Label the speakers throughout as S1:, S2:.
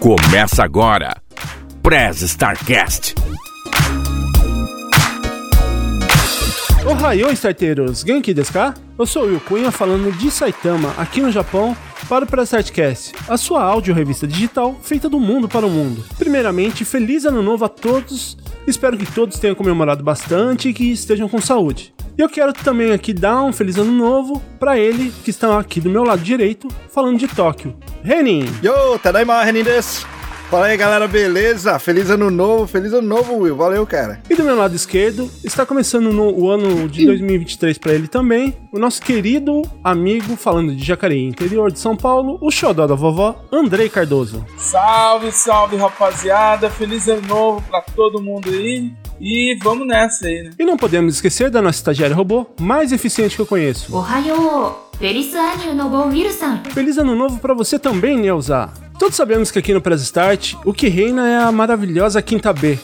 S1: Começa agora. Prez Starcast.
S2: Ohayou, starteiros! Genki desu ka? Eu sou o Will Cunha falando de Saitama, aqui no Japão, para o Prestartcast, a sua áudio revista digital feita do mundo para o mundo. Primeiramente, feliz ano novo a todos. Espero que todos tenham comemorado bastante e que estejam com saúde. E eu quero também aqui dar um feliz ano novo para ele que está aqui do meu lado direito, falando de Tóquio. Renin!
S3: Yo,
S4: tá
S3: Tadaima Renin desu. Fala aí, galera, beleza? Feliz ano novo, feliz ano novo, Will. Valeu, cara.
S2: E do meu lado esquerdo, está começando no- o ano de 2023 para ele também, o nosso querido amigo, falando de Jacareí interior de São Paulo, o xodó da vovó, Andrei Cardoso.
S5: Salve, salve, rapaziada. Feliz ano novo pra todo mundo aí. E vamos nessa aí, né?
S2: E não podemos esquecer da nossa estagiária robô mais eficiente que eu conheço.
S6: おはようフェリスアニューのボン・ウィルさん
S2: Feliz ano novo pra você também, Neuza! Todos sabemos que aqui no Press Start, o que reina é a maravilhosa Quinta B,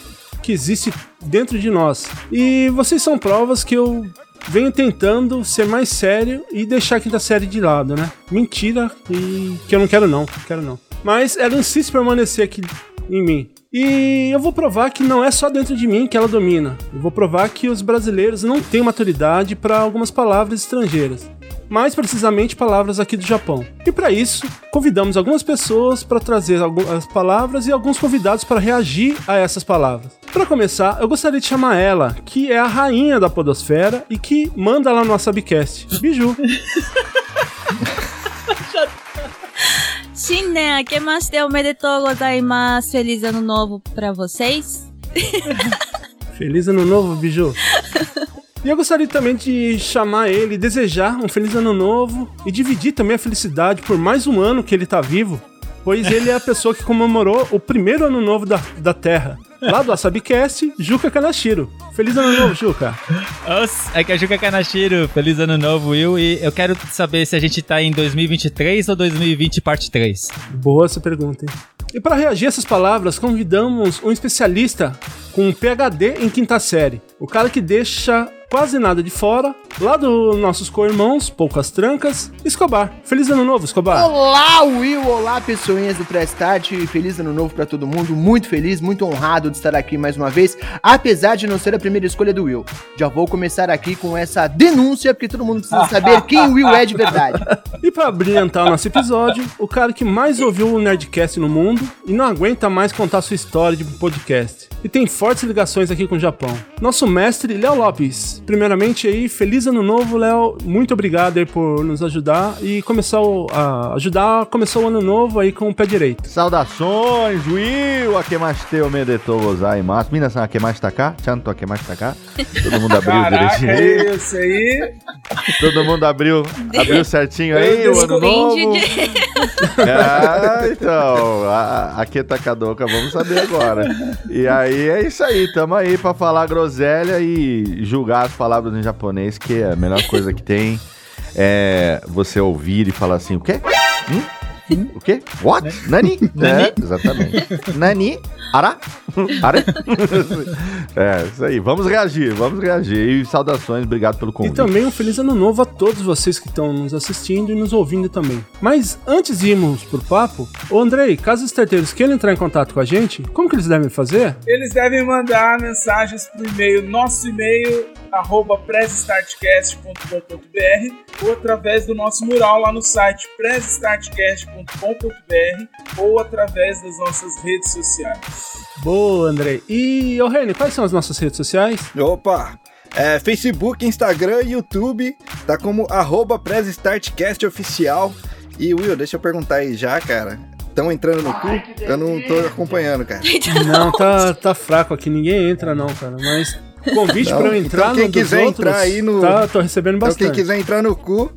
S2: que existe dentro de nós. E vocês são provas que eu venho tentando ser mais sério e deixar a Quinta Série de lado, né? Mentira, e que eu não quero não, quero não. Mas ela insiste em permanecer aqui em mim. E eu vou provar que não é só dentro de mim que ela domina. Eu vou provar que os brasileiros não têm maturidade para algumas palavras estrangeiras mais precisamente palavras aqui do Japão. E para isso, convidamos algumas pessoas para trazer algumas palavras e alguns convidados para reagir a essas palavras. Para começar, eu gostaria de chamar ela, que é a rainha da podosfera e que manda lá no nosso subcast. Biju.
S7: 新年明けましておめでとうございます。フェリザのノーブプラ vocês。
S2: Feliz ano novo, Biju. E eu gostaria também de chamar ele, desejar um feliz ano novo e dividir também a felicidade por mais um ano que ele tá vivo, pois ele é a pessoa que comemorou o primeiro ano novo da, da Terra. Lá do Asabicast, Juca Kanashiro. Feliz ano novo, Juca.
S8: Os- Aqui é o Juca Kanashiro, feliz ano novo, Will. E eu quero saber se a gente tá em 2023 ou 2020, parte 3.
S2: Boa essa pergunta, hein? E para reagir a essas palavras, convidamos um especialista com um PhD em quinta série. O cara que deixa quase nada de fora, lá dos nossos co-irmãos, poucas trancas, Escobar. Feliz ano novo, Escobar.
S9: Olá, Will! Olá, pessoinhas do Prestart! Feliz ano novo pra todo mundo, muito feliz, muito honrado de estar aqui mais uma vez, apesar de não ser a primeira escolha do Will. Já vou começar aqui com essa denúncia, porque todo mundo precisa saber quem o Will é de verdade.
S2: E para brilhantar o nosso episódio, o cara que mais ouviu o Nerdcast no mundo e não aguenta mais contar sua história de podcast. E tem fortes ligações aqui com o Japão. Nosso mestre, Léo Lopes. Primeiramente aí, feliz ano novo, Léo. Muito obrigado aí por nos ajudar e começar o, a ajudar, começou o ano novo aí com o pé direito.
S3: Saudações, Will. Akemashite omedetou gozaimasu. Minasan akemashita ka? Chanto akemashita ka? tá Todo mundo abriu
S5: Caraca,
S3: direitinho.
S5: isso aí.
S3: Todo mundo abriu, abriu certinho aí o ano
S7: Vem
S3: novo.
S7: de- de-
S3: Ah, então, a, a Keta Kadoka, vamos saber agora. E aí é isso aí, tamo aí pra falar groselha e julgar as palavras em japonês, que é a melhor coisa que tem é você ouvir e falar assim, o quê? Hum? Hum? O quê? What? Nani? É, exatamente. Nani? Ara? Ara? É, isso aí. Vamos reagir, vamos reagir. E saudações, obrigado pelo
S2: E
S3: convite.
S2: também um feliz ano novo a todos vocês que estão nos assistindo e nos ouvindo também. Mas antes de irmos pro papo, ô Andrei, caso os terteiros queiram entrar em contato com a gente, como que eles devem fazer?
S5: Eles devem mandar mensagens pro e-mail, nosso e-mail, arroba pressstartcast.com.br ou através do nosso mural lá no site pressstartcast.com.br ou através das nossas redes sociais.
S2: Boa, Andrei. E, ô Reni, quais são as nossas redes sociais?
S4: Opa! É, Facebook, Instagram, YouTube, tá como arroba PresStartcast oficial. E Will, deixa eu perguntar aí já, cara. Estão entrando no cu? Eu não tô acompanhando, cara.
S2: Não, tá, tá fraco aqui, ninguém entra não, cara, mas... Convite
S4: Então-
S2: pra eu entrar
S4: então quem
S2: no dos
S4: quiser
S2: outros,
S4: entrar aí no-
S2: tá, tô recebendo
S4: Então
S2: bastante.
S4: quem quiser entrar no cu,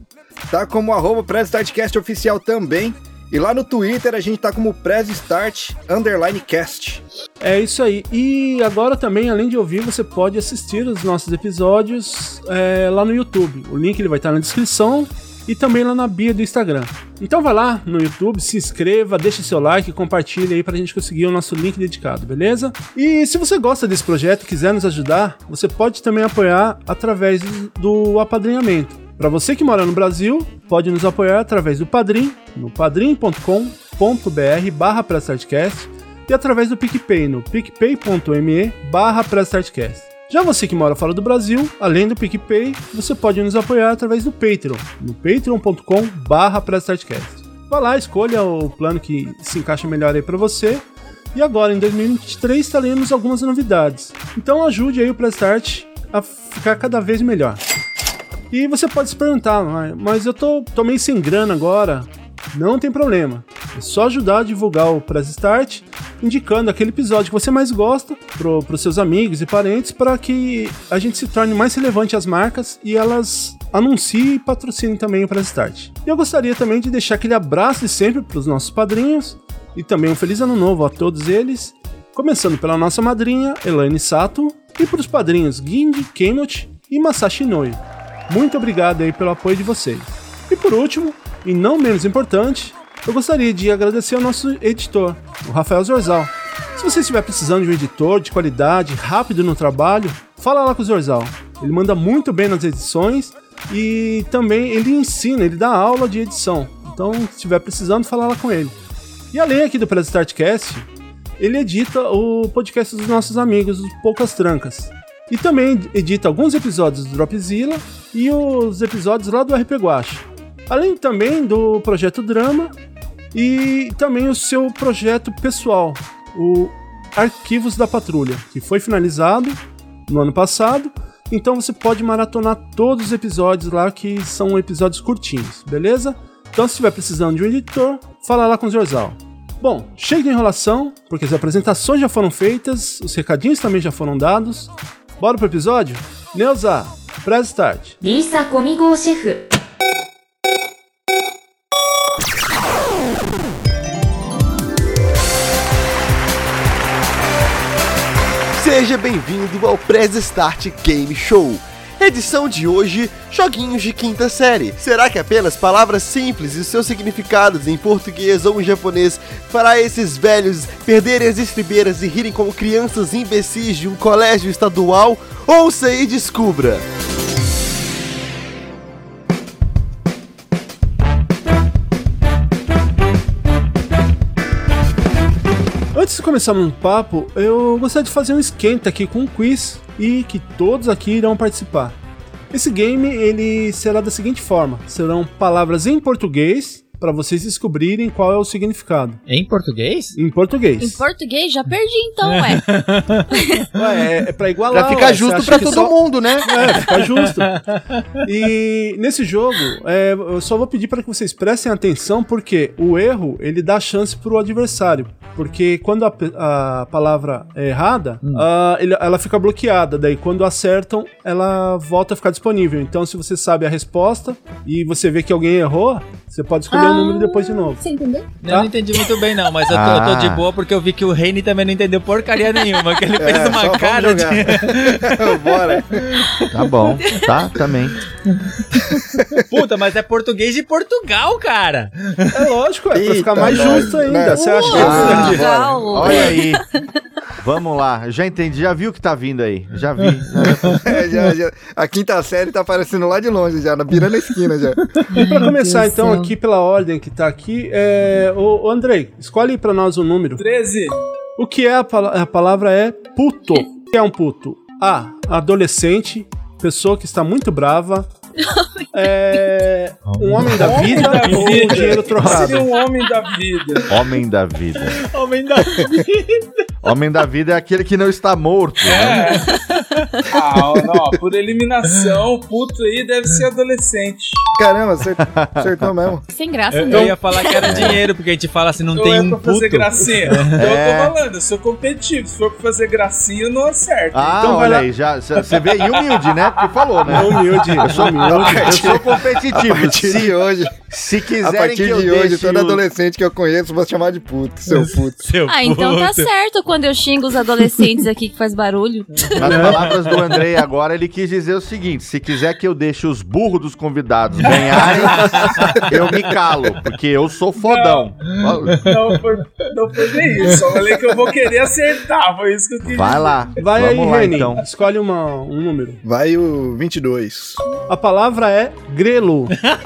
S4: tá como arroba PresStartcast oficial também. E lá no Twitter a gente tá como PresStart underline cast.
S2: É isso aí. E agora também, além de ouvir, você pode assistir os nossos episódios é, lá no YouTube. O link ele vai estar na descrição e também lá na bio do Instagram. Então vai lá no YouTube, se inscreva, deixe seu like, compartilhe aí pra gente conseguir o nosso link dedicado, beleza? E se você gosta desse projeto e quiser nos ajudar, você pode também apoiar através do apadrinhamento. Para você que mora no Brasil, pode nos apoiar através do Padrim, no padrim.com apoia.se.br barra PressStartcast e através do PicPay no picpay.me barra PressStartcast. Já você que mora fora do Brasil, além do PicPay, você pode nos apoiar através do Patreon, no patreon.com barra PressStartcast. Vá lá, escolha o plano que se encaixa melhor aí pra você. E agora, em 2023, teremos algumas novidades. Então ajude aí o Prestart a ficar cada vez melhor. E você pode se perguntar, "Mas- mas eu tô, tô meio sem grana agora. Não tem problema. É só ajudar a divulgar o Press Start, indicando aquele episódio que você mais gosta pro, pros seus amigos e parentes, para que a gente se torne mais relevante às marcas e elas anunciem e patrocinem também o Press Start. E eu gostaria também de deixar aquele abraço de sempre pros nossos padrinhos e também um feliz ano novo a todos eles. Começando pela nossa madrinha, Elaine Sato, e pros padrinhos Gindy, Kenot e Masashi Noio. Muito obrigado aí pelo apoio de vocês. E por último, e não menos importante, eu gostaria de agradecer ao nosso editor, o Rafael Zorzal. Se você estiver precisando de um editor de qualidade, rápido no trabalho, fala lá com o Zorzal. Ele manda muito bem nas edições e também ele ensina, ele dá aula de edição. Então, se estiver precisando, fala lá com ele. E além aqui do Press Startcast, ele edita o podcast dos nossos amigos, os Poucas Trancas. E também edita alguns episódios do Dropzilla e os episódios lá do RP Guache. Além também do projeto Drama e também o seu projeto pessoal, o Arquivos da Patrulha, que foi finalizado no ano passado. Então você pode maratonar todos os episódios lá que são episódios curtinhos, beleza? Então se estiver precisando de um editor, fala lá com o Zorzal. Bom, chega de enrolação, porque as apresentações já foram feitas, os recadinhos também já foram dados. Bora pro episódio? Neuza, press start.
S6: リーサコミ号シェフ。
S10: Seja bem-vindo ao Press Start Game Show. Edição de hoje, joguinhos de quinta série. Será que é apenas palavras simples e seus significados em português ou em japonês fará esses velhos perderem as estribeiras e rirem como crianças imbecis de um colégio estadual? Ouça e descubra!
S2: Antes de começarmos o papo, eu gostaria de fazer um esquenta aqui com um quiz e que todos aqui irão participar. Esse game ele será da seguinte forma: serão palavras em português para vocês descobrirem qual é o significado.
S8: Em português?
S2: Em português.
S7: Em português já perdi então, ué.
S2: Ué, é, é pra igualar.
S9: Pra
S2: ué,
S9: ficar
S2: você
S9: justo
S2: acha
S9: pra
S2: que
S9: todo
S2: só-
S9: mundo, né?
S2: É, fica justo. E nesse jogo, é, eu só vou pedir para que vocês prestem atenção, porque o erro ele dá chance pro adversário. Porque quando a, pe- a palavra é errada,
S4: Hum.
S2: ah, ele- ela fica bloqueada. Daí, quando acertam, ela volta a ficar disponível. Então, se você sabe a resposta e você vê que alguém errou, você pode escolher o número depois de novo.
S7: Você entendeu?
S8: Eu
S4: Tá?
S8: não entendi muito bem, não, mas eu tô, eu tô de boa porque eu vi que o Reni também não entendeu porcaria nenhuma, que ele fez
S4: Ah. É, só
S8: uma
S4: vamos
S8: cara de.
S4: jogar. Bora.
S3: Tá bom, tá? Também.
S8: Puta, mas é português de Portugal, cara!
S2: É lógico, é pra ficar
S4: Eita,
S2: mais
S4: nós,
S2: justo ainda.
S4: né?
S2: Você acha que é
S3: Ah,
S7: Portugal.
S3: Olha aí. Vamos lá, eu já entendi, já vi o que tá vindo aí. Já vi.
S4: É, já- já- A quinta série tá aparecendo lá de longe já, na virando a esquina já.
S2: E pra começar,
S7: Deus do
S2: então,
S7: céu.
S2: aqui pela ordem que tá aqui, é... ô, ô, Andrei, escolhe pra nós um número.
S5: 13.
S2: O que é a, pala- a palavra é puto. O que é um puto? A. Adolescente, pessoa que está muito brava. é, um homem da vida ou um dinheiro
S5: Seria
S2: trocado?
S5: um homem da vida.
S3: Homem da vida.
S8: Homem da.
S3: Homem da vida é aquele que não está morto. né?
S5: É. Ah, não, ó, por eliminação, o puto aí deve ser adolescente.
S4: Caramba, acertou, acertou mesmo.
S7: Sem graça,
S8: Eu,
S7: né? não.
S4: Então-
S8: eu ia falar que era dinheiro, porque a gente fala assim, não
S5: Não
S8: tem
S5: é
S8: um
S5: pra
S8: puto.
S5: fazer gracinha. Então
S3: É.
S5: eu tô falando, eu sou competitivo. Se for pra fazer gracinha, eu não acerto.
S3: Ah,
S2: Então vai
S3: olha
S2: lá.
S3: aí, já, você vê, e humilde, né? Porque falou, né?
S2: Humilde, humilde.
S3: Eu sou competitivo. Se,
S4: Se hoje,
S3: se
S4: a
S3: quiserem
S4: partir
S3: que eu
S4: de hoje,
S3: deixe
S4: todo
S3: o-
S4: adolescente que eu conheço vou chamar de puto, seu puto.
S8: Seu
S7: Ah, então tá
S8: puto.
S7: certo quando eu xingo os adolescentes aqui que faz barulho.
S3: Nas palavras do Andrei agora, ele quis dizer o seguinte: se quiser que eu deixe os burros dos convidados ganharem, eu me calo, porque eu sou fodão.
S5: Não foi, não foi nem isso. Eu falei que eu vou querer acertar. Foi isso que eu quis
S3: Vai lá.
S2: Vai aí,
S3: Vamos lá,
S2: Reni.
S3: então.
S2: Escolhe uma- um número.
S4: Vai o 22.
S2: A palavra é grelo.
S5: dizer.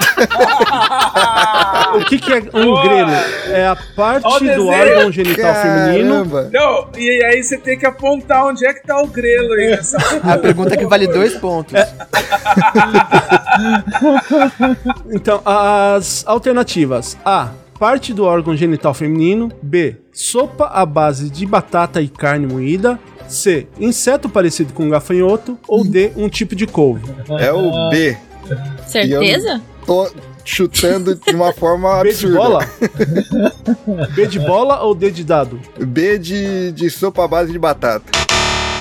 S2: O que, que é um
S5: Boa.
S2: grelo? É a
S5: Ó o
S2: parte do
S5: desenho.
S2: órgão genital feminino
S5: Não, e aí você tem que apontar onde é que tá o grelo aí nessa.
S9: A pergunta é que vale dois pontos.
S2: É. Então, as alternativas: A. Parte do órgão genital feminino. B. Sopa à base de batata e carne moída. C. Inseto parecido com um gafanhoto. Ou D. Um tipo de couve.
S4: É o B.
S7: Certeza?
S4: Tô chutando de uma forma
S2: B de
S4: absurda.
S2: bola? B de bola ou D de dado?
S4: B de, de sopa à base de batata.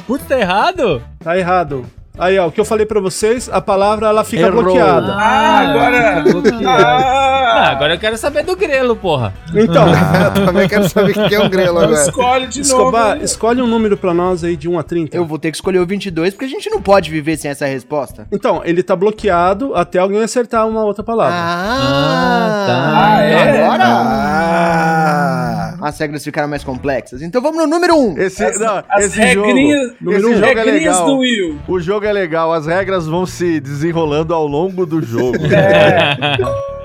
S8: Puta, errado?
S2: Tá errado. Aí, ó, o que eu falei pra vocês, a palavra ela fica
S3: Errou.
S2: bloqueada.
S5: Ah, agora.
S8: tá bloqueado. Ah,
S5: Ah,
S8: agora eu quero saber do grelo, porra.
S2: Então,
S4: Ah, também quero saber o que é um grelo agora.
S5: escolhe de
S2: Escobar,
S5: novo.
S2: escolhe um número pra nós aí de 1 a 30.
S9: Eu vou ter que escolher o 22, porque a gente não pode viver sem essa resposta.
S2: Então, ele tá bloqueado até alguém acertar uma outra palavra.
S9: Ah,
S5: Ah, é?
S4: Ah!
S9: As regras ficaram mais complexas. Então vamos no número 1. Um.
S3: Esse,
S5: As-
S3: não,
S5: as
S3: esse
S5: regrinhas-
S3: jogo, esse jogo é
S5: regrinhas
S3: legal.
S5: do Will.
S3: O jogo é legal, as regras vão se desenrolando ao longo do jogo.
S8: É.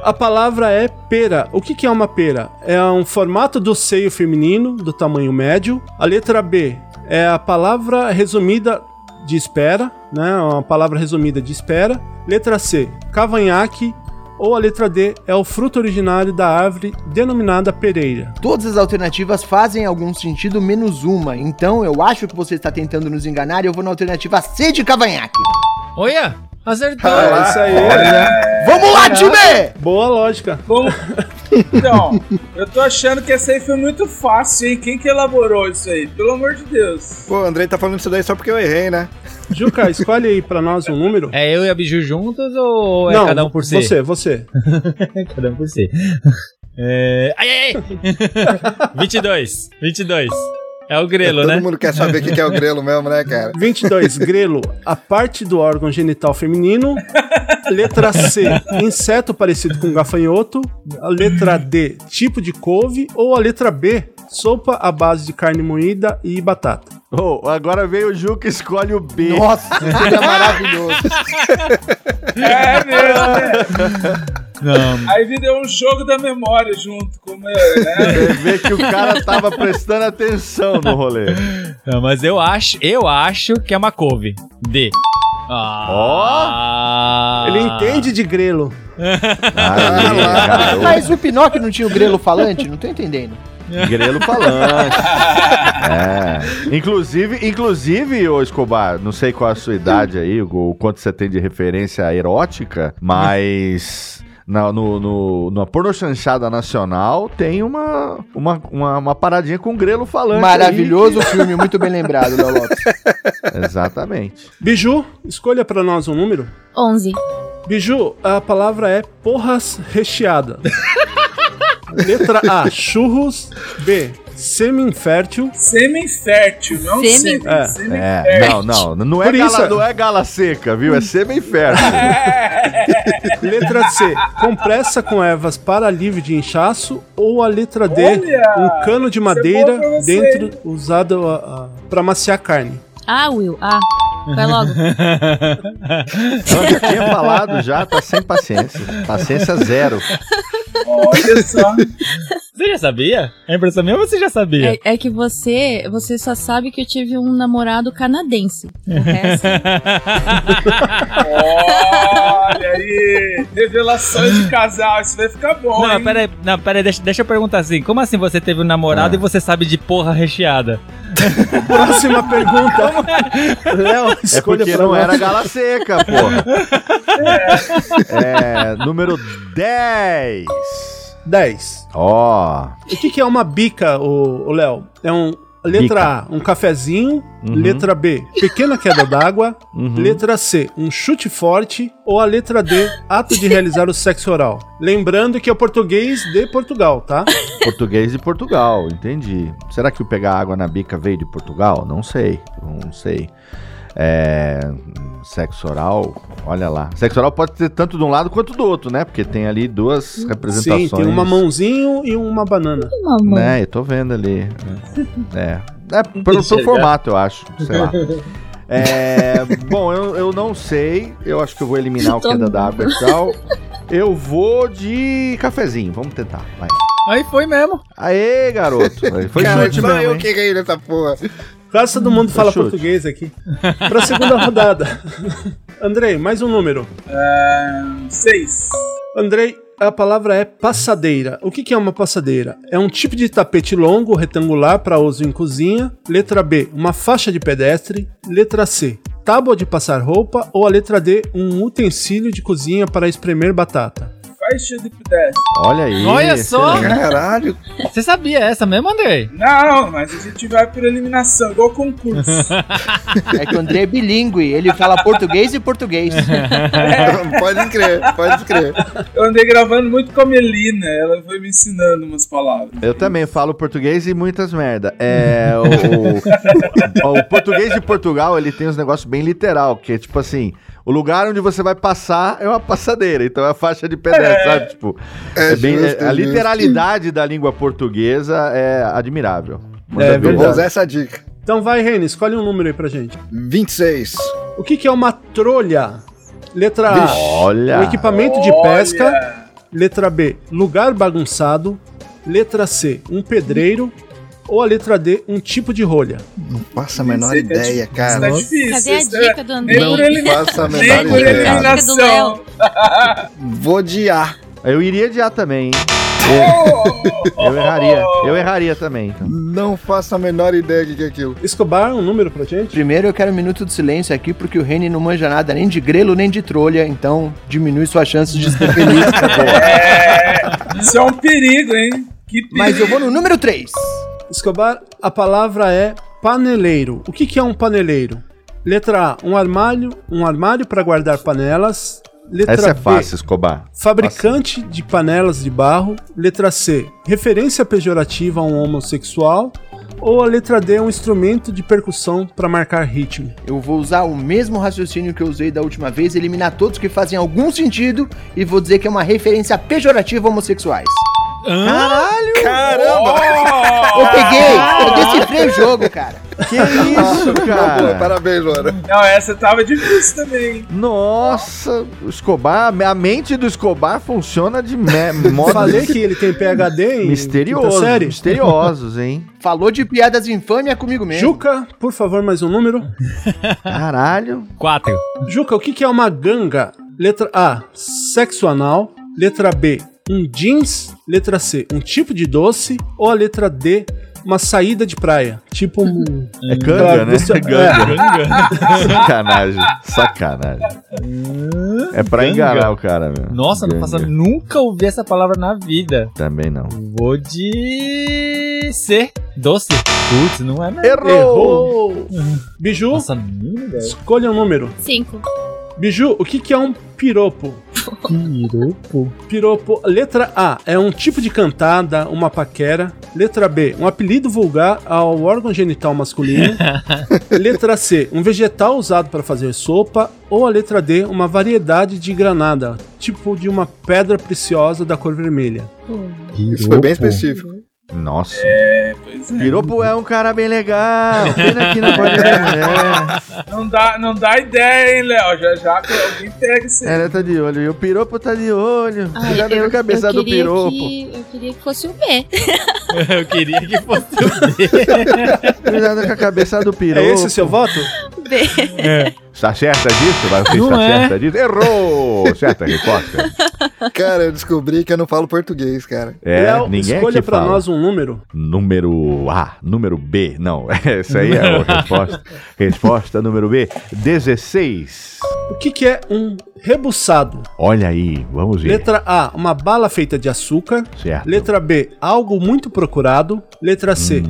S2: A palavra é pera. O que, que é uma pera? É um formato do seio feminino, do tamanho médio. A letra B é a palavra resumida de espera, né? Uma palavra resumida de espera. Letra C, cavanhaque. Ou a letra D é o fruto originário da árvore denominada pereira.
S9: Todas as alternativas fazem algum sentido, menos uma. Então eu acho que você está tentando nos enganar e eu vou na alternativa C de cavanhaque.
S8: Olha, acertou.
S2: É isso aí.
S9: Vamos lá, time!
S2: Boa lógica.
S5: Vamos. Então, eu tô achando que essa aí foi muito fácil, hein? Quem que elaborou isso aí? Pelo amor de Deus.
S4: Pô, o Andrei tá falando isso daí só porque eu errei, né?
S2: Juca, escolhe aí pra nós um número.
S8: É eu e a Biju juntos ou é cada um por si?
S2: Você, você.
S8: cada um por si. É... Ai, ai, ai! 22. 22. É o grelo,
S4: Todo
S8: né?
S4: mundo quer saber o que que é o grelo mesmo, né, cara?
S2: 22, grelo, a parte do órgão genital feminino. Letra C, inseto parecido com gafanhoto. A letra D, tipo de couve. Ou a letra B, sopa à base de carne moída e batata.
S3: Oh, agora veio o Ju que escolhe o B.
S9: Nossa, isso é maravilhoso.
S5: É mesmo, né?
S8: Não.
S5: Aí virou um jogo da memória junto com o meu, né?
S3: Você vê que o cara tava prestando atenção no rolê.
S8: Não, mas eu acho, eu acho que é uma couve. D. Ah.
S2: Ele é entende de grelo.
S3: Ah,
S9: Mas o Pinóquio não tinha o grelo falante? Não tô entendendo.
S3: Grelo falante. É. Inclusive, inclusive, ô Escobar, não sei qual a sua idade aí, o quanto você tem de referência erótica, mas. Na, no, no, na porno chanchada nacional tem uma, uma, uma, uma paradinha com grelo falante. aí.
S9: Maravilhoso filme, muito bem lembrado, Léo Lopes.
S3: Exatamente.
S2: Biju, escolha pra nós um número.
S7: 11.
S2: Biju, a palavra é porras recheada. Letra A, churros. B, semi-infértil.
S5: Semi-infértil, não
S7: Semi-
S5: semi.
S2: É,
S5: Semi-infértil.
S3: É, não, não. Não é,
S2: Por isso-
S3: gala, não é gala seca, viu? É semi-inferno.
S2: Letra C, compressa com ervas para alívio de inchaço. Ou a letra D,
S5: Olha,
S2: um cano de
S5: isso é
S2: madeira
S5: bom pra você,
S2: dentro usado para maciar carne.
S7: Ah, Will. Ah. Vai logo.
S3: Ela já tinha falado já, tá sem paciência. Paciência zero.
S5: Olha só.
S8: Você já sabia? É impressão minha ou você já sabia?
S7: É, é que você, você só sabe que eu tive um namorado canadense. O resto.
S5: Olha aí. Revelações de casal. Isso vai ficar bom,
S8: Não,
S5: hein?
S8: pera aí, não, pera aí, deixa, deixa eu perguntar assim. Como assim você teve um namorado e você sabe de porra recheada?
S2: Próxima pergunta. Léo,
S3: É
S2: escolha
S3: porque
S2: pra
S3: não
S2: nós.
S3: era gala seca, porra. É, número 10.
S2: 10.
S3: Ó.
S2: O que, que é uma bica, o, Léo? É um. Letra A, um cafezinho.
S3: Uhum.
S2: Letra B, pequena queda d'água. Letra C, um chute forte. Ou a letra D, ato de realizar o sexo oral. Lembrando que é o português de Portugal, tá?
S3: Português de Portugal, entendi. Será que o pegar água na bica veio de Portugal? Não sei, não sei. É, sexo oral, olha lá. Sexo oral pode ser tanto de um lado quanto do outro, né? Porque tem ali duas representações.
S2: Sim, tem uma mãozinho e uma banana.
S7: Mamãe.
S3: Né, eu tô vendo ali. É. É, pelo, pelo formato, eu acho. Sei lá. É, bom, eu, eu não sei. Eu acho que eu vou eliminar o
S7: Tô
S3: queda d'água e tal. Eu vou de cafezinho. Vamos tentar, vai.
S8: Aí foi mesmo.
S3: Aê, garoto. Aí Foi
S4: Cara,
S3: chute
S4: só
S3: mesmo,
S4: eu
S3: hein?
S4: que ganhei nessa porra.
S2: Quase todo mundo fala
S3: chute.
S2: português aqui. Pra segunda rodada. Andrei, mais um número.
S5: Seis.
S2: Andrei, a palavra é passadeira. O que, que é uma passadeira? É um tipo de tapete longo, retangular, para uso em cozinha. Letra B, uma faixa de pedestre. Letra C, tábua de passar roupa. Ou a letra D, um utensílio de cozinha para espremer batata.
S5: Faixa de pedestre.
S3: Olha aí.
S8: Olha só.
S3: excelente.
S4: Caralho.
S8: Você sabia essa mesmo, Andrei?
S5: Não, mas a gente vai por eliminação, igual concurso.
S9: É que o André é bilíngue, ele fala português e português.
S3: É.
S4: pode crer, pode crer.
S5: Eu andei gravando muito com a Melina, ela foi me ensinando umas palavras.
S3: Eu também falo português e muitas merda. É, o, o- o português de Portugal, ele tem uns negócios bem literal, que é tipo assim, o lugar onde você vai passar é uma passadeira, então é a faixa de pedestre, sabe? Tipo, é bem-
S4: justo,
S3: é- a
S4: justo.
S3: literalidade da língua portuguesa é admirável. Manda
S2: É
S3: ver.
S4: Eu vou
S2: verdade.
S4: usar essa dica.
S2: Então vai, Reni, escolhe um número aí pra gente.
S4: 26.
S2: O que, que é uma trolha? Letra A,
S3: Olha,
S2: um equipamento de
S5: Olha.
S2: pesca. Letra B, lugar bagunçado. Letra C, um pedreiro. Ou a letra D, um tipo de rolha.
S4: Não faço a menor ideia,
S5: Isso
S4: cara.
S5: tá
S4: Não
S5: difícil.
S7: Cadê a
S5: isso tá-
S7: dica do
S5: Nem por
S7: Andrei?
S5: ele
S4: faço a
S5: Nem
S4: menor
S5: por
S4: ideia.
S7: Cadê a
S4: cara.
S7: dica do Léo?
S5: eliminação.
S4: Vou de A.
S3: eu iria de A também, hein?
S5: Oh,
S3: Eu erraria, eu erraria também. então.
S4: Não faço a menor ideia do que é aquilo.
S2: Escobar, um número pra gente?
S9: Primeiro eu quero um minuto de silêncio aqui, porque o Reni não manja nada nem de grelo nem de trolha, então diminui sua chance de ser feliz.
S5: Isso é um perigo, hein? Que perigo.
S9: Mas eu vou no número 3.
S2: Escobar, a palavra é paneleiro. O que, que é um paneleiro? Letra A, um armário, um armário para guardar panelas. Letra
S3: Essa é
S2: B,
S3: fácil, Escobar.
S2: fabricante de panelas de barro. Letra C, referência pejorativa a um homossexual. Ou a letra D, um instrumento de percussão para marcar ritmo.
S9: Eu vou usar o mesmo raciocínio que eu usei da última vez, eliminar todos que fazem algum sentido e vou dizer que é uma referência pejorativa a homossexuais.
S5: Oh!
S9: Eu peguei! Eu decifrei o jogo, cara.
S3: Que isso,
S4: Pô,
S3: cara?
S4: parabéns, Luana.
S5: Não, essa tava difícil também. hein?
S3: Nossa, o Escobar, a mente do Escobar funciona de me- modo
S2: Falei que ele tem PHD em
S3: misterioso.
S2: quinta série.
S3: Misteriosos, hein?
S9: Falou de piadas infâmia comigo mesmo.
S2: Juca, por favor, mais um número.
S3: Caralho.
S8: Quatro.
S2: Juca, o que, que é uma ganga? Letra A, sexo anal. Letra B, um jeans. Letra C, um tipo de doce. Ou a letra D, uma saída de praia. Tipo um.
S3: É ganga, né?
S2: Isso é-
S3: ganga. Sacanagem. Sacanagem. É pra
S8: Ganga.
S3: enganar o cara, meu.
S8: Nossa, não
S3: Ganga.
S8: faço, nunca ouvi essa palavra na vida.
S3: Também não.
S8: Vou de C. Doce. Putz, não é mesmo.
S3: Errou!
S2: Biju,
S8: Nossa, menina, velho.
S2: escolha um número.
S7: Cinco.
S2: Biju, o que, que é um piropo?
S8: Piropo.
S2: Piropo, letra A, é um tipo de cantada, uma paquera. Letra B, um apelido vulgar ao órgão genital masculino. letra C, um vegetal usado para fazer sopa. Ou a letra D, uma variedade de granada, tipo de uma pedra preciosa da cor vermelha.
S4: Isso foi bem específico.
S3: Nossa.
S5: Pois é.
S3: Piropo é um cara bem legal. Pena que não pode ter mulher.
S5: Não dá, não dá ideia, hein, Léo? Já já alguém pega isso aí.
S3: Ela tá de olho. E o piropo tá de olho.
S7: Ai,
S3: Cuidado com a cabeça do
S7: queria
S3: piropo.
S7: que- eu queria que fosse o B.
S8: Eu queria que fosse o D.
S3: Cuidado com a cabeça do piropo.
S2: É esse o seu voto?
S7: B.
S3: Está Tá certa disso? Vai, você
S8: Não
S3: está
S8: é.
S3: certa disso? Errou! Certa resposta.
S4: Cara, eu descobri que eu não falo português, cara.
S3: É,
S2: Léo,
S3: ninguém
S2: escolha
S3: aqui
S2: para
S3: fala.
S2: nós um número.
S3: Número A, número B. Não, essa aí é a resposta. Resposta número B, 16.
S2: O que, que é um rebuçado?
S3: Olha aí, vamos ver.
S2: Letra A, uma bala feita de açúcar.
S3: Certo.
S2: Letra B, algo muito procurado. Letra C,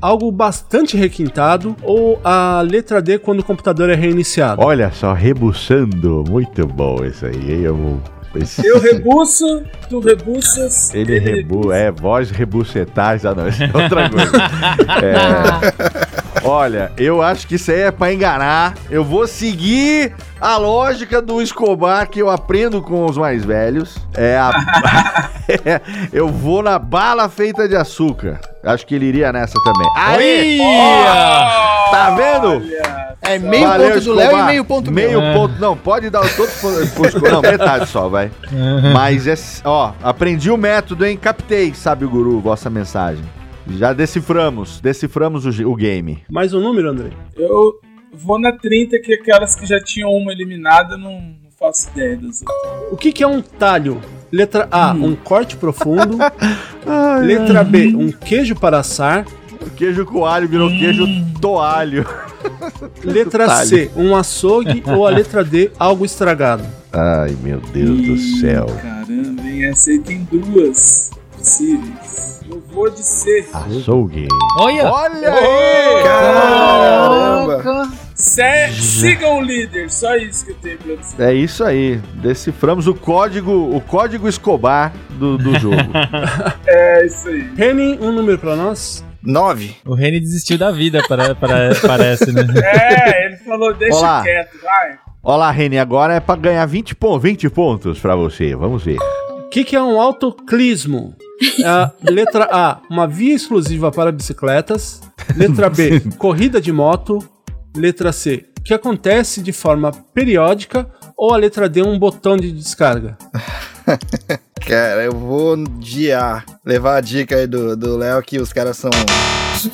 S2: algo bastante requintado. Ou a letra D, quando o computador é reiniciado.
S3: Olha só, rebuçando. Muito bom esse aí. hein? Eu vou... esse-
S5: Eu rebuço, tu rebuças.
S3: Ele rebu... É, voz rebucetais. Ah, não, isso é outra coisa.
S7: Ah.
S3: É. Olha, eu acho que isso aí é pra enganar. Eu vou seguir a lógica do Escobar que eu aprendo com os mais velhos. É a... eu vou na bala feita de açúcar. Acho que ele iria nessa também. Aí!
S8: Olha!
S3: Tá vendo?
S5: Olha,
S9: É meio
S3: Valeu,
S9: ponto do Léo e
S3: Escobar.
S9: meio ponto meu.
S3: Meio
S8: É.
S3: ponto. Não, pode dar todo pro Escobar. Não, metade só, vai. Mas, é, ó, aprendi o método, hein? Captei, sabe o guru, vossa mensagem. Já deciframos, deciframos o, ge- o game.
S2: Mais um número, André?
S5: Eu vou na 30, que aquelas que já tinham uma eliminada, não, não faço ideia das outras.
S2: O que, que é um talho? Letra A, um corte profundo. Letra B, um queijo para assar.
S3: O queijo coalho virou queijo toalho.
S2: Letra
S3: Talho.
S2: C, um açougue. ou a letra D, algo estragado.
S3: Ai, meu Deus do céu.
S5: Caramba, hein? Essa aí tem duas possíveis. Eu vou de C.
S3: Açougue.
S8: Olha!
S3: Olha aí!
S4: Caramba!
S5: Cé- É, Sigam o líder, só isso que eu tenho pra dizer.
S3: É isso aí, deciframos o código, o código Escobar do, do jogo.
S5: É isso aí.
S2: Henning, um número para nós.
S4: Nove.
S8: O Reni desistiu da vida, para, para- parece, né?
S5: É, ele falou, deixa
S3: Olá.
S5: quieto, vai.
S3: Olha lá, Reni, agora é pra ganhar 20, pon- 20 pontos pra você. Vamos ver.
S2: O que, que é um autoclismo? É A letra A, uma via exclusiva para bicicletas. Letra B, corrida de moto. Letra C, que acontece de forma periódica. Ou a letra D, um botão de descarga.
S4: Cara, eu vou de A. Levar a dica aí do do Léo que os caras são.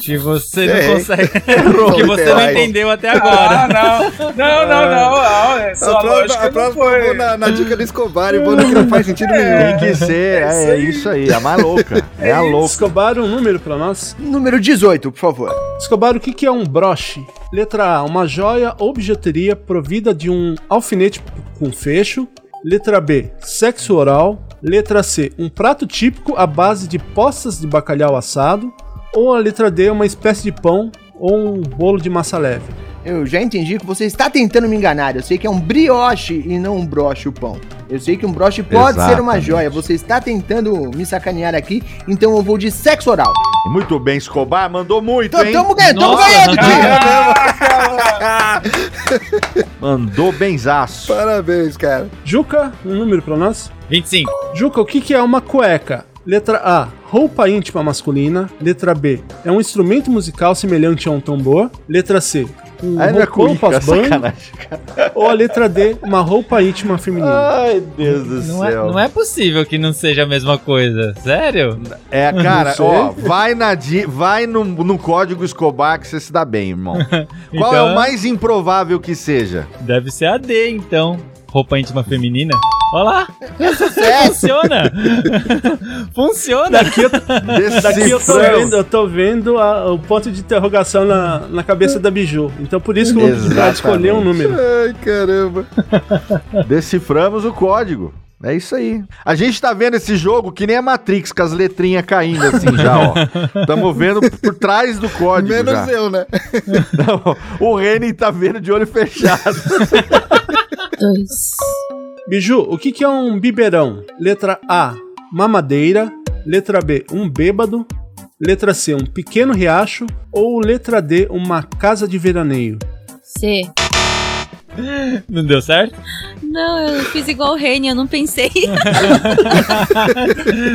S8: Que você não
S4: Errei.
S8: consegue.
S4: Errou,
S8: que você não
S4: literal.
S8: entendeu até agora.
S5: Ah, não. Não, não, não. não. É só
S4: A próxima,
S5: lógica
S4: a
S5: não
S4: próxima eu vou
S5: foi.
S4: na, na dica do Escobar e vou no que não faz sentido nenhum.
S3: Tem que ser,
S5: é
S3: é, é isso aí, a mais louca. É a louca.
S2: Escobar, um número para nós.
S9: Número 18, por favor.
S2: Escobar, o que, que é um broche? Letra A, uma joia ou bijuteria provida de um alfinete com fecho. Letra B, sexo oral. Letra C, um prato típico à base de postas de bacalhau assado. Ou a letra D, uma espécie de pão ou um bolo de massa leve.
S9: Eu já entendi que você está tentando me enganar. Eu sei que é um brioche e não um broche o pão. Eu sei que um broche pode ser uma
S3: Exatamente.
S9: joia. Você está tentando me sacanear aqui, então eu vou de sexo oral.
S3: Muito bem, Escobar, mandou muito,
S9: Então
S3: hein?
S9: tamo ganhando, tamo
S8: Nossa,
S9: ganhando,
S8: cara.
S9: tio.
S3: Mandou benzaço.
S4: Parabéns, cara.
S2: Juca, um número pra nós.
S8: 25.
S2: Juca, o que, que é uma cueca? Letra A, roupa íntima masculina. Letra B, é um instrumento musical semelhante a um tambor. Letra C, um
S3: Aí não é
S2: roupão
S3: cuica,
S2: pós-banho.
S3: sacanagem.
S2: Ou a letra D, uma roupa íntima feminina.
S3: Ai, Deus do
S8: Não é,
S3: céu.
S8: não é possível que não seja a mesma coisa. Sério?
S3: É, cara,
S2: sei.
S3: ó, vai, na, di- vai no, no código Escobar que você se dá bem, irmão. Qual é
S8: Então-
S3: o mais improvável que seja?
S8: Deve ser a D, então. Roupa íntima feminina. Olha lá!
S9: Sucesso.
S8: Funciona! Funciona!
S2: Daqui eu tô
S3: Deciframos.
S2: vendo, eu tô vendo a- o ponto de interrogação na, na cabeça da Biju. Então por isso que eu vou precisar
S3: Exatamente.
S2: escolher um número.
S4: Ai, caramba.
S3: Deciframos o código. É isso aí. A gente tá vendo esse jogo que nem a Matrix, com as letrinhas caindo assim já, ó. Tamo vendo por trás do código
S4: Menos
S3: já.
S4: eu, né?
S3: Não, o Reni tá vendo de olho fechado.
S7: Dois.
S2: Biju, o que, que é um biberão? Letra A, mamadeira. Letra B, um bêbado. Letra C, um pequeno riacho. Ou letra D, uma casa de veraneio.
S7: C.
S8: Não deu certo?
S7: Não, eu fiz igual o Reni, eu não pensei.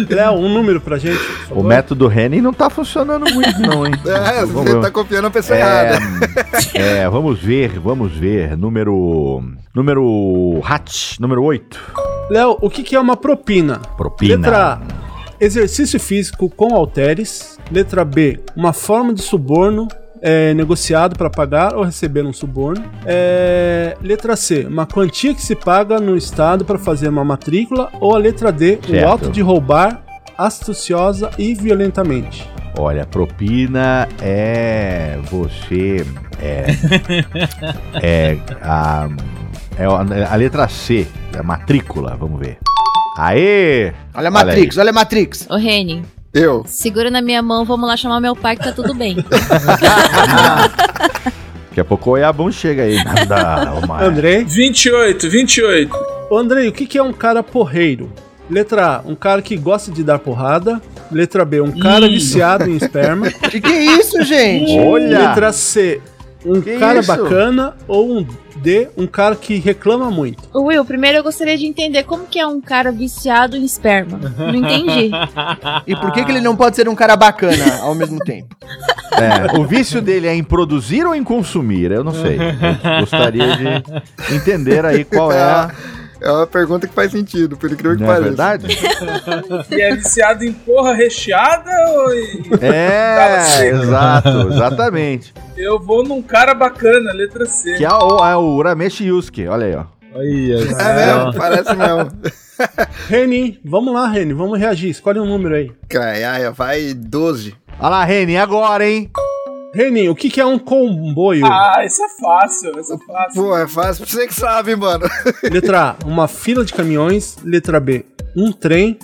S2: Léo, um número pra gente. por
S3: O
S2: favor.
S3: método Reni não tá funcionando muito, não, hein?
S4: É, você tá copiando a pessoa
S3: É,
S4: errada.
S3: é, vamos ver, vamos ver. Número. Número. Hatch, número 8.
S2: Léo, o que, que é uma propina?
S3: Propina.
S2: Letra A. Exercício físico com halteres. Letra B. Uma forma de suborno é, negociado para pagar ou receber um suborno. É, letra C. Uma quantia que se paga no Estado para fazer uma matrícula. Ou a letra D.
S3: Certo.
S2: O ato de roubar astuciosa e violentamente.
S3: Olha, propina é você é é a é a, a letra C, a matrícula, vamos ver. Aê!
S9: Olha a Matrix,
S3: aí.
S9: olha a Matrix.
S7: Ô, Reni,
S4: Eu.
S7: segura na minha mão, vamos lá chamar meu pai que tá tudo bem.
S3: Daqui a pouco o Oiabum chega aí. Nada, uma...
S2: Andrei?
S5: 28, 28.
S2: Ô, Andrei, o que, que é um cara porreiro? Letra A. Um cara que gosta de dar porrada. Letra B. Um cara
S5: Ih.
S2: viciado em esperma.
S9: Que que é isso, gente?
S3: Olha!
S2: Letra C, um
S3: Que
S2: cara
S3: isso?
S2: bacana ou um D, um cara que reclama muito.
S7: Will, primeiro eu gostaria de entender como que é um cara viciado em esperma. Não entendi.
S9: E por que, que ele não pode ser um cara bacana ao mesmo tempo?
S3: É, o vício dele é em produzir ou em consumir? Eu não sei. Eu gostaria de entender aí qual é
S9: Ah,
S3: a.
S4: É uma pergunta que faz sentido, pelo incrível que
S3: Não é
S4: pareça.
S3: verdade?
S5: E é viciado em porra recheada ou em...
S3: É, exato, exatamente.
S5: Eu vou num cara bacana, letra C.
S3: Que é o, é o Urameshi Yusuke, olha aí, ó.
S4: É mesmo, parece mesmo.
S2: Reni, vamos lá, Reni, vamos reagir. Escolhe um número aí.
S4: Caralho, vai 12.
S3: Olha lá, Reni, agora, hein?
S2: Reni, o que, que é um comboio?
S5: Ah, isso é fácil, isso é fácil.
S4: Pô, é fácil pra você que sabe, mano.
S2: Letra A, uma fila de caminhões. Letra B, um trem.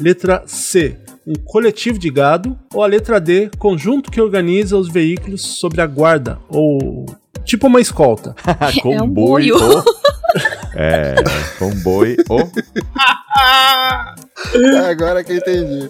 S2: Letra C, um coletivo de gado. Ou a letra D, conjunto que organiza os veículos sobre a guarda. Ou tipo uma escolta.
S3: Tá
S7: É um boio.
S3: É, comboi ou.
S4: Agora que eu entendi.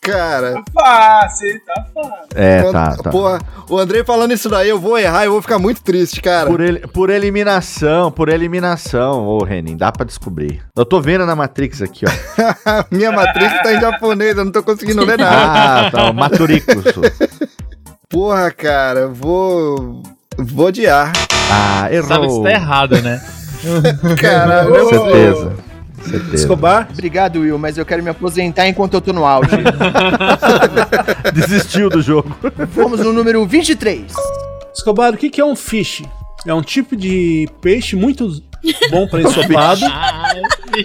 S4: Cara,
S5: Fácil, hein? tá fácil.
S3: É,
S4: quando-
S3: tá, tá.
S4: porra, o Andrei falando isso daí, eu vou errar, eu vou ficar muito triste, cara.
S3: Por, el- por eliminação, por eliminação, ô Renin, dá pra descobrir. Eu tô vendo na Matrix aqui, ó.
S4: A minha matriz tá em japonês, eu não tô conseguindo ler nada.
S3: Ah, tá, o Maturicus.
S4: Porra, cara, eu vou. Vou odiar.
S3: Ah, errou.
S8: Sabe que isso tá errado, né?
S4: Caralho, eu vou-
S3: Certeza. Certeza.
S2: Escobar,
S9: Obrigado, Will, mas eu quero me aposentar enquanto eu tô no auge.
S3: Desistiu do jogo.
S9: Vamos no número 23.
S2: Escobar, o que, que é um fish? É um tipo de peixe muito bom para ensopado.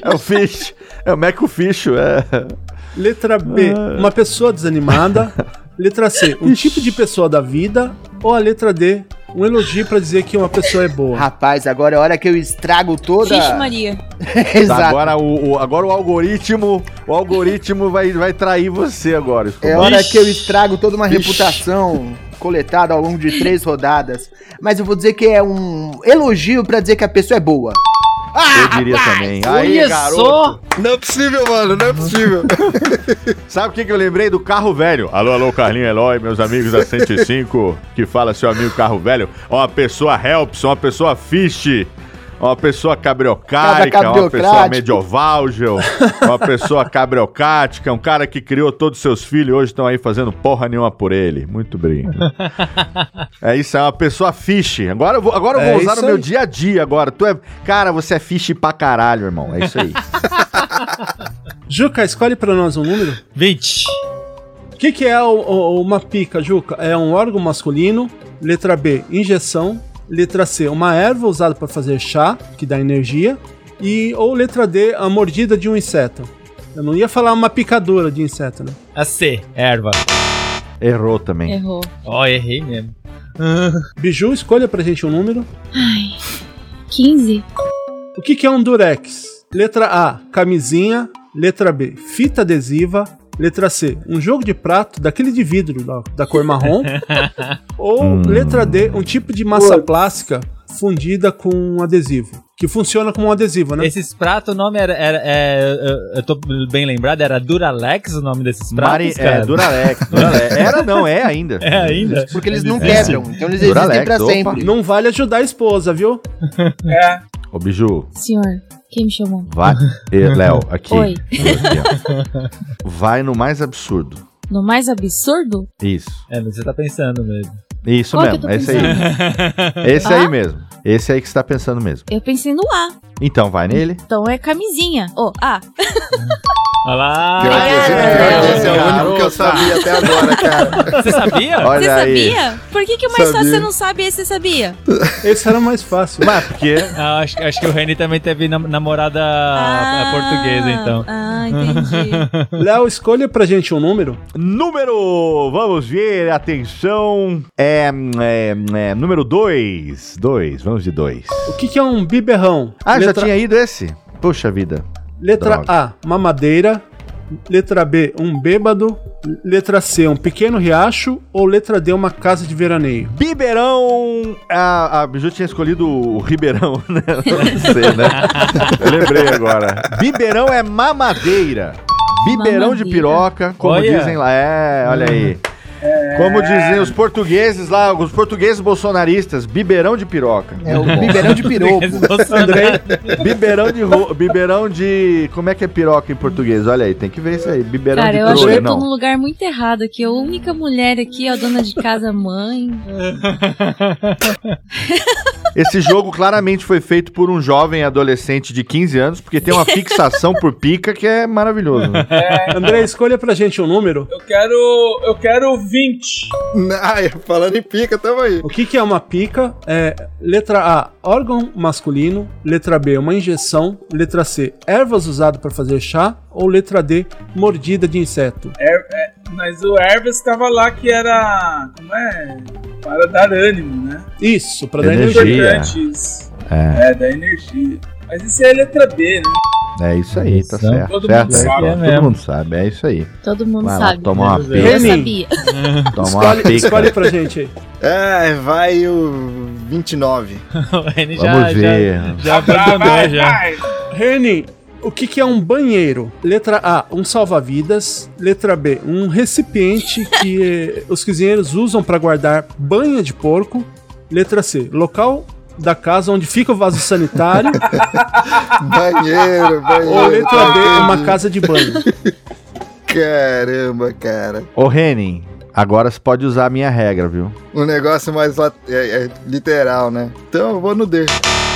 S3: É o Fish. É o Meco Fish, é.
S2: Letra B, uma pessoa desanimada. Letra C, um tipo de pessoa da vida. Ou a letra D, um elogio pra dizer que uma pessoa é boa.
S9: Rapaz, agora é a hora que eu estrago toda.
S7: Vixe, Maria.
S3: Tá,
S9: Exato.
S3: agora, o, o- agora o algoritmo. O algoritmo vai, vai trair você agora. Escobar.
S9: É hora que eu estrago toda uma reputação coletada ao longo de três rodadas. Mas eu vou dizer que é um elogio pra dizer que a pessoa é boa.
S3: Eu diria também.
S7: Ah,
S3: Aí,
S8: Olha
S3: garoto.
S8: só!
S4: Não é possível, mano, não é possível.
S3: Sabe o que, que eu lembrei do carro velho? Alô, alô, Carlinho Eloy, meus amigos da 105, que fala seu amigo carro velho. Ó, Uma pessoa helps, uma pessoa fish, uma pessoa cabriocárica,
S9: Cada
S3: uma pessoa
S9: cabriocrático.
S3: medievalgel, uma pessoa cabriocática, um cara que criou todos os seus filhos e hoje estão aí fazendo porra nenhuma por ele. Muito brinco. É isso, é uma pessoa fish. Agora eu vou, agora eu vou
S2: É
S3: usar
S2: isso
S3: no meu
S2: aí.
S3: dia a dia agora. Tu é, cara, você é fish pra caralho, irmão. É isso aí.
S2: Juca, escolhe pra nós um número.
S8: 20.
S2: O que, que é o- o- uma pica, Juca? É um órgão masculino. Letra B, injeção. Letra C, uma erva usada pra fazer chá, que dá energia. E ou letra D, a mordida de um inseto. Eu não ia falar uma picadura de inseto, né?
S8: A É C, erva.
S3: Errou também.
S7: Errou.
S8: Ó, errei mesmo.
S2: Biju, escolha pra gente um número.
S7: 15.
S2: O que, que é um durex? Letra A, camisinha. Letra B, fita adesiva. Letra C, um jogo de prato, daquele de vidro da, da cor marrom. Ou letra D, um tipo de massa plástica fundida com um adesivo. Que funciona como um adesivo, né?
S8: Esses pratos, o nome era. era- é, eu- eu tô bem lembrado, era Duralex o nome desses pratos.
S3: Mari-
S8: cara.
S3: É, Duralex, Duralex. Era não, é ainda.
S8: É ainda.
S9: Porque eles não
S8: Existe.
S9: quebram, então eles
S3: Dura
S9: existem
S3: Lex,
S9: pra
S3: opa.
S9: sempre.
S2: Não vale ajudar a esposa, viu?
S5: É.
S3: Ô, Biju,
S7: Senhor, quem me chamou?
S3: vai. Ê, Léo, aqui.
S7: Oi.
S3: Aqui, ó. Vai no mais absurdo.
S7: No mais absurdo?
S3: Isso.
S8: É, mas você tá pensando mesmo.
S3: Isso
S7: Qual que eu tô
S3: mesmo,
S7: Ah?
S3: esse aí. Esse aí mesmo. Esse aí que você tá pensando mesmo.
S7: Eu pensei no A.
S3: Então vai nele.
S7: Então é camisinha. Ô, A.
S8: Olha lá!
S4: Pior que esse- pior que esse é o único que eu
S3: Garota.
S4: sabia até agora, cara.
S8: Você sabia?
S7: Você
S3: Olha aí.
S7: sabia? Por que, que o mais fácil
S4: Sabia.
S7: você não sabe e esse você sabia?
S2: Esse era o mais fácil.
S3: Mas porque
S8: Ah, acho, acho que o Reni também teve nam- namorada é, portuguesa, Ah, então.
S7: Ah, entendi.
S2: Léo, escolha pra gente um número.
S3: número, vamos ver, atenção, é, é, é, número 2, 2, vamos de 2.
S2: O que, que é um biberrão?
S3: Ah, já
S2: Letra-
S3: tinha ido esse? Poxa vida.
S2: Letra
S3: Droga.
S2: A, uma madeira. Letra B, um bêbado. Letra C, um pequeno riacho. Ou letra D, uma casa de veraneio.
S3: Biberão. Ah, A, a Biju tinha escolhido o Ribeirão, né? Não sei, né? Eu lembrei agora. Biberão é mamadeira. Biberão de
S7: Mamadeira.
S3: piroca, como
S8: Olha.
S3: dizem lá. É, olha aí. Como dizem os portugueses lá, os portugueses bolsonaristas, bibeirão de piroca.
S9: É o
S3: Muito bom.
S9: biberão de piropo.
S2: Andrei,
S8: né?
S3: bibeirão de ro- bibeirão de como é que é piroca em português? Olha aí, tem que ver isso aí. Bibeirão
S7: Cara,
S3: de
S7: eu acho que
S3: trolha,
S7: eu tô num
S3: não.
S7: lugar muito errado aqui. A única mulher aqui é a dona de casa mãe.
S3: Esse jogo claramente foi feito por um jovem adolescente de 15 anos, porque tem uma fixação por pica que é maravilhoso. né?
S2: Andrei, escolha pra gente um número.
S5: Eu quero. Eu quero 20.
S4: Ai, falando em pica, tamo aí.
S2: O que, que é uma pica? É letra A, órgão masculino. Letra B, uma injeção. Letra C, ervas usadas para fazer chá. Ou letra D, mordida de inseto.
S5: Mas o Herves tava lá que era. Como é? Para dar ânimo, né?
S2: Isso, para dar
S3: Energia.
S2: energia.
S5: Importante isso. É, da energia. Mas isso é a letra B, né?
S3: É isso aí, tá
S8: Isso.
S3: certo.
S5: Todo
S3: certo
S5: mundo
S3: é isso
S5: sabe.
S3: aí,
S8: É
S3: Todo
S8: mesmo.
S3: mundo sabe, é isso aí.
S7: Todo mundo
S3: Vai lá,
S7: sabe.
S3: toma uma
S8: Deus.
S7: Eu
S3: pica,
S7: sabia.
S3: toma uma
S2: Escolhe
S3: pica.
S2: pra gente aí.
S4: Ai, É, vai o 29.
S8: O N já,
S3: Vamos
S8: já,
S3: ver.
S8: já
S5: Pra-
S8: abandonou já.
S5: vai.
S2: Reni, o que, que é um banheiro? Letra A, um salva-vidas. Letra B, um recipiente que eh, os cozinheiros usam para guardar banha de porco. Letra C, local da casa onde fica o vaso sanitário.
S4: Banheiro,
S2: ou
S4: banheiro.
S2: letra D, uma casa de banho.
S4: Caramba, cara.
S3: Ô, Renin, agora você pode usar a minha regra, viu?
S4: Um negócio mais lat- é, é literal, né? Então eu vou no D.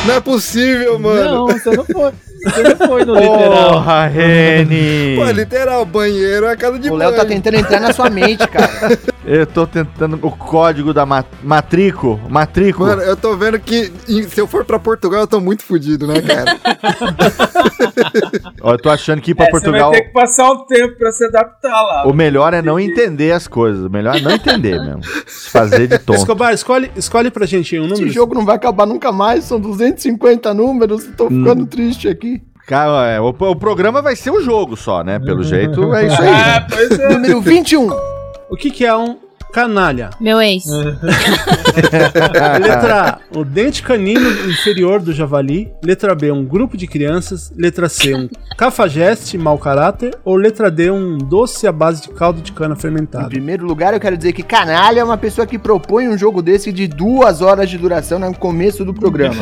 S4: Não é possível, mano.
S8: Não, você não foi. Você não foi no literal.
S3: Porra, Reni!
S4: Pô, é literal, banheiro é a casa de
S9: O
S4: banho.
S9: Léo tá tentando entrar na sua mente, cara.
S3: Eu tô tentando o código da ma- matrico, matrico.
S4: Mano, eu tô vendo que em- se eu for pra Portugal, eu tô muito fudido, né, cara?
S3: Ó, eu tô achando que ir pra
S5: É, Você
S3: Portugal,
S5: vai ter que passar um tempo pra se adaptar lá.
S3: o melhor é não entender as coisas, o melhor é não entender mesmo. Se fazer de tonto.
S2: Escobar, escolhe, escolhe pra gente aí um
S9: Esse
S2: número.
S9: jogo não vai acabar nunca mais, são 250 números, eu tô
S8: Hum.
S9: ficando triste aqui.
S3: Cara, é, o, o programa vai ser um jogo só, né? Pelo jeito é isso aí.
S5: Ah,
S3: né?
S5: pois é.
S9: Número 21.
S2: O que, que é um canalha?
S7: Meu ex.
S2: Letra A, o dente canino inferior do javali. Letra B, um grupo de crianças. Letra C, um cafajeste, mau caráter. Ou letra D, um doce à base de caldo de cana
S9: Em
S2: fermentado.
S9: primeiro lugar, eu quero dizer que canalha é uma pessoa que propõe um jogo desse de duas horas de duração no começo do programa.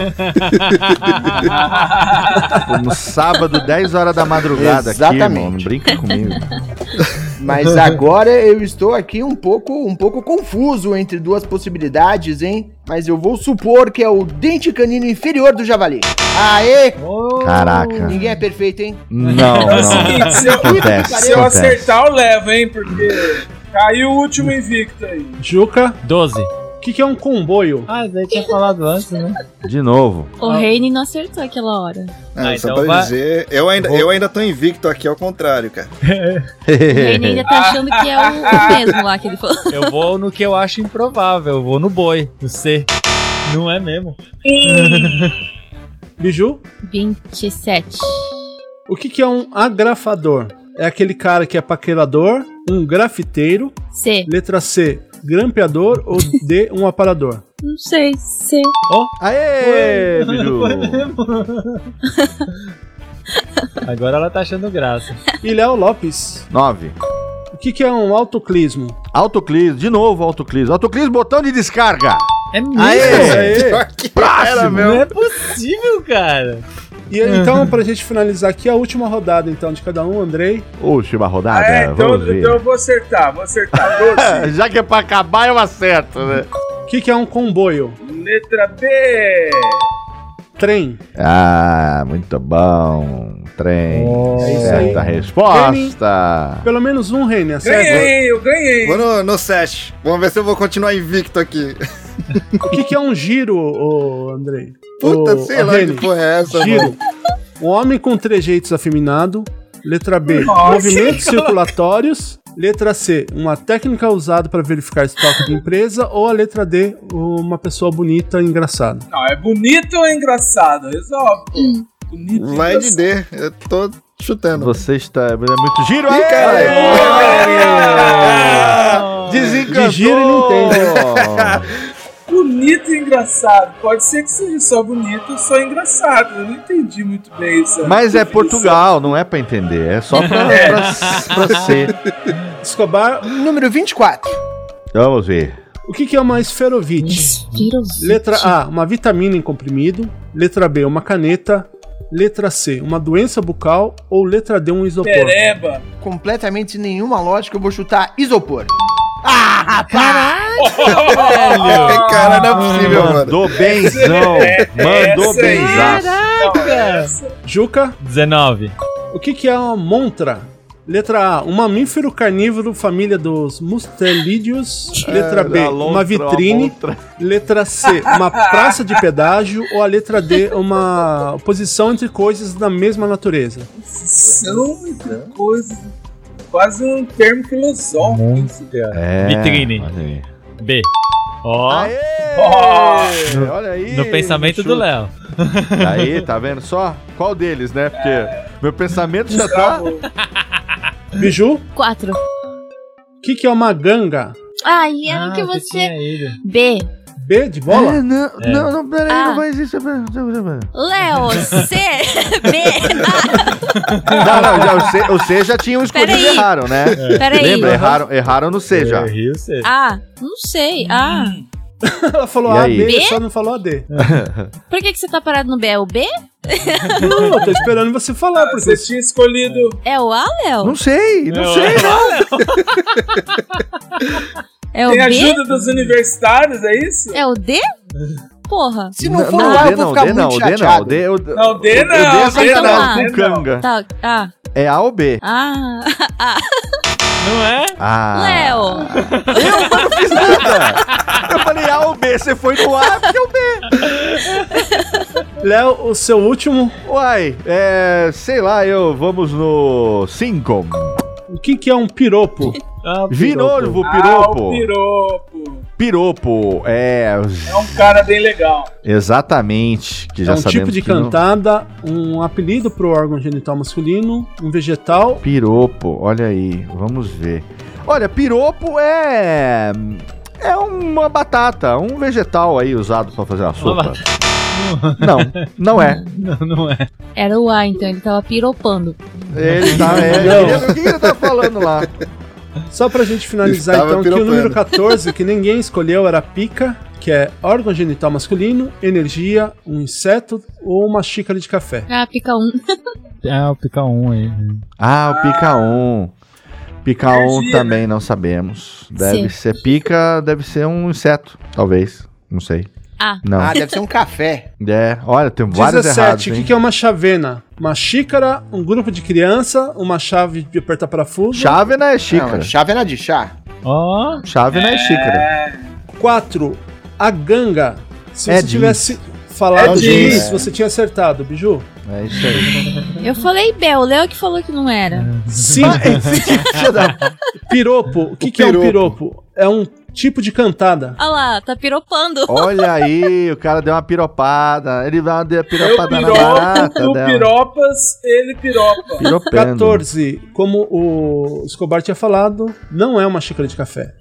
S3: No Um sábado, 10 horas da madrugada aqui,
S9: Exatamente.
S3: irmão. Não brinca comigo.
S9: Mas agora eu estou aqui um pouco, um pouco confuso entre duas possibilidades, hein? Mas eu vou supor que é o dente canino inferior do javali. Aê!
S3: Caraca.
S9: Ninguém é perfeito, hein?
S3: Não,
S5: É o seguinte, se
S3: não.
S5: eu-
S3: Acontece,
S5: Se eu
S3: acontece.
S5: acertar, eu levo, hein? Porque caiu o último invicto aí.
S2: Juca,
S8: 12.
S2: o que, que é um comboio?
S8: Ah, você tinha falado antes, né?
S3: De novo.
S7: O Reine não acertou aquela hora.
S4: Ah,
S8: Ah,
S4: só
S8: então
S4: pra
S8: vai-
S4: dizer, eu ainda, eu ainda tô invicto aqui, ao contrário, cara.
S7: O
S3: É.
S7: Reine ainda tá achando que é o, o mesmo lá que ele falou.
S8: Eu vou no que eu acho improvável. Eu vou no boi, no C. Não é mesmo?
S2: Biju,
S7: 27.
S2: o que, que é um agrafador? É aquele cara que é paquerador, um grafiteiro.
S7: C.
S2: Letra C, grampeador. Ou D, um aparador?
S7: Não sei. C.
S3: Aê, Biju!
S8: Agora ela tá achando graça.
S2: E Léo Lopes,
S3: 9.
S2: o que, que é um autoclismo?
S3: Autoclis, de novo autoclis. Autoclis, botão de descarga.
S8: É mesmo?
S4: Pior que era,
S3: Próximo.
S4: meu.
S8: Não é possível, cara.
S2: E então, pra gente finalizar aqui, a última rodada então de cada um, Andrei.
S3: Última rodada,
S5: é, então,
S3: vamos ver.
S5: então eu vou acertar, vou acertar. 12.
S3: Já que é pra acabar, eu acerto, né?
S2: O que, que é um comboio?
S5: Letra B.
S2: Trem.
S3: Ah, muito bom. Trem.
S2: É isso
S3: Certa
S2: aí.
S3: resposta.
S2: Pelo menos um Rene, acerta.
S5: Ganhei, eu ganhei.
S4: Vou no, no set. Vamos ver se eu vou continuar invicto aqui.
S2: O que, que é um giro, ô, Andrei?
S4: Puta,
S2: Ô,
S4: sei lá
S2: Rene,
S4: que porra é essa, mano.
S2: Giro. Um homem com trejeitos afeminado. Letra B.
S5: Nossa,
S2: movimentos circulatórios. Letra C. Uma técnica usada para verificar estoque de empresa. Ou a letra D. Uma pessoa bonita e engraçada.
S5: Não, é bonito ou é engraçado? Resolve. pô. Bonito e
S4: Vai de
S5: engraçado.
S4: D. Eu tô chutando.
S3: Você está é muito giro aí,
S4: Ih, caralho.
S3: cara. Desencantou.
S2: De giro ele não tem,
S5: Bonito e engraçado. Pode ser que seja só bonito ou só engraçado. Eu não entendi muito bem isso.
S3: Mas é Portugal, não é pra entender. É só pra, pra, pra ser.
S2: Escobar,
S9: Número 24.
S3: Vamos ver.
S2: O que, que é uma esferovite? Letra A, uma vitamina em comprimido. Letra B, uma caneta. Letra C, uma doença bucal. Ou letra D, um isopor.
S5: Pereba.
S9: Completamente sem nenhuma lógica, eu vou chutar isopor. Ah,
S4: Ai, cara, não é possível, mano.
S3: Mandou benzão. Mandou
S5: Essa aí.
S3: benzaço.
S2: Juca,
S8: 19.
S2: o que, que é uma montra? Letra A, um mamífero carnívoro, família dos mustelídeos. Letra B,
S3: Da lontra,
S2: uma vitrine.
S3: montra.
S2: Letra C, uma praça de pedágio. Ou a letra D, uma posição entre coisas da mesma natureza.
S5: São entre coisas. é Quase um termo filosófico isso, cara.
S3: É,
S8: Vitrine.
S3: olha aí.
S8: B. Ó,
S3: Aê! Olha aí.
S8: no pensamento do
S3: chute.
S8: Léo.
S3: Aí, tá vendo só? Qual deles, né? Porque meu pensamento já tá.
S2: Biju,
S7: 4.
S2: o que, que é uma ganga?
S7: Ai, é o que
S8: eu
S7: você.
S8: Ah, tinha ido.
S7: B.
S2: B de bola?
S3: não,
S8: É.
S3: não, não, peraí,
S7: Ah.
S3: faz isso. pera- pera- pera-
S7: Léo, C. B.
S3: Não, não, já, o, C, o C já tinha um escolhido
S7: Peraí. É.
S3: e erraram, né?
S7: Peraí.
S3: Lembra? Erraram, erraram no C já.
S8: Eu errei o C.
S5: Ah,
S7: A. Não sei. A.
S2: Ela falou
S3: E
S2: A,
S3: aí?
S2: B,
S7: B?
S2: só não falou a D.
S7: Por que, que você tá parado no B? É o B?
S2: Não, eu tô esperando você falar, porque
S5: Você tinha escolhido.
S7: É o A, Léo?
S3: Não sei, não
S8: Não,
S3: sei.
S7: É o
S5: Tem
S7: B?
S5: ajuda dos universitários, é isso?
S7: É o D? Porra.
S9: Se não for
S3: o
S9: lá,
S3: D
S9: eu vou
S3: o
S9: ficar
S3: D
S9: muito
S3: o D
S9: chateado.
S3: o D, é o, D-
S5: Não, D não,
S3: O D é
S5: D
S3: sem
S7: não,
S3: canal,
S7: D
S3: com
S5: não.
S3: canga.
S7: Tá, A.
S3: É A ou B?
S7: Ah.
S8: Não é?
S3: Ah.
S7: Léo.
S3: Fiz nada. Eu falei A ou B, você foi no A, porque é eu...
S2: Léo, o seu último,
S3: Uai, é... Sei lá, eu... Vamos no... 5.
S2: o que que é um piropo? um
S8: Ah,
S3: Vi novo,
S5: Ah, o
S3: piropo.
S5: piropo.
S3: Piropo, é...
S5: É um cara bem legal.
S3: Exatamente, que já
S2: é um
S3: sabemos
S2: tipo de
S3: que não-
S2: cantada, um apelido pro órgão genital masculino, um vegetal.
S3: Piropo, olha aí, vamos ver. Olha, piropo é... É uma batata, um vegetal aí usado pra fazer a sopa. Não, não é.
S8: Não, não é.
S7: Era o A, então ele tava piropando.
S3: Ele tá... É,
S2: Não.
S3: o que ele tá falando lá?
S2: Só pra gente finalizar
S4: Estava
S2: então, que o
S4: piropando.
S2: número 14 que ninguém escolheu era pica, que é órgão genital masculino, energia, um inseto ou uma xícara de café.
S7: Ah, pica um.
S8: Ah, o pica um aí.
S3: Ah, o pica um. Pica um
S5: Imagina.
S3: também não sabemos. Deve
S7: Sim.
S3: ser pica, deve ser um inseto, talvez. Não sei.
S7: Ah.
S3: Não.
S9: Ah, deve ser um café.
S3: É, olha, tem vários
S2: 17, o
S3: errados,
S2: que,
S3: hein?
S2: que é uma chavena? Uma xícara, um grupo de criança, uma chave de apertar parafuso.
S3: Chave não é
S9: Não,
S3: xícara.
S9: chave é na de chá.
S8: Ó,
S3: Chave não é xícara.
S2: 4. A ganga. Se
S3: É
S2: você
S3: jeans.
S2: tivesse
S5: É
S2: falado
S5: jeans.
S2: jeans, você tinha acertado, Biju.
S3: É isso aí.
S7: Eu falei B, o Léo que falou que não era.
S3: É.
S2: 5.
S3: Filha da-
S2: piropo. O que, que é um piropo? É um tipo de cantada.
S7: Olha lá, tá piropando.
S3: olha aí, o cara deu uma piropada. Ele vai dar
S5: Eu
S3: piropada na
S5: piropo,
S3: barata
S5: tu
S3: dela.
S5: piropas, ele piropa.
S3: Piropando.
S2: 14. Como o Escobar tinha falado, não é uma xícara de café.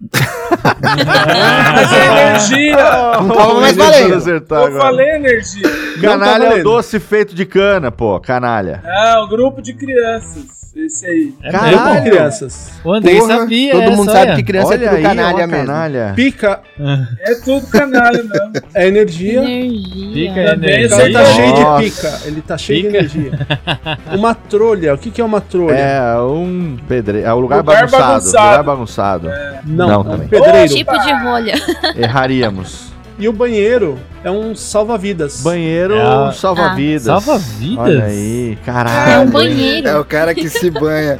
S5: Mas é energia.
S3: Não
S9: tava mais valendo.
S3: Acertar
S5: Eu
S3: agora.
S5: falei energia.
S3: Canalha é o
S2: valendo.
S3: doce feito de cana, pô. Canalha.
S5: Ah, um grupo de crianças. Esse aí.
S8: é
S3: Caralho.
S8: mesmo?
S2: Grupo de crianças.
S8: O Andrei
S9: Porra,
S8: sabia. né,
S9: Todo
S8: essa,
S9: mundo sabe
S8: olha.
S9: que criança é
S3: olha
S9: tudo
S3: aí,
S9: canalha
S3: ó,
S9: mesmo.
S3: canalha.
S2: Pica
S5: É tudo canalha mesmo.
S2: é energia.
S7: Energia.
S8: Fica aí,
S5: Também,
S8: né?
S2: O cara tá
S3: Nossa.
S2: cheio de pica. Ele tá cheio de
S8: Pica.
S2: energia. Uma trolha. O que, que é uma trolha?
S3: É um pedreiro. É um lugar,
S5: Lugar
S3: bagunçado.
S5: bagunçado.
S3: Lugar bagunçado.
S2: Não,
S3: não
S2: é um
S3: também.
S2: pedreiro.
S7: Tipo de rolha.
S3: Erraríamos.
S2: E o banheiro é um salva-vidas.
S3: Banheiro
S8: É.
S3: salva-vidas.
S8: Salva-vidas?
S3: Olha aí, caralho.
S7: É um banheiro.
S4: É o cara que se banha.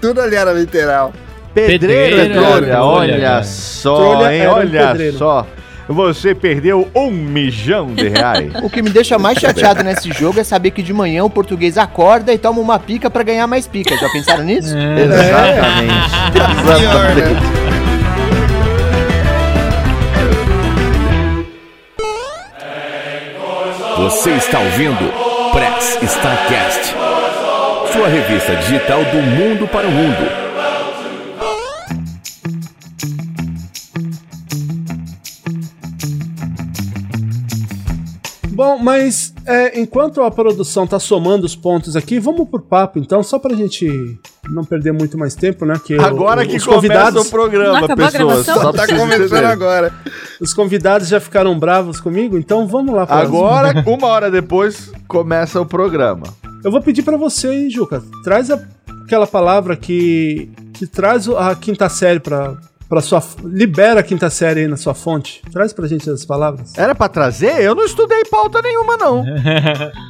S4: Tudo ali era literal.
S3: Pedreiro,
S8: Pedreiro,
S3: trolha.
S8: trolha,
S3: Olha
S8: cara.
S3: só,
S2: Trolha
S3: hein?
S2: era um
S3: Olha
S2: pedreiro.
S3: só. Você perdeu um milhão de reais.
S9: O que me deixa mais chateado nesse jogo é saber que de manhã o português acorda e toma uma pica pra ganhar mais pica. Já pensaram
S8: É.
S9: nisso?
S3: É.
S2: É.
S3: Exatamente. Exatamente.
S1: Você está ouvindo Press Starcast, sua revista digital do mundo para o mundo.
S2: Bom, mas é, enquanto a produção tá somando os pontos aqui, vamos por papo então, só pra gente não perder muito mais tempo, né? Que
S3: Agora
S2: o-
S3: que
S2: os
S3: começa
S2: convidados,
S3: o programa,
S7: Não acabou a
S3: pessoas.
S7: gravação?
S4: Tá
S3: Só pra vocês
S4: começando
S3: verem.
S4: agora.
S2: os convidados já ficaram bravos comigo, então vamos lá. pra-
S3: Agora, uma hora depois, começa o programa.
S2: Eu vou pedir pra você, hein, Juca, traz a- aquela palavra que que traz o- a quinta série pra para sua f- libera a quinta série aí na sua fonte. Traz pra gente as palavras.
S3: Era pra trazer? Eu não estudei pauta nenhuma, não.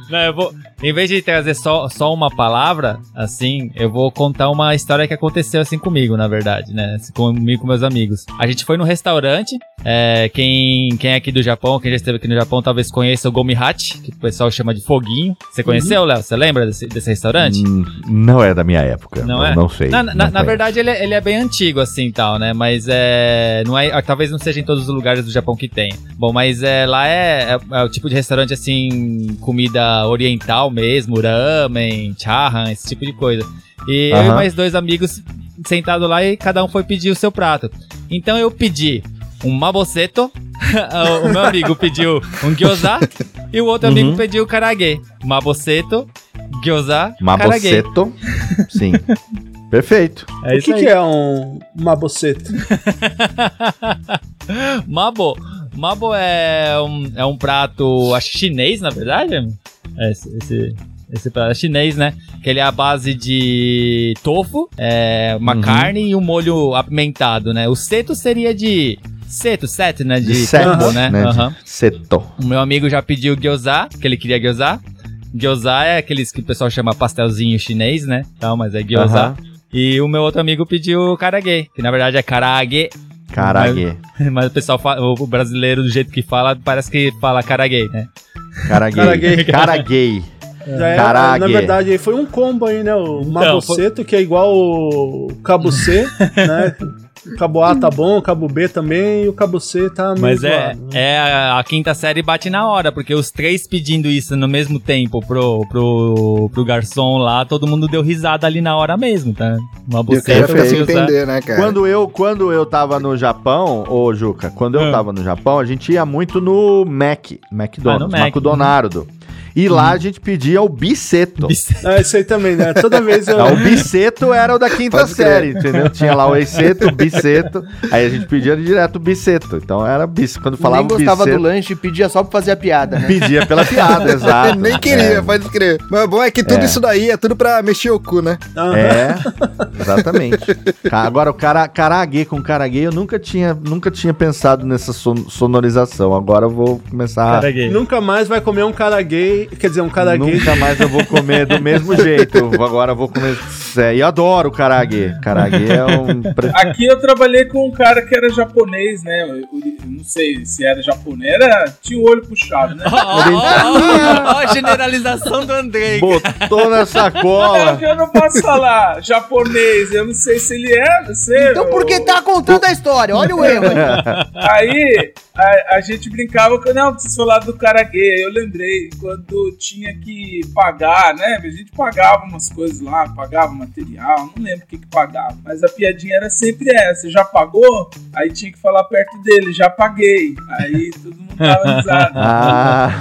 S8: Não, eu vou. Em vez de trazer só, só uma palavra, assim, eu vou contar uma história que aconteceu assim comigo, na verdade, né? Assim, Comigo e com meus amigos. A gente foi num restaurante. é, quem, quem é aqui do Japão, quem já esteve aqui no Japão, talvez conheça o Gomihachi, que o pessoal chama de foguinho. Você conheceu, Léo? Você lembra desse, desse restaurante?
S3: Hum, Não é da minha época.
S8: Não
S3: eu
S8: é?
S3: Não sei.
S8: Na, na-
S3: não
S8: na
S3: conheço.
S8: verdade, ele é, ele é bem antigo, assim e tal, né? Mas é. Não é talvez não seja em todos os lugares do Japão que tem. Bom, mas é, lá é, é- é o tipo de restaurante, assim, comida oriental mesmo, ramen, charran, esse tipo de coisa. E eu e
S3: Aham.
S8: mais dois amigos sentados lá e cada um foi pedir o seu prato. Então eu pedi um maboceto, o meu amigo pediu um gyoza e o
S3: Uhum.
S8: outro amigo pediu karaage. Maboceto, gyoza, karaage.
S3: Maboceto. Sim. Perfeito.
S8: É
S2: o que, que é um maboceto?
S8: Mabo. Mabo é um, é um prato, acho que chinês, na verdade. É esse, esse, esse prato é chinês, né? Que ele é a base de tofu, é, uma
S3: Uhum.
S8: carne e um molho apimentado, né? O seto seria de... Seto, sete, né? De,
S3: De seto,
S8: tofu, né?
S3: né?
S8: Aham.
S3: Seto.
S8: O meu amigo já pediu gyoza, que ele queria gyoza. Gyoza é aqueles que o pessoal chama pastelzinho chinês, né? Tal, mas é gyoza.
S3: Aham.
S8: E o meu outro amigo pediu karage, que na verdade é karage
S3: Carague.
S8: mas o pessoal, fala, o brasileiro, do jeito que fala, parece que fala cara gay, né?
S3: Caraguei.
S2: Caraguei.
S3: Caraguei.
S2: Já é,
S3: Carague.
S2: na verdade, aí foi um combo aí, né?
S8: Então,
S2: O maboceto, que é igual o cabo C, né? O cabo A tá bom, o cabo B também, e o cabo C tá meio
S8: Mas é,
S2: zoado, né?
S8: é a, a quinta série bate na hora, porque os três pedindo isso no mesmo tempo pro, pro, pro garçom lá, todo mundo deu risada ali na hora mesmo, tá? Uma
S4: E o cara
S8: buceta.
S4: fica sem
S8: usar.
S4: entender, né, cara?
S3: Quando eu, quando eu tava no Japão, ô Juca, quando eu
S8: Ah.
S3: tava no Japão, a gente ia muito no Mac, McDonald's,
S8: Ah, no Mac. Uhum.
S3: McDonaldo. E lá a gente pedia o biceto.
S2: É, isso aí também, né? Toda vez eu.
S3: Ah, O biceto era o da quinta
S4: Pode crer.
S3: série, entendeu? Tinha lá o eceto, o biceto. Aí a gente pedia direto o biceto. Então era bis. Quando falava um
S9: Nem gostava do
S3: biceto,
S9: lanche e pedia só pra fazer a piada, né?
S3: pedia pela piada, exato.
S4: Nem queria,
S3: É,
S4: pode crer. Mas o bom é que tudo
S3: É.
S4: isso daí é tudo pra mexer o cu, né?
S2: Ah,
S3: É, exatamente. Ca- Agora, o cara, carague com carague, eu nunca tinha, nunca tinha pensado nessa son- sonorização. Agora eu vou
S2: Ah.
S3: começar.
S8: Cara gay.
S2: Nunca mais vai comer um cara gay, quer dizer, um cara gay.
S3: Nunca mais eu vou comer do mesmo jeito. Eu- Agora eu vou comer. É, e eu adoro carague. Carague é um. pre-
S5: Aqui eu trabalhei com um cara que era japonês, né? Eu, eu- eu não sei se era japonês, era, tinha o olho puxado, né?
S8: Ó, ó, ó, ó, ó, a ah, generalização do Andrei.
S3: Botou na
S5: Não,
S3: sacola.
S5: eu não posso falar japonês, eu não sei se ele é, não sei.
S9: Então por que
S5: eu-
S9: tá contando a história? Olha o erro aí.
S5: Aí a, a gente brincava que não, preciso falar do cara gay. Aí Eu lembrei quando tinha que pagar, né? A gente pagava umas coisas lá, pagava material, não lembro o que que pagava. Mas a piadinha era sempre essa: já pagou? Aí tinha que falar perto dele: já paguei. Né? Aí todo mundo dava risada.
S3: Ah,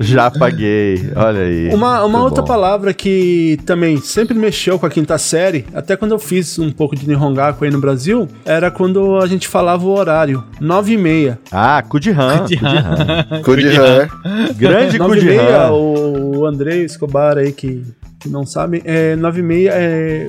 S3: já paguei. Olha aí.
S2: Uma, uma
S3: Muito
S2: outra
S3: bom.
S2: palavra que também sempre mexeu com a quinta série, até quando eu fiz um pouco de Nihongaku aí no Brasil, era quando a gente falava o horário, 9 e meia.
S3: Ah, Kudihan. Kudihan.
S4: Cu de rã.
S3: né? Grande
S2: 9 e meia,
S3: Kudihan.
S2: o André Escobar aí que, que não sabe, é 9 e meia é...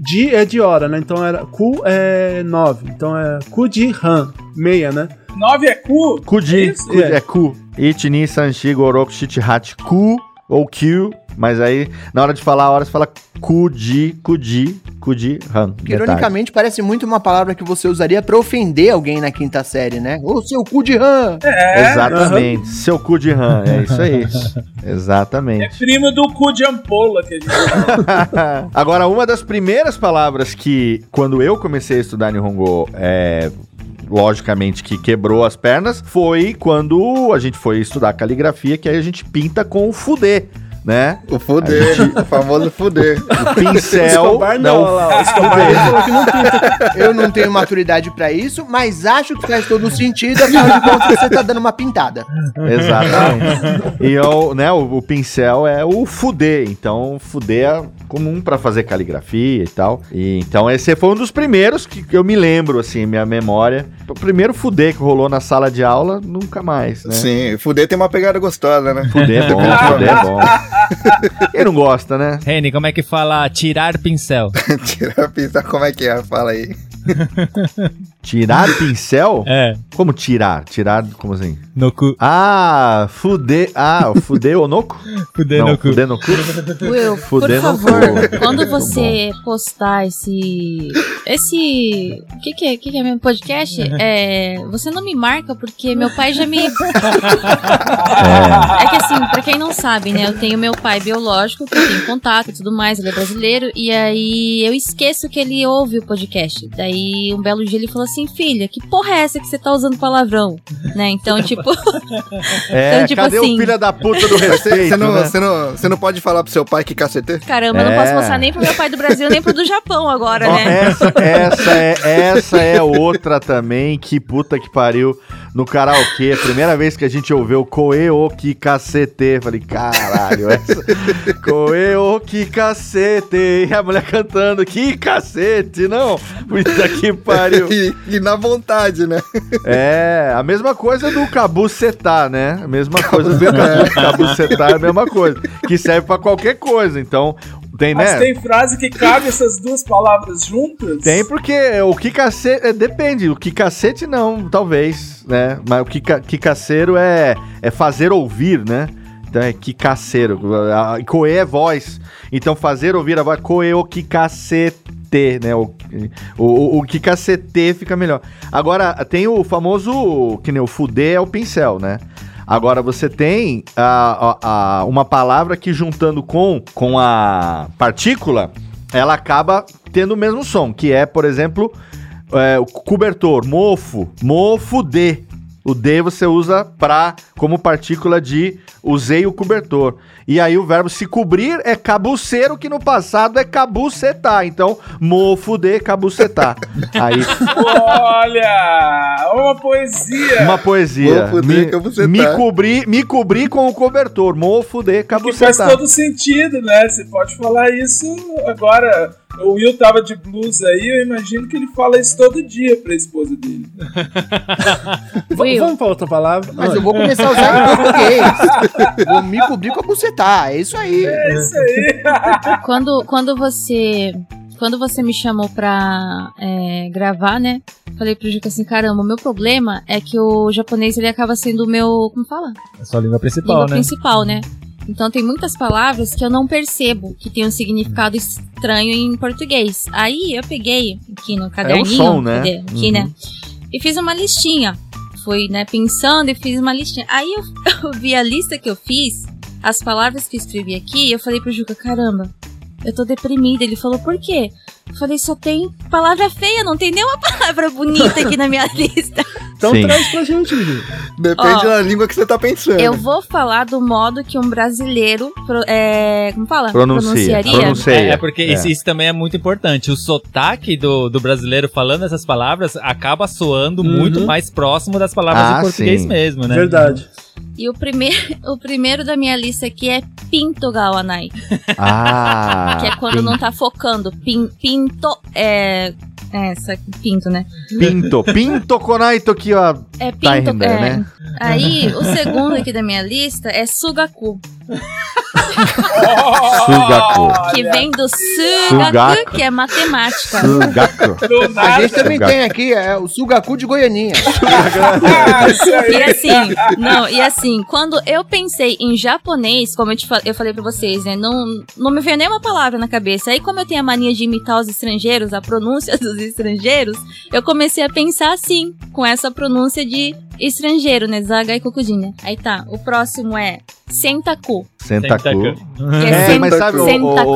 S2: Di é de hora, né? Então era... Ku é 9, então é Ku de Han, meia, né?
S5: Nove é cu?
S3: Kudi.
S5: Isso,
S3: Kudi-
S2: é.
S3: É Ku. Itini, Sanshi, Goroku, Shichihachi, Ku ou Kyu. Mas aí, na hora de falar a hora, você fala Kudi, Kudi, Kudihan.
S9: Porque, ironicamente, parece muito uma palavra que você usaria pra ofender alguém na quinta série, né? Ô, seu cu de rã!
S5: É.
S3: Exatamente. Seu Kudihan. É isso aí.
S5: É
S3: Exatamente.
S5: primo do cu de ampola que a gente
S3: Agora, uma das primeiras palavras que, quando eu comecei a estudar Nihongo, é, logicamente que quebrou as pernas, foi quando a gente foi estudar caligrafia, que aí a gente pinta com o fudê. né?
S4: O fuder, o famoso fuder.
S3: O
S5: É
S3: pincel.
S2: Escobar não,
S3: não,
S2: olha lá, o Escobar ele falou que não pinta.
S9: Eu não tenho maturidade pra isso, mas acho que faz todo sentido, afinal de contas você tá dando uma pintada.
S3: Exatamente. e eu, né, o, o pincel é o fuder. Então, fuder é comum pra fazer caligrafia e tal. E, então, esse foi um dos primeiros que eu me lembro, assim, minha memória. O primeiro fuder que rolou na sala de aula, nunca mais, né?
S4: Sim, fuder tem uma pegada gostosa, né?
S3: Fuder é bom, fuder é bom. Quem não gosta, né?
S8: Reni, como é que fala tirar pincel?
S4: Tirar pensar como é que é, fala aí.
S3: Tirar pincel?
S8: É,
S3: Como tirar? Tirar, como assim?
S8: no cu.
S3: Ah, fuder. Ah, fuder onoco?
S8: Fuder
S3: Não,
S8: no cu.
S3: Fuder no cu?
S7: Will,
S3: Fudendo um Tá
S7: por favor,
S3: tudo.
S7: quando você postar esse. Esse. O que, que é? O que, que é mesmo? Podcast? É, você não me marca porque meu pai já me.
S3: É.
S7: É que assim, pra quem não sabe, né? Eu tenho meu pai biológico, que eu tenho contato e tudo mais, ele é brasileiro, e aí eu esqueço que ele ouve o podcast. Daí um belo dia ele falou assim: filha, que porra é essa que você tá usando palavrão? Né? Então, tipo.
S3: É,
S7: Então, tipo
S3: cadê
S7: assim-
S3: o filho da puta do
S4: Mas Você
S3: respeito,
S4: você não,
S3: né?
S4: você não, você não pode falar pro seu pai que cacetê?
S7: Caramba, eu não posso
S3: É.
S7: mostrar nem pro meu pai do Brasil, nem pro do Japão agora,
S3: Ó,
S7: né?
S3: essa, essa, é, essa é outra também, que puta que pariu, no karaokê. Primeira vez que a gente ouviu Koe o que cacete. Falei, caralho, essa. Koe o que cacete. E a mulher cantando, que cacete, não. Puta que pariu.
S4: E, e na vontade, né?
S3: É, a mesma coisa do cabucetar, né? A mesma coisa do cabu, cabucetar é a mesma coisa. Que serve pra qualquer coisa, então. Tem,
S5: Mas
S3: né?
S5: tem frase que cabe essas duas palavras juntas?
S3: Tem porque o que cacete. é, Depende, o que cacete não, talvez, né? Mas o que, ca- que caceiro é, é fazer ouvir, né? Então é que caceiro. a- a- Coe é voz. Então fazer ouvir a voz. Coe o que cacete, né? O, o, o- o que cacete fica melhor. Agora, tem o famoso. Que nem o fuder é o pincel, né? Agora você tem a, a- a- uma palavra que juntando com, com a partícula, ela acaba tendo o mesmo som, que é, por exemplo, é, o cobertor, mofo, mofo D. O D você usa pra como partícula de usei o cobertor. E aí o verbo se cobrir é cabuceiro, que no passado é cabucetar. Então, mofo D, cabucetar. aí,
S5: Olha! Uma poesia!
S3: uma poesia.
S4: Mofo D, cabucetar.
S3: me cobrir, me cobrir com o cobertor, mofo D,
S5: que faz
S3: cabucetar.
S5: todo sentido, né? Você pode falar isso agora. O Will tava de blusa aí, eu imagino que ele fala isso todo dia pra esposa dele.
S2: V-
S7: Will.
S2: Vamos pra outra palavra. Ah,
S9: Mas eu vou começar a usar em português. Vou me cobrir com a bucetar, é isso aí.
S5: É isso aí.
S7: Quando, quando você. Quando você me chamou pra é, gravar, né? Falei pro Juca assim, caramba, o meu problema é que o japonês ele acaba sendo o meu. Como fala?
S8: É sua língua principal,
S7: língua
S8: né?
S7: principal, né? Então tem muitas palavras que eu não percebo que tem um significado estranho em português. Aí eu peguei aqui no caderninho,
S3: som, né?
S7: cadê? aqui,
S3: Uhum.
S7: né? E fiz uma listinha. Fui, né, pensando e fiz uma listinha. Aí eu, eu vi a lista que eu fiz, as palavras que eu escrevi aqui, e eu falei pro Juca, caramba, eu tô deprimida. Ele falou, por quê? Eu falei, só tem palavra feia, não tem nenhuma palavra bonita aqui na minha lista.
S2: Então
S3: Sim.
S2: traz pra gente, menino.
S4: Depende
S7: Ó,
S4: da língua que você tá pensando.
S7: Eu vou falar do modo que um brasileiro pro- é, como fala?
S3: Pronuncia.
S7: pronunciaria.
S8: É,
S3: Pronuncia.
S8: é porque Isso, isso também é muito importante. O sotaque do, do brasileiro falando essas palavras acaba soando
S2: Uhum.
S8: muito mais próximo das palavras
S3: Ah,
S8: em português
S3: sim.
S8: mesmo, né?
S2: Verdade.
S7: E o primeiro, o primeiro da minha lista aqui é Pinto Galanai,
S3: Ah,
S7: que é quando
S3: pin-
S7: não tá focando. Pin- pinto é, é essa pinto, né?
S3: Pinto. Pinto conaito aqui, ó.
S7: É pinto,
S3: Tá ainda,
S7: é.
S3: né?
S7: Aí o segundo aqui da minha lista é Sugaku,
S5: Oh,
S3: Sugaku.
S7: que
S5: Olha,
S7: vem do sugaku,
S3: Sugaku.
S7: que é matemática.
S3: Sugaku.
S5: Do
S9: A
S5: nada.
S9: gente também tem aqui é, o sugacu de Goianinha.
S5: Ah, isso aí.
S7: E assim, não, e assim, quando eu pensei em japonês, como eu, te fa- eu falei pra vocês, né? Não, não me veio nenhuma palavra na cabeça. Aí, como eu tenho a mania de imitar os estrangeiros, a pronúncia dos estrangeiros, eu comecei a pensar assim, com essa pronúncia de Estrangeiro, né? Zaga e Cocodinha. Aí tá. O próximo é Sentaku.
S3: Senta
S8: Senta
S3: cu.
S8: cu.
S7: Que
S3: É,
S7: sen-
S3: mas sabe, ô, ô, ô,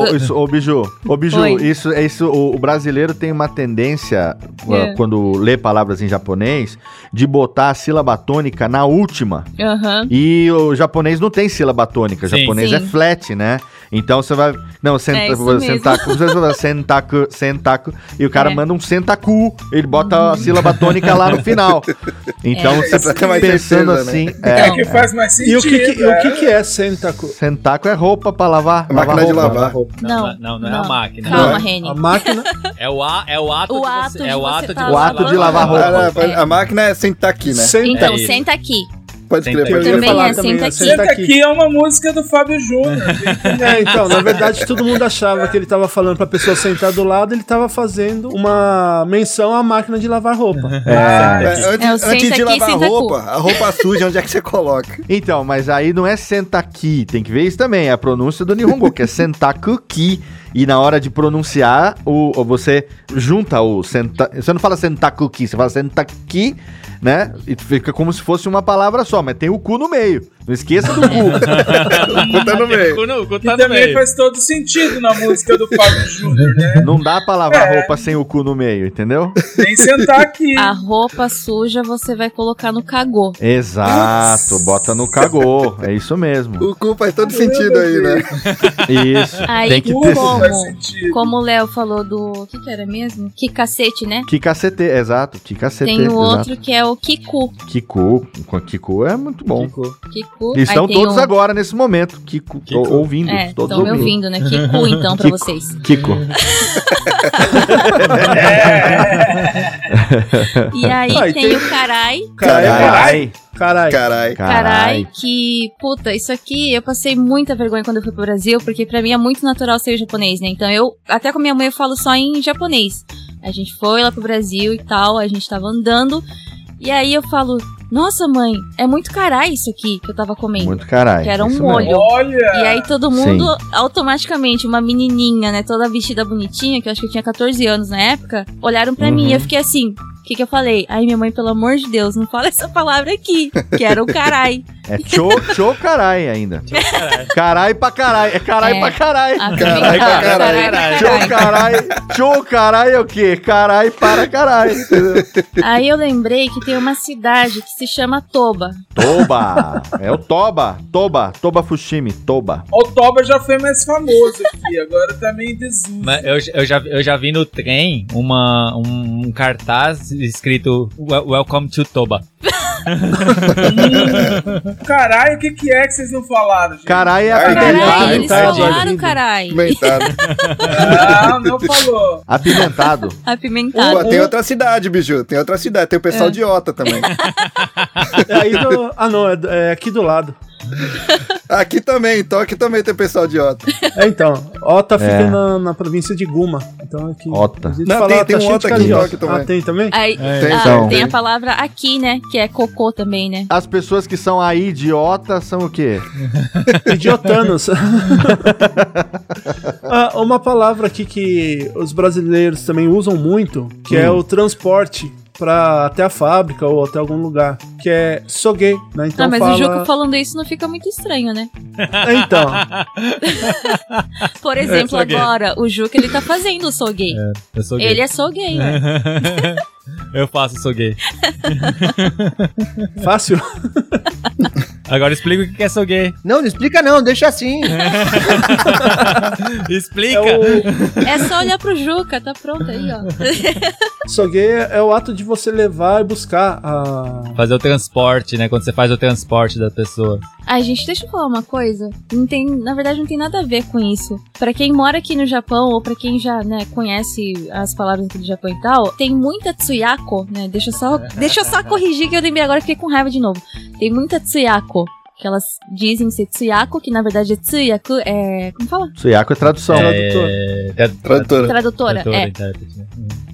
S7: Sentaku.
S3: isso, ô, Biju, ô, Biju,
S7: Oi.
S3: isso, é isso, o, o brasileiro tem uma tendência,
S7: É.
S3: uh, quando lê palavras em japonês, de botar a sílaba tônica na última.
S7: Aham.
S3: E o japonês não tem sílaba tônica, o
S8: Sim.
S3: japonês
S7: Sim.
S3: é flat, né? Então você vai. Não,
S7: É
S3: senta,
S7: isso mesmo.
S3: sentaku, você vai sentaku, sentaku, e o cara
S7: É.
S3: manda um sentaku, ele bota a sílaba tônica lá no final. Então
S4: É pra
S3: você
S4: ter mais
S3: pensando
S4: certeza,
S3: assim.
S5: É,
S3: É,
S7: Então,
S5: que faz mais
S2: E
S5: sentido.
S2: o que, que-
S5: é.
S2: o que, que é Sentaku?
S3: sentaku é roupa pra lavar.
S4: A máquina
S3: lavar
S4: de
S3: roupa.
S4: lavar.
S8: Não, não, não,
S7: Não,
S8: não é
S7: não.
S8: a máquina.
S7: Calma,
S4: é.
S7: Reni.
S2: A máquina.
S8: É o, a, é o ato
S7: O
S8: de
S7: ato
S8: você,
S7: de
S8: é o
S7: você
S8: ato de
S7: tá
S8: você
S3: O ato de lavar
S4: Ah,
S3: roupa.
S4: não,
S7: É.
S4: A máquina é sentar aqui, né?
S2: Senta.
S7: Então,
S8: isso.
S7: senta aqui.
S4: Pode crer,
S8: Senta
S4: pode tá?
S7: aqui.
S4: crer.
S7: Também
S2: falar
S7: é, senta
S2: é,
S7: aqui.
S2: senta
S5: Senta aqui é uma música do Fábio Júnior.
S2: É, então, na verdade, todo mundo achava que ele tava falando pra pessoa sentar do lado, ele tava fazendo uma menção à máquina de lavar roupa.
S4: É,
S7: É, o
S4: antes,
S7: senta
S4: antes de
S7: aqui,
S4: lavar a
S7: senta
S4: roupa, a roupa suja, onde é que você coloca?
S3: Então, mas aí não é sentaki, tem que ver isso também, é a pronúncia do Nihongo, que é sentaku-ki. E na hora de pronunciar, o, o- você junta o senta, você não fala sentaku-ki, você fala sentaki, né? E fica como se fosse uma palavra só, mas tem o cu no meio. Não esqueça do cu.
S4: Tá no meio.
S5: E também faz todo sentido na música do Fábio Júnior, né?
S3: não dá pra lavar roupa sem o cu no meio, entendeu?
S5: Nem sentar aqui.
S7: A roupa suja você vai colocar no cagô.
S3: Exato, bota no cagô, é isso mesmo.
S4: O cu faz todo sentido aí, né?
S3: Isso.
S7: Aí,
S3: Tem que ter-
S5: Tudo faz
S7: como?
S5: sentido.
S7: Como o Léo falou do. O que, que era mesmo? Que cacete, né?
S3: Que cacete, exato, que cacete,
S7: Tem o
S3: exato.
S7: outro que é o Kiku.
S3: Kiku, Kiku é muito bom.
S7: Kiku.
S3: Eles estão
S7: Aí tem
S3: todos
S7: um-
S3: agora, nesse momento, Kiko,
S8: Kiko.
S3: ou- ouvindo,
S7: É,
S3: todos
S7: estão me
S3: ouvindo.
S7: ouvindo, né? Kiku então pra
S3: Kiku.
S7: vocês.
S3: Kiko.
S7: E aí
S2: Ah, e
S7: tem
S2: tem-
S7: o Carai.
S2: Caralho.
S3: Carai.
S2: Caralho.
S4: Caralho.
S7: Carai, que puta, isso aqui eu passei muita vergonha quando eu fui pro Brasil, porque pra mim é muito natural ser japonês, né? Então eu, até com minha mãe, eu falo só em japonês. A gente foi lá pro Brasil e tal, a gente tava andando, e aí eu falo, nossa mãe, é muito carai isso aqui que eu tava comendo.
S3: Muito carai.
S7: Que era um
S3: isso
S7: molho.
S3: mesmo.
S5: Olha,
S7: E aí todo mundo, automaticamente, uma menininha, né, toda vestida bonitinha, que eu acho que eu tinha 14 anos na época, olharam pra mim e eu fiquei assim... O que, que eu falei? Ai, minha mãe, pelo amor de Deus, não fala essa palavra aqui, que era o carai.
S3: É tchô, tchô, carai ainda. Carai pra carai. É carai
S7: É.
S3: pra carai.
S7: Ah,
S4: Carai,
S7: tá.
S4: carai,
S7: Carai,
S3: Tchô,
S7: carai.
S3: carai. Tchô, carai é o quê? Carai para carai. entendeu?
S7: Aí eu lembrei que tem uma cidade que se chama Toba.
S3: Toba. É o Toba. Toba. Toba Fushimi. Toba.
S5: o Toba já foi mais famoso aqui, agora também em desuso.
S8: Mas eu, eu já, eu já vi no trem uma, um, um cartaz escrito "Wel- Welcome to Toba.
S5: Caralho, o que, que é que vocês não falaram, gente?
S3: Carai é
S4: Carai,
S7: Carai,
S3: apimentado.
S7: eles
S2: Apimentado,
S7: falaram,
S2: azedo.
S7: carai.
S4: Inventado.
S5: Ah, não falou.
S3: Apimentado.
S7: Apimentado.
S4: Pô, tem outra cidade, Biju. Tem outra cidade. Tem o pessoal de Ota também.
S2: É aí do... Ah, não, é, do- é aqui do lado.
S4: Aqui também, então aqui também tem o pessoal de Ota.
S2: É, então, Ota fica
S3: É.
S2: na, na província de Guma. Então aqui.
S3: Ota.
S2: a gente
S4: Não,
S2: fala,
S4: tem-
S2: tá
S4: tem um
S2: cheio de
S4: Ota aqui em
S2: carioca.
S4: Tóquio também.
S2: Ah, tem também?
S7: Aí,
S4: Tem,
S7: ah,
S3: então.
S7: tem a palavra aqui, né? Que é cocô também, né?
S3: As pessoas que são aí idiota são o quê?
S2: Idiotanos. Ah, uma palavra aqui que os brasileiros também usam muito, que é
S3: Hum.
S2: o transporte pra até a fábrica ou até algum lugar, que é sogue, né? Então
S7: ah, mas
S2: fala...
S7: o Juca falando isso não fica muito estranho, né?
S2: É, Então,
S7: Por exemplo,
S8: sou gay.
S7: agora, o Juca, ele tá fazendo o sou gay.
S8: Eu sou gay.
S7: Ele É, é sou gay, né?
S8: eu faço, sou gay.
S2: fácil.
S8: Agora explica o que que é sou gay.
S9: Não, não explica não, deixa assim.
S8: Explica.
S2: É o...
S7: É só olhar pro Juca, tá pronto aí, ó.
S2: Sogue é o ato de você levar e buscar a...
S8: Fazer o transporte, né? Quando você faz o transporte da pessoa.
S7: Ai, gente, deixa eu falar uma coisa. Não tem, na verdade, não tem nada a ver com isso. Pra quem mora aqui no Japão, ou pra quem já, né, conhece as palavras aqui do Japão e tal, tem muita tsuyako, né? Deixa eu só, deixa eu só corrigir que eu lembrei agora, fiquei com raiva de novo. Tem muita tsuyako. Que elas dizem ser tsuyako, que na verdade é tsuyaku, é... Como fala?
S3: Suyaku
S5: Então.
S3: é tradução.
S8: É, tra-
S4: Tradutora.
S7: Tradutora,
S8: tradutora,
S7: é.
S8: intérprete, né?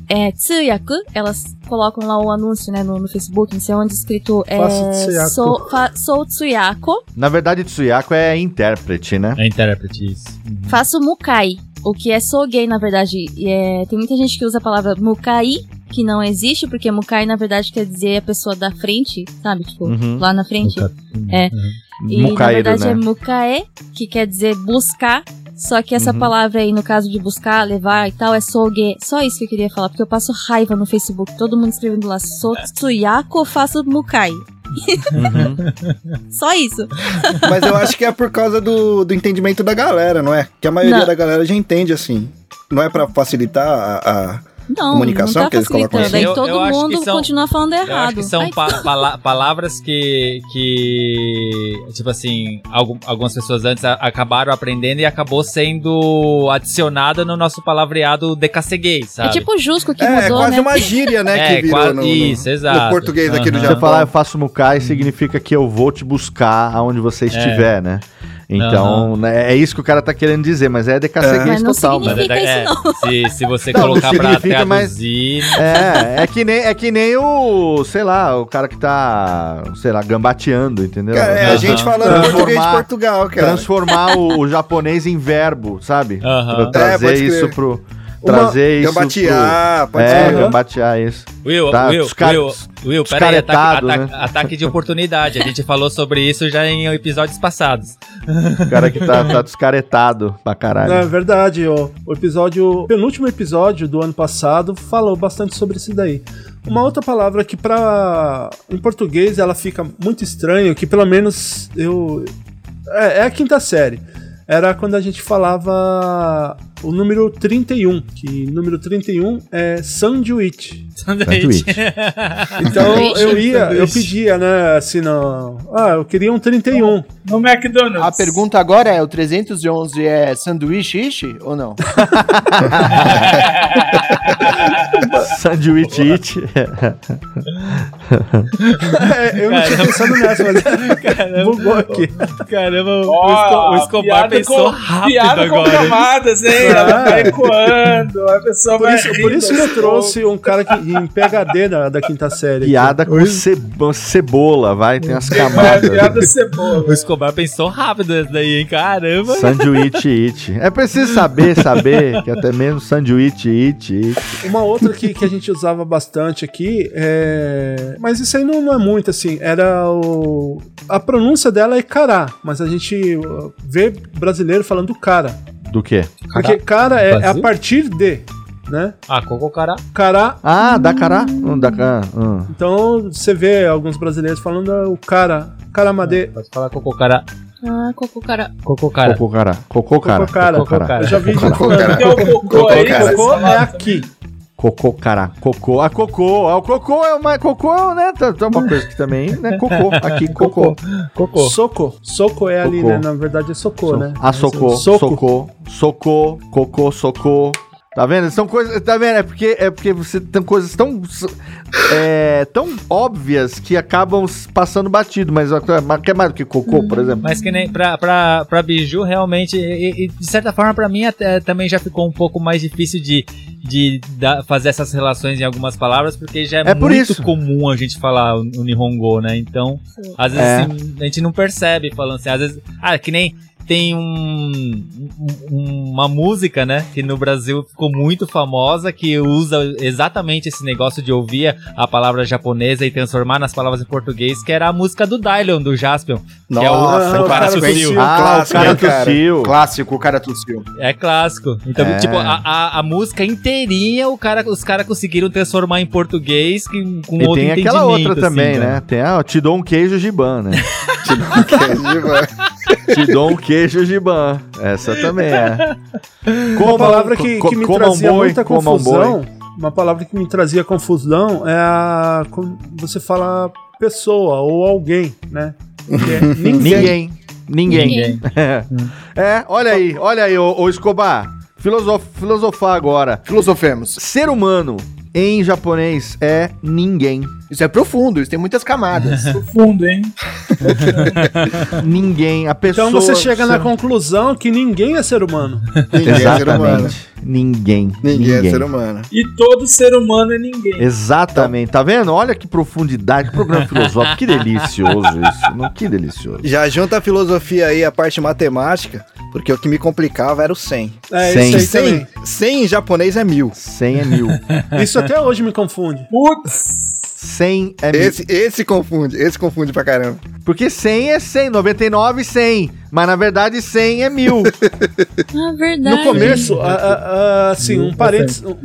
S7: É, tsuyaku, elas colocam lá o anúncio, né, no, no Facebook, não sei onde, escrito... É,
S2: Faço tsuyaku.
S7: Sou, fa, sou tsuyaku,
S3: Na verdade, Tsuyaku é intérprete, né?
S8: É intérprete, isso.
S7: Faço mukai, o que é sou gay, na verdade. E é, tem muita gente que usa a palavra mukai que não existe, porque Mukai na verdade quer dizer a pessoa da frente, sabe? Tipo,
S3: Uhum.
S7: lá na frente.
S8: Uhum.
S7: É. E na
S3: Mucaíro,
S7: verdade é
S3: né?
S7: Mukae, que quer dizer buscar. Só que
S3: Uhum.
S7: essa palavra aí, no caso de buscar, levar e tal, é Soge. Só isso que eu queria falar, porque eu passo raiva no Facebook. Todo mundo escrevendo lá, Sotsuyako faço Mukai.
S3: Uhum.
S4: Uhum.
S7: Só isso.
S4: Mas eu acho que é por causa do, do entendimento da galera, não é? Que a maioria
S7: Não.
S4: da galera já entende assim. Não é pra facilitar a. a-
S7: Não,
S4: Comunicação
S7: não
S4: que
S7: tá
S4: eles colocam
S7: facilitando. Aí
S8: assim. Eu-
S7: todo
S8: eu acho que
S7: mundo
S8: são-
S7: continua falando
S8: Eu acho
S7: errado. é
S8: que são
S7: Aí
S8: pa- pala- palavras que, que, tipo assim, algu- algumas pessoas antes a- acabaram aprendendo e acabou sendo adicionada no nosso palavreado decaceguei,
S7: É
S8: sabe?
S7: tipo o Jusco que
S4: É, é
S7: mudou,
S4: quase
S7: né?
S4: uma gíria, né?
S8: É,
S4: que virou
S8: quase-
S4: no, no-
S8: isso,
S4: no
S8: exato.
S4: português aqui do
S8: Aham.
S3: Você
S4: Japão.
S3: falar eu faço mukai significa que eu vou te buscar aonde
S4: É.
S3: você estiver, né? Então, né, é isso que o cara tá querendo dizer, mas é
S7: Mas
S3: decasseguês
S7: não
S3: total, mano.
S7: significa- fica
S8: é
S7: isso,
S8: se, se você
S3: Não, não
S8: colocar pra
S3: significa, mas-
S8: traduzir...
S3: É, é que, nem, é que nem o, sei lá, o cara que tá, sei lá, gambateando, entendeu?
S4: Cara, é a
S8: Aham.
S4: gente falando português de
S3: Transformar-
S4: Portugal, cara.
S3: Uhum. Transformar o, o japonês em verbo, sabe?
S8: Aham.
S3: Pra Trazer
S4: É, pode
S3: isso
S4: crer.
S3: pro... Trazer
S4: Então,
S3: isso
S4: Gambatear,
S3: pro...
S4: pode
S3: É,
S4: ser.
S3: gambatear isso.
S8: Will,
S3: Tá,
S8: Will,
S3: descar-
S8: Will, Will, peraí, ataque,
S3: descaretado,
S4: né?
S8: ataque- ataque de oportunidade. A gente falou sobre isso já em episódios passados.
S3: O cara que tá, tá descaretado pra caralho.
S2: É verdade, o, o episódio, o penúltimo episódio do ano passado falou bastante sobre isso daí. Uma outra palavra que para em português ela fica muito estranha, que pelo menos eu é, é a quinta série. Era quando a gente falava o número 31, que número 31 é sanduíche.
S4: Tá
S8: Sanduíche.
S2: Então
S7: Sanduíche?
S2: eu ia, eu
S5: Sanduíche.
S2: pedia, né, assim, no, ah, eu queria um 31.
S5: No McDonald's.
S9: A pergunta agora é: o 311 é sanduíche ishi ou não?
S3: Sanduíche it.
S2: É, eu não tinha pensado nessa,
S8: É
S2: mas bugou aqui.
S8: Caramba, o, Esco-
S5: Ó,
S8: o Escobar
S5: piada
S8: pensou
S5: com-
S8: rápido
S5: piada com
S8: agora.
S5: camadas, hein? Ela
S2: Ah, é.
S5: tá ecoando, a pessoa
S2: Por
S5: vai
S2: isso, por
S5: rindo
S2: isso que
S5: aos
S2: eu trouxe um cara que, em PHD da, da quinta série. aqui.
S3: Piada com cebo- cebola, vai, tem as
S5: poucos. É, piada
S3: camadas.
S5: cebola.
S8: O Escobar pensou rápido essa daí, hein? Caramba.
S3: Sanduíche it. É preciso saber, saber, que até mesmo sanduíche it, it.
S2: Uma outra que, que a gente usava bastante aqui é. Mas isso aí não, não é muito assim. Era o. A pronúncia dela é cará, mas a gente uh, vê brasileiro falando cara.
S3: Do quê?
S2: Porque cara é, é a
S8: Brasil?
S2: partir de, né?
S8: Ah, cocô, cara.
S2: Cará.
S3: Ah, da cará? Hum, da cará. hum.
S2: Então você vê alguns brasileiros falando ah, o cara. Caramadê.
S8: Pode falar cocô, cara.
S7: Ah, cocô, cara.
S8: Cocô, cara.
S3: Cocô cará. Cocô cará.
S2: Cocô cará.
S3: Cocô cará.
S2: Eu já vi gente
S4: Cocô,
S2: falando.
S4: cará.
S5: Tem o cocô aí,
S4: Cocô, cara.
S5: vocês
S2: Cocô é
S5: falaram
S2: aqui.
S3: Cocô cará. Cocô. Ah, cocô. Ah, o cocô é uma. Cocô, né? Tá, tá uma coisa que também, né? Cocô. Aqui, cocô.
S8: Cocô.
S2: Soco. Soco é ali,
S3: Soco.
S2: né? Na verdade é socô, né?
S3: Ah, socô,
S2: Soco.
S3: socô, socô, cocô, socô. Tá vendo? São coisas. Tá vendo? É porque, é porque você tem coisas tão. é, tão óbvias que acabam s- passando batido, mas ó, mas que é mais do que cocô,
S2: Hum.
S3: por exemplo.
S8: Mas que nem pra, pra, pra Biju, realmente, e, e, de certa forma, pra mim até, também já ficou um pouco mais difícil de, de dar- fazer essas relações em algumas palavras, porque já é,
S3: É por
S8: muito
S3: isso.
S8: comum a gente falar o, o Nihongo, né? Então,
S7: Sim.
S8: às vezes
S3: É.
S8: assim, a gente não percebe falando assim, às vezes. Ah, que nem tem um, um- uma música, né, que no Brasil ficou muito famosa, que usa exatamente esse negócio de ouvir a palavra japonesa e transformar nas palavras em português, que era a música do Dylan, do Jaspion. que é o-
S4: Nossa,
S2: Ah,
S4: o cara
S2: tossiu.
S4: subiu.
S3: Ah,
S4: Clássico,
S3: o cara
S2: né,
S4: hein, cara?
S3: tossiu.
S4: Clássico, o cara tossiu.
S8: É clássico. Então,
S3: É.
S8: tipo, a, a, a música inteirinha o cara, os caras conseguiram transformar em português que,
S2: Um
S8: com
S3: E
S8: outro
S3: tem aquela outra
S8: entendimento,
S3: também,
S8: assim,
S3: né? Tem a ó, Te dou um queijo giban, né?
S4: Entendi,
S3: Te dou um queijo giban. Essa também é.
S2: Uma palavra que,
S3: co-
S2: que me
S3: coma um
S2: trazia
S3: boi,
S2: muita
S3: coma um boi.
S2: confusão. Uma palavra que me trazia confusão é a. Quando você fala pessoa ou alguém, né? Porque é ninguém.
S3: Ninguém. Ninguém.
S7: Ninguém.
S3: É, olha aí, olha aí, ô, ô Escobar. Filosof, filosofar agora.
S9: Filosofemos.
S3: Ser humano em japonês é ninguém.
S9: Isso é profundo, isso tem muitas camadas.
S5: Profundo, hein?
S3: Ninguém. A pessoa.
S2: Então você chega na conclusão que ninguém é ser humano.
S4: Ninguém é ser humano.
S3: Exatamente. Ninguém.
S4: Ninguém é ser humano.
S5: E todo ser humano é ninguém.
S3: Exatamente. Tá vendo? Olha que profundidade. Que programa filosófico. Que delicioso isso. Não, que delicioso.
S4: Já junta a filosofia aí, a parte matemática, Porque o que me complicava era o 100.
S2: É,
S3: Sem-
S2: isso aí
S4: 100, 100 em japonês é mil.
S3: 100 é mil.
S2: também. Isso até hoje me confunde.
S5: Putz!
S3: 100 é mil.
S4: Esse, esse confunde, esse confunde pra caramba.
S3: Porque 100 é 100, 99 é 100. Mas na verdade 100 é mil.
S7: Ah, verdade.
S2: No começo, a- a- a- assim, um parênteses, um,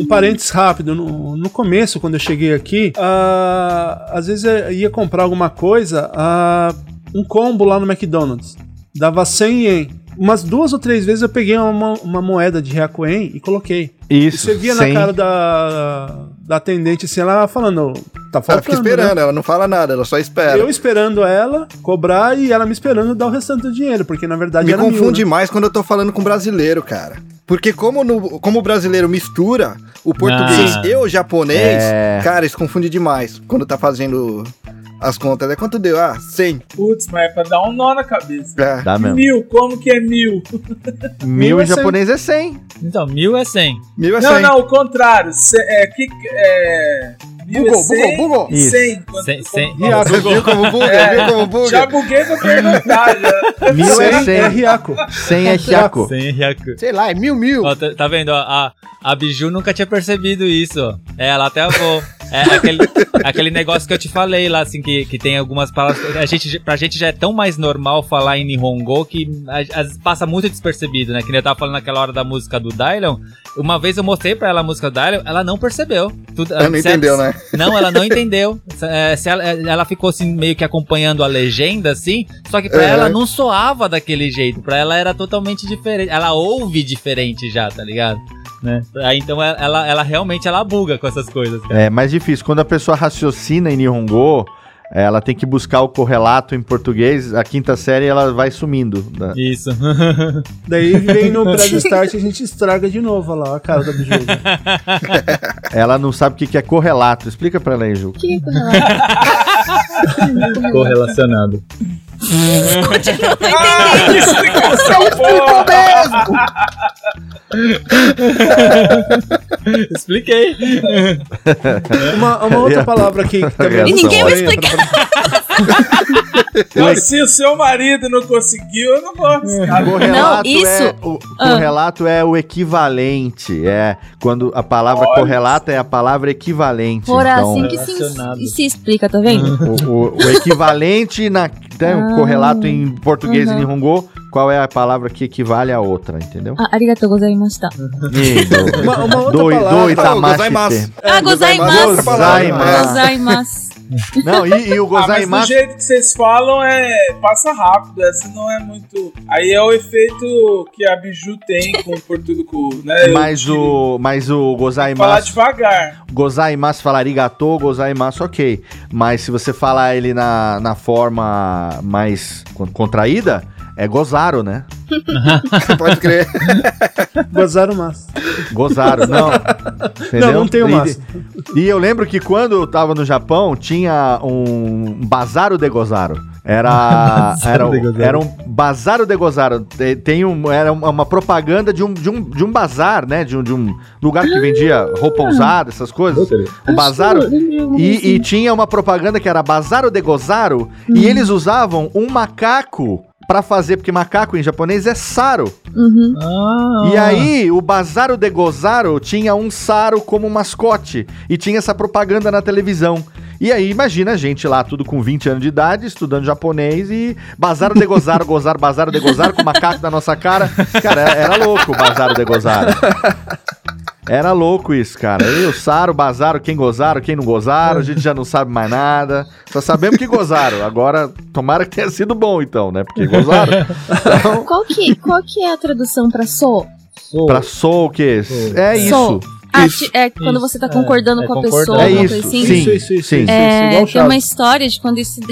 S2: um parênteses rápido. No, no começo, quando eu cheguei aqui, ah, às vezes eu ia comprar alguma coisa, ah, um combo lá no McDonald's. Dava 100 ien. Umas duas ou três vezes eu peguei uma, uma moeda de Reacuen e coloquei. E
S3: Isso.
S2: você via na
S3: 100.
S2: cara da, da atendente, assim, ela falando, tá
S4: Ela
S2: faltando,
S4: fica esperando, ela não fala nada, ela só
S2: né?
S4: espera.
S2: Eu esperando ela cobrar e ela me esperando dar o restante do dinheiro, porque na verdade
S4: Me
S2: era
S4: confunde
S2: mil, né?
S4: mais quando eu tô falando com brasileiro, cara. Porque como, no, como o brasileiro mistura o português
S8: Ah.
S4: e o japonês,
S3: É.
S4: cara, isso confunde demais quando tá fazendo as contas. É quanto deu? Ah, 100.
S5: Putz, mas é pra dar um nó na cabeça.
S4: É.
S3: Dá mesmo.
S5: Mil, como que é mil?
S3: Mil
S2: é
S3: em japonês é 100.
S8: Então, mil é cem.
S4: Mil é 100.
S5: não, não, o contrário. Cê- é, que, é, mil
S9: Bugou,
S5: é cem, É.
S9: bugou, bugou.
S5: e cem, quando-
S8: Cem, cem.
S5: quando-
S8: Nossa,
S4: Viu como buga? Viu como buga?
S5: Já buguei pra perguntar. já.
S3: Mil é 100.
S2: É Riaco.
S3: 100 é Chaco.
S8: Cem, Hyaku.
S9: Sei lá, é mil, mil.
S8: Ó, tá, tá vendo? ó, A, a Biju nunca tinha percebido isso. ó. É, ela até avô. É aquele, aquele negócio que eu te falei lá, assim, que, que tem algumas palavras. A gente, pra gente já é tão mais normal falar em Nihongo que a- às vezes passa muito despercebido, né? Que nem eu tava falando naquela hora da música do Dylan. Uma vez eu mostrei pra ela a música do Dylan, ela não percebeu. Tudo,
S4: Ela não
S8: se-
S4: entendeu, né?
S8: Não, ela não entendeu. É, se ela, ela ficou assim, meio que acompanhando a legenda, assim. Só que pra
S4: Uhum.
S8: ela não soava daquele jeito. Pra ela era totalmente diferente. Ela ouve diferente já, tá ligado? Né? Aí, então ela- ela, ela realmente ela buga com essas coisas. cara.
S3: É mais difícil. Quando a pessoa raciocina em Nihongo, ela tem que buscar o correlato em português. A quinta série ela vai sumindo. da-
S8: Isso.
S2: Daí vem no Press Start e a gente estraga de novo olha lá a cara da Biju.
S3: Ela não sabe o que que é correlato. Explica pra ela aí, Ju.
S7: Que correlato?
S8: Correlacionado.
S7: Continua
S5: Ah, que
S7: entendendo.
S9: é um
S5: explicação boa!
S8: Expliquei.
S2: Uma, uma outra palavra aqui que também
S3: É.
S2: é
S3: E ninguém vai
S2: explicar.
S5: Então, se o seu marido não conseguiu, eu não
S3: É.
S5: vou arriscar.
S3: Correlato
S7: isso-
S3: é o,
S7: Ah.
S3: correlato é o equivalente. É quando a palavra correlato é a palavra equivalente.
S7: Fora
S3: então,
S7: assim que se,
S8: relacionado.
S7: se explica, tá vendo?
S3: o, o- o equivalente na né, o
S7: Ah.
S3: correlato em português e
S7: Uhum.
S3: em Nihongo, qual é a palavra que equivale à outra, entendeu?
S7: Ah, arigatou gozaimashita.
S3: Isso.
S2: Uma, uma outra
S3: Doi,
S2: palavra.
S3: doi,
S4: Ah, gozaimasu.
S3: tamashite.
S7: ah, gozaimasu.
S4: é
S3: Gozaimasu.
S7: Gozaimasu.
S3: Não, e, e
S5: Ah, mas do
S3: o gozaimasu
S5: jeito que vocês falam, é passa rápido. Essa não é muito. Aí é o efeito que a Biju tem com o português. com, Né? Eu
S3: Mas
S5: tive
S3: o, mas o
S5: que Falar
S3: gozaimasu,
S5: devagar.
S3: gozaimasu falar arigato, gozaimasu, ok. Mas se você falar ele na, na forma mais con- contraída, é gozaro, né?
S4: Pode crer.
S2: Gozaram massa.
S3: Gozaro, não. Entendeu?
S2: Não, não tenho
S3: E-
S2: massa.
S3: E, eu lembro que quando eu tava no Japão, tinha um bazaro de gozaro. Era, era,
S8: de gozaro.
S3: era um bazaro de gozaro. Te- Tem um, era uma uma propaganda de um, de um, de um bazar, né? De um, de um lugar que vendia
S2: Ah!
S3: roupa usada, essas coisas. Um bazaro. E, e tinha uma propaganda que era Bazaro de Gozaro,
S2: Uhum.
S3: e eles usavam um macaco pra fazer, porque macaco em japonês é saro.
S7: Uhum.
S8: Ah,
S3: E aí, o Bazaro de Gozaro tinha um saro como mascote, e tinha essa propaganda na televisão. E aí, imagina a gente lá, tudo com 20 anos de idade, estudando japonês e Bazaro de Gozaro, Gozaro, Bazaro de Gozaro, com o macaco na nossa cara. Cara, é, era louco o Bazaro de Gozaro. Era louco isso, cara. Eu, Saro, Bazaro, quem gozaram, quem não gozaram, a gente já não sabe mais nada. Só sabemos que gozaram. Agora, tomara que tenha sido bom, então, né? Porque gozaram. Então,
S7: Qual, que, qual que é a tradução pra sou?
S3: pra sou o quê? É isso.
S7: Sou. Ah,
S3: Isso.
S7: ti- é quando
S8: Isso.
S7: você tá
S8: É,
S7: concordando
S8: é
S7: com a
S8: concordar.
S7: pessoa,
S3: É
S7: alguma
S3: isso.
S7: coisa assim.
S3: Sim,
S2: Isso, isso, isso.
S3: sim.
S2: isso, isso,
S7: É,
S2: igual o
S7: tem uma
S2: Chaves.
S7: história de quando isso.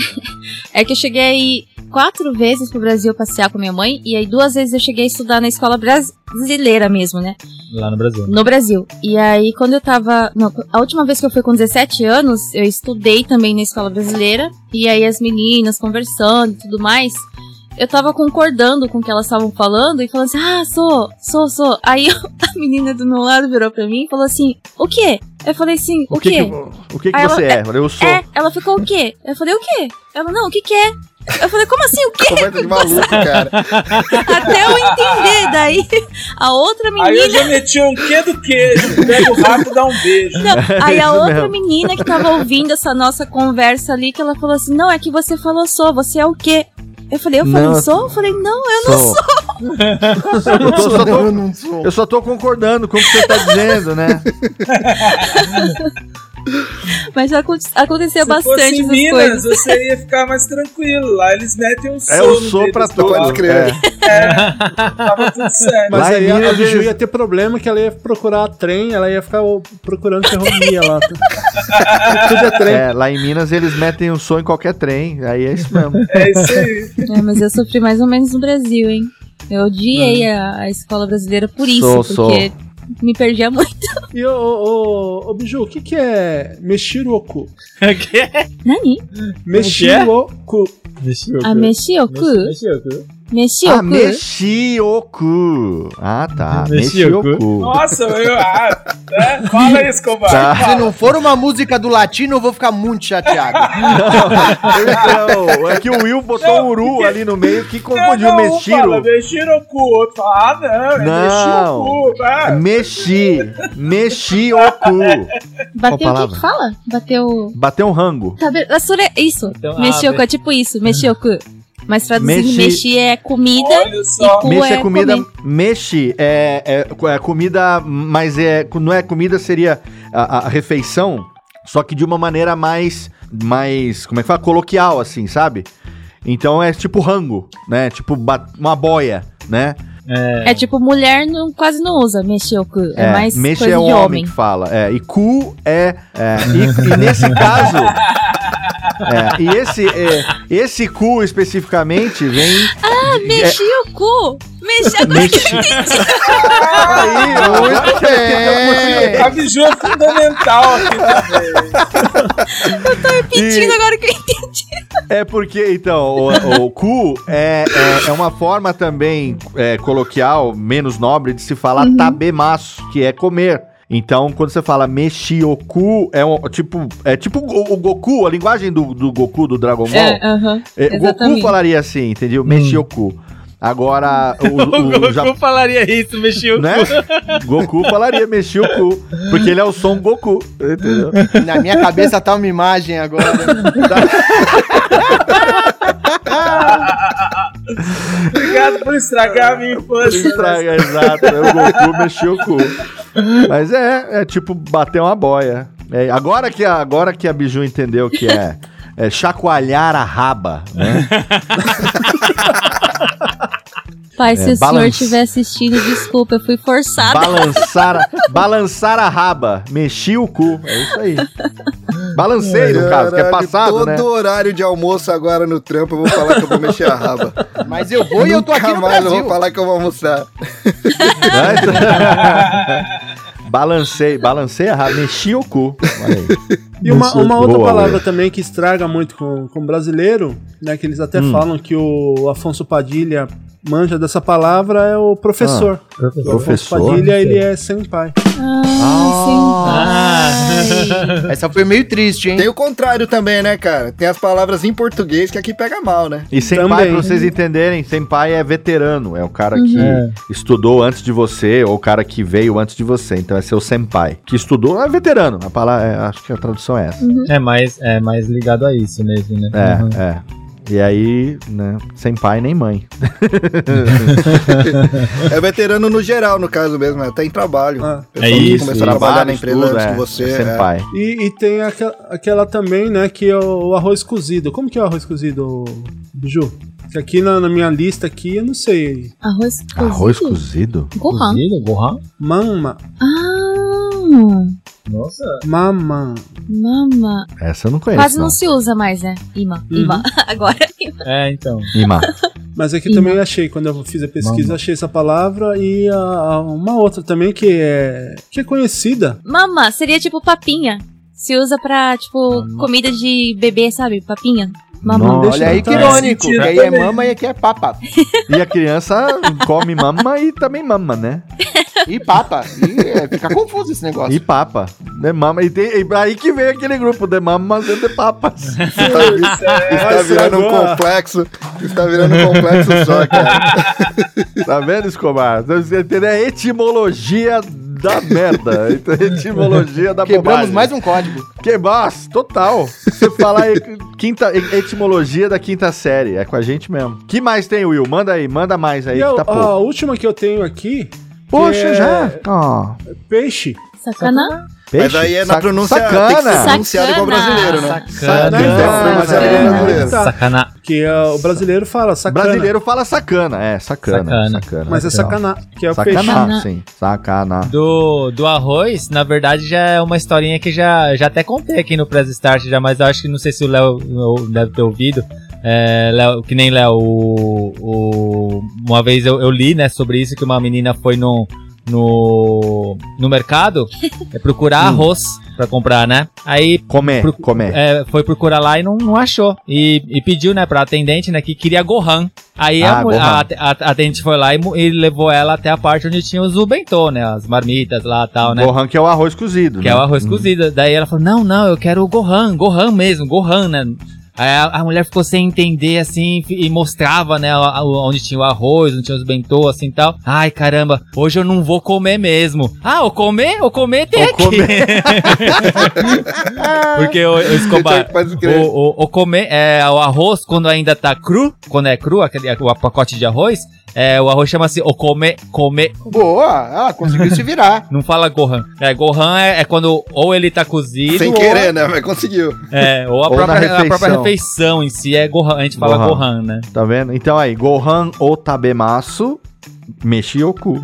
S7: é que eu cheguei quatro vezes pro Brasil passear com minha mãe, e aí duas vezes eu cheguei a estudar na escola bras- brasileira mesmo, né?
S8: Lá no Brasil.
S7: No Brasil. E aí, quando eu tava. não, a última vez que eu fui com 17 anos, eu estudei também na escola brasileira. E aí, as meninas conversando e tudo mais. Eu tava concordando com o que elas estavam falando e falando assim: ah, sou, sou, sou. Aí a menina do meu lado virou pra mim e falou assim: o quê? Eu falei assim: o,
S3: que
S7: quê?
S3: que- o que, que
S7: Aí
S3: você é? Eu sou.
S7: É, ela ficou o quê? Eu falei, o quê? Ela, não, o que que é? Eu falei, como assim? O quê?
S4: Conversa de maluco, cara.
S7: Até eu entender. Daí a outra menina.
S5: Aí eu já meti um quê do queijo, pega o rato e dá um beijo.
S7: Não, aí a
S3: isso
S7: outra
S3: mesmo.
S7: menina que tava ouvindo essa nossa conversa ali, que ela falou assim: Não, é que você falou sou, você é o quê? Eu falei, eu falei,
S3: Não,
S7: sou? Eu falei, não, eu não
S3: sou.
S7: sou.
S3: Eu, tô- só tô-
S4: Eu não sou.
S3: eu só tô concordando com o que você tá dizendo, né?
S7: Mas aconte- aconteceu
S5: Se
S7: bastante
S5: fosse em
S7: essas
S5: Minas,
S7: coisas.
S5: você ia ficar mais tranquilo. Lá eles metem um sou.
S3: É o
S5: no
S3: sou
S5: meio
S3: pra
S5: das
S3: tudo.
S5: palavras,
S4: crer.
S3: É.
S5: Tava tudo certo.
S3: Mas
S2: Mas aí
S3: aí
S2: a, a
S3: às
S2: Biju
S3: vezes-
S2: ia ter problema que ela ia procurar trem, ela ia ficar ó, procurando ferrovia lá.
S3: Tudo é trem. É, lá em Minas eles metem um som em qualquer trem. Aí é isso mesmo.
S5: É isso aí.
S7: É, mas eu sofri mais ou menos no Brasil, hein? Eu odiei a, a escola brasileira por isso,
S3: Hum. Sou,
S7: porque me perdia muito.
S2: E ô, ô, ô, ô Biju, o que que é Meshiroku?
S7: Nani? Ah,
S2: Meshiroku.
S7: A Meshioku?
S3: Ah,
S7: Meshioku?
S3: mexi o cu. Ah, tá.
S8: Mexi
S3: Mexi
S8: o
S3: o cu.
S5: Nossa, eu. Ah, né? Fala isso, covarde.
S3: Tá.
S9: Se não for uma música do latino, eu vou ficar muito chateado.
S3: Então, é que o Will botou um uru ali no meio que confundiu
S5: Fala,
S3: mexiro.
S5: mexiro o cu. O outro fala, ah, não,
S3: Não.
S5: é mexiro o cu. Ah,
S3: Mexi. Mexi o cu.
S7: Bateu o que
S3: palavra?
S7: que fala? Bateu.
S3: Bateu um rango.
S7: Tabe- Basura é isso.
S8: Então, ah,
S7: Mexioco
S8: me-
S7: é tipo isso, mexioco. Mas traduzindo
S3: Mexi-
S7: mexi é comida.
S5: Olha só.
S7: Cu
S3: Mexe
S7: é
S3: é comida. Mexe é, é, co- é comida, mas é, não é comida, seria a, a refeição, só que de uma maneira mais, mais, como é que fala? Coloquial, assim, sabe? Então é tipo rango, né? Tipo ba- uma boia, né?
S7: É tipo, mulher não, quase não usa mexioco. É, mais
S3: mexe
S7: coisa
S3: é o
S7: de
S3: homem,
S7: homem.
S3: que fala. É, e cu é. é, e, e nesse caso. é, e esse, é, esse cu especificamente vem.
S7: Ah, mexi o cu! Mexi agora que eu entendi.
S3: Aí, muito bem!
S5: A biju é fundamental aqui também.
S7: Repetindo agora que eu entendi.
S3: É porque, então, o, o cu é, é, é uma forma também é, coloquial, menos nobre, de se falar
S7: Uhum.
S3: tabemaço, que é comer. Então, quando você fala mexi o cu, é um, tipo, é tipo o, o Goku, a linguagem do, do Goku, do Dragon Ball.
S7: É, aham.
S3: É, o Goku
S7: exatamente. Hum.
S3: falaria assim, entendeu? Mexi o cu. Agora, o, o, o, Jap-
S8: falaria isso, mexeu
S3: né? Goku falaria mexi o cu, porque ele é o som Goku, entendeu?
S9: Na minha cabeça tá uma imagem agora.
S5: Obrigado por estragar a minha infância.
S3: Estraga, exato. né? O Goku mexeu o cu. Mas é, é tipo bater uma boia. É, agora, que a, agora que a Biju entendeu que é, é chacoalhar a raba, né?
S7: Pai, se o senhor
S3: balance.
S7: estiver assistindo, desculpa, eu fui forçada.
S3: Balançar, a- balançar a raba, mexi o cu. É isso aí. Balancei, no caso, que é
S4: Caralho,
S3: passado,
S4: todo
S3: né?
S4: horário de almoço agora no trampo, eu vou falar que eu vou mexer a raba.
S9: Mas eu vou e eu tô aqui no
S4: Nunca mais eu
S9: Brasil.
S4: vou falar que eu vou almoçar.
S3: balancei, balancei a raba, mexi o cu. Olha aí.
S2: E uma,
S3: Mexi o
S2: uma
S3: cu.
S2: outra
S3: Boa,
S2: palavra
S3: Will.
S2: também que estraga muito com, com o brasileiro, né? Que eles
S3: Hum.
S2: até falam que o Afonso Padilha manja dessa palavra é o professor. o Afonso
S3: Ah, Professor.
S2: Padilha, ele é senpai.
S7: Ah, sim. Ai.
S9: Essa foi meio triste, hein?
S4: Tem o contrário também, né, cara? Tem as palavras em português que aqui pega mal, né?
S3: E senpai,
S2: Também.
S3: pra vocês entenderem, senpai é veterano, é o cara que
S8: É.
S3: estudou antes de você, ou o cara que veio antes de você, então é seu senpai. Que estudou, é veterano, a palavra, é, acho que a tradução é essa.
S8: É mais, é mais ligado a isso mesmo, né?
S3: É,
S8: Uhum.
S3: é. E aí, né, sem pai nem mãe.
S4: É veterano no geral, no caso mesmo, né? até em trabalho.
S2: Ah.
S4: O pessoal
S8: É
S4: que
S8: isso,
S4: Começou a trabalhar na empresa
S3: estudo,
S4: antes
S3: é,
S4: que você.
S3: é
S4: é.
S3: senpai.
S2: E, e tem aquela, aquela também, né, que é o arroz cozido. Como que é o arroz cozido, Biju? Que aqui na, na minha lista aqui, eu não sei.
S7: Arroz cozido.
S3: Arroz cozido?
S7: Gohan.
S8: Cozido, Gohan?
S2: Mama,
S7: Ah,
S8: Nossa.
S2: mama.
S7: mama.
S3: Essa eu não conheço.
S7: Quase
S3: não.
S7: não se usa mais, né? Imã,
S2: Uhum.
S7: imã. Agora,
S8: É, então.
S3: Imá.
S2: Mas é que
S7: Sim.
S2: também achei, quando eu fiz a pesquisa,
S8: Mama.
S2: achei essa palavra e a- a- uma outra também que é, que é conhecida.
S7: Mama seria tipo papinha. Se usa pra, tipo, comida de bebê, sabe? Papinha. Mamão.
S3: Nossa.
S9: Olha aí
S4: um
S9: que
S2: Tá.
S9: É irônico.
S5: Sentido
S9: Que aí é
S5: também.
S9: mama e aqui é papa.
S3: E a criança come mama e também mama, né?
S9: E papa. E é, fica confuso esse negócio.
S3: E papa. The Mama. E, tem, e aí que vem aquele grupo, The Mamas and the Papas.
S4: Você tá, vi- está virando um
S2: agora.
S4: complexo. Está virando um complexo só, cara.
S3: tá vendo, Escobar? Você entendeu? a etimologia da merda. Então, a etimologia da
S9: Quebramos
S3: bobagem.
S9: mais um código.
S3: Que bosta, total. Você falar e- quinta, e- etimologia da quinta série, é com a gente mesmo. Que mais tem, Will? Manda aí, manda mais aí,
S2: E
S3: que
S2: eu-
S3: tá pouco.
S2: a última que eu tenho aqui,
S3: Poxa,
S2: é-
S3: já? Ó,
S2: peixe.
S7: Sacana?
S4: Mas aí é na
S3: sac-
S4: pronúncia. Tem que ser
S3: Sacana!
S7: sac-
S4: pronunciado igual
S7: Sacana.
S4: brasileiro, né?
S8: Sacana.
S3: Não,
S4: Então,
S3: mas é-
S4: pronunciado igual brasileiro.
S2: Tá.
S8: Sacana.
S2: Que é, o brasileiro fala sacana.
S3: Brasileiro fala sacana, é, sacana. Sacana.
S8: Sacana.
S2: Mas é
S3: legal.
S2: sacana, que é o peixe.
S3: Sacana,
S7: peixe.
S3: sim. Sacana.
S8: Do, do arroz, na verdade, já é uma historinha que já, já até contei aqui no Press Start, já, mas eu acho que não sei se o Léo ou- deve ter ouvido. É, Léo- que nem Léo, o- o- uma vez eu, eu li né, sobre isso, que uma menina foi no, no, no mercado é, procurar arroz pra comprar, né? Aí
S3: Comé,
S8: Pro-
S3: comé.
S8: é, foi procurar lá e não, não achou. E, e pediu, né, pra atendente, né, que queria Gohan. Aí a
S3: Ah,
S8: mu- a,
S3: Gohan.
S8: at- a- a atendente foi lá e, mu- e levou ela até a parte onde tinha os ubentô, né, as marmitas lá e tal, né.
S3: Gohan Uhum. que é o arroz cozido, Hum.
S8: Que é o arroz cozido. Daí ela falou, não, não, eu quero o Gohan, Gohan mesmo, Gohan, né. Aí a, a mulher ficou sem entender, assim, fi- e mostrava, né, a- a- onde tinha o arroz, onde tinha os bentô, assim, e tal. Ai, caramba, hoje eu não vou comer mesmo. Ah, o comer? O comer tem aqui. Porque o, o
S3: Então,
S8: Escobar,
S4: Pode
S8: o,
S4: crer.
S8: o, o comer, é, o arroz, quando ainda tá cru, quando é cru, aquele, o pacote de arroz, é, o arroz chama-se o comer, comer.
S9: Boa, ela conseguiu se virar.
S8: Não fala Gohan. É, Gohan é, é quando ou ele tá cozido,
S4: Sem
S8: ou,
S4: querer, né? Mas conseguiu.
S8: é, ou a,
S3: Ou na
S8: própria, a
S3: refeição.
S8: própria refeição em si é Gohan. A gente fala
S3: Gohan.
S8: Gohan, né?
S3: Tá vendo? Então aí, Gohan ou Tabemasu, mexi o cu.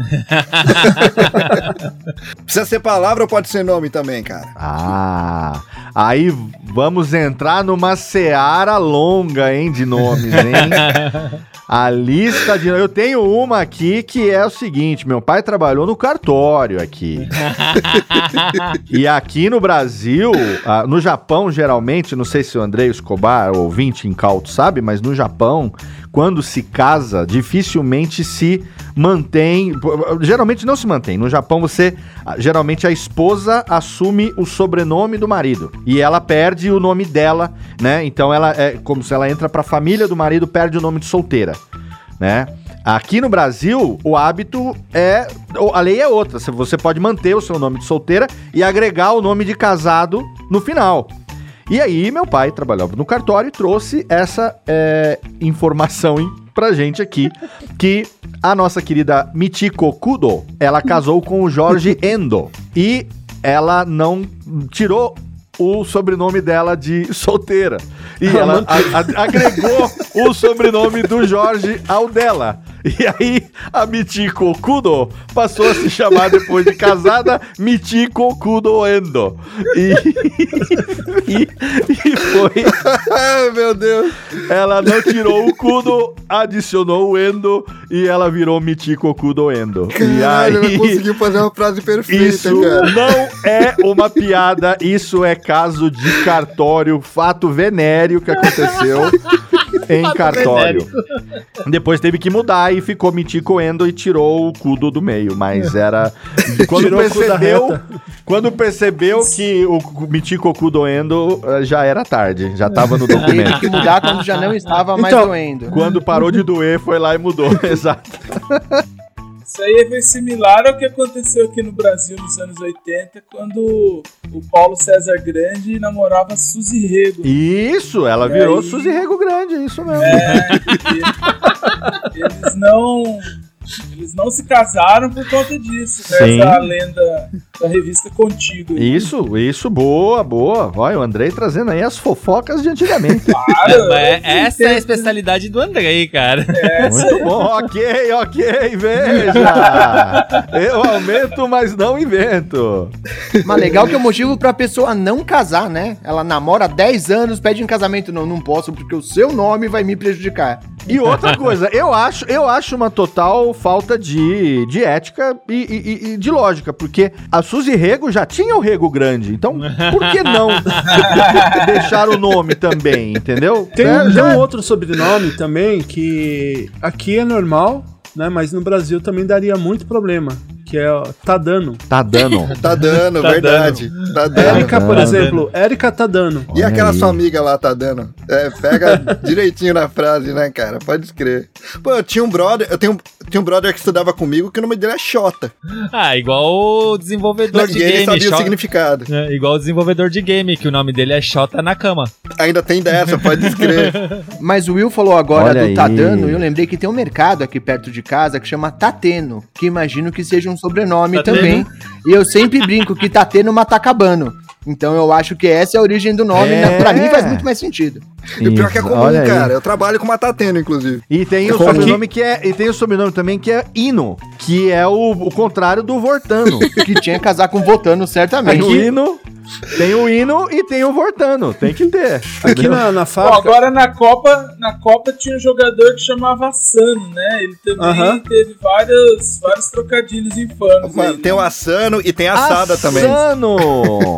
S4: Precisa ser palavra ou pode ser nome também, cara?
S3: Ah, aí vamos entrar numa seara longa, hein, de nomes, hein? A lista de. Eu tenho uma aqui que é o seguinte: meu pai trabalhou no cartório aqui. e aqui no Brasil, ah, no Japão, geralmente, não sei se o Andrei Escobar, o ouvinte incauto, sabe, mas no Japão, quando se casa, dificilmente se mantém. Geralmente não se mantém. No Japão, você ah, Geralmente a esposa assume o sobrenome do marido e ela perde o nome dela, né? Então ela é como se ela entra pra família do marido, perde o nome de solteira, né? Aqui no Brasil, o hábito é. o- A lei é outra. Se Você pode manter o seu nome de solteira e agregar o nome de casado no final. E aí, meu pai trabalhava no cartório e trouxe essa é, informação hein, pra gente aqui: que a nossa querida Michiko Kudo, ela casou com o Jorge Endo. E ela não tirou o sobrenome dela de solteira. E ela a- a- agregou o sobrenome do Jorge ao dela. E aí, a Michiko Kudo passou a se chamar depois de casada Michiko Kudo Endo. E, e- e foi
S4: Ai, meu Deus.
S3: ela não tirou o Kudo, adicionou o Endo e ela virou Michiko Kudo Endo. E
S4: Caralho,
S3: aí,
S4: eu consegui fazer uma frase perfeita,
S3: isso
S4: cara.
S3: não é uma piada, isso é caso de cartório, fato venéreo que aconteceu em cartório. Depois teve que mudar e ficou Michiko Endo e tirou o Kudo do meio, mas era quando
S2: Tirou o cu da
S3: percebeu,
S2: reta.
S3: quando percebeu que o Michiko Kudo Endo eh, já era tarde, já tava no
S9: Teve
S3: documento.
S9: que mudar quando já não estava mais
S2: Então,
S9: doendo.
S3: Quando parou de doer, foi lá e mudou. Exato.
S5: Isso aí é similar ao que aconteceu aqui no Brasil nos anos 80, quando o Paulo César Grande namorava Suzy Rego.
S3: Isso, ela
S5: E
S3: virou
S5: aí?
S3: Suzy Rego Grande, é isso mesmo.
S5: E Eles não. Eles não se casaram por conta disso,
S3: Sim.
S5: né? Essa lenda da revista Contigo.
S3: Isso, isso, boa, boa. Olha, o Andrei trazendo aí as fofocas de antigamente.
S5: Claro,
S8: Mas
S5: eu
S8: essa é a
S5: entendo.
S8: especialidade do Andrei, cara.
S5: é.
S3: Muito bom, ok, ok, veja. Eu aumento, mas não invento.
S9: Mas legal que é o motivo pra pessoa não casar, né? Ela namora há 10 anos, pede em casamento. Não, não posso, porque o seu nome vai me prejudicar.
S3: E outra coisa, eu acho, eu acho uma total falta de, de ética e, e- e- e de lógica, porque a Suzy Rego já tinha o Rego Grande, então por que não deixar o nome também, entendeu?
S2: Tem,
S3: É,
S2: um- tem
S3: já-
S2: um outro sobrenome também que aqui é normal, né? Mas no Brasil também daria muito problema. Que que é ó, tá dando.
S3: Tá dando.
S4: Tá dando,
S8: Tá
S4: verdade. Tá dando.
S2: Érica, por
S8: Tá
S2: exemplo, Érica tá dando.
S4: E
S3: Olha
S4: aquela
S3: aí.
S4: sua amiga lá tá dando? É, pega direitinho na frase, né, cara? Pode escrever. Pô, eu tinha um brother, eu tenho, tinha um brother que estudava comigo que o nome dele é Xota.
S8: Ah, igual o desenvolvedor de
S4: E ele
S8: game.
S4: sabia o
S8: Xota-
S4: significado.
S8: É, igual o desenvolvedor de game, que o nome dele é Xota na cama.
S4: Ainda tem dessa, pode escrever.
S9: Mas o Will falou agora
S3: Olha
S9: do Tadano
S3: aí.
S9: e eu lembrei que tem um mercado aqui perto de casa que chama Tateno, que imagino que seja um sobrenome
S8: Tateno?
S9: também. E eu sempre brinco que Tateno mata cabano. Então eu acho que essa é a origem do nome,
S3: É.
S9: né? pra mim faz muito mais sentido.
S4: E o pior que é
S3: Isso,
S4: comum,
S3: olha aí.
S4: cara. Eu trabalho com Matateno, inclusive.
S3: E tem o sobrenome que é. E tem o sobrenome também que é Hino, que é o, o contrário do Vortano.
S9: Que tinha que casar com Votano,
S3: Tem
S9: certamente.
S3: o Hino, tem o Hino e tem o Vortano. Tem que ter.
S2: Aqui na, na
S5: Pô,
S2: fábrica.
S5: agora na Copa, na Copa tinha um jogador que chamava Sano, né? Ele também
S2: Aham.
S5: teve vários, vários trocadilhos infames.
S4: Mano,
S5: aí,
S4: tem o
S5: né?
S4: Assano e tem Assada também.
S3: Assano!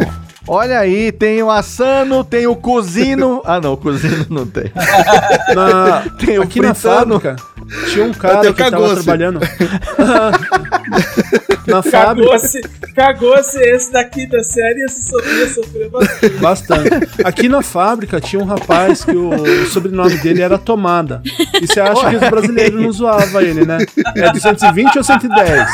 S3: Olha aí, tem o Assano, tem o Cozino. Ah, não, o Cozino não tem.
S2: Na-
S3: Tem o
S2: aqui na
S3: Fritano.
S2: fábrica tinha um
S4: Tem
S2: cara
S4: o
S2: que tava
S4: Cagossi.
S2: trabalhando. na fábrica,
S5: Cagou-se, cagou-se esse daqui da série, esse sofreu, sofreu bastante.
S2: bastante. Aqui na fábrica tinha um rapaz que o, o sobrenome dele era Tomada. E você acha que os brasileiros não zoavam ele, né? É 220 ou 110?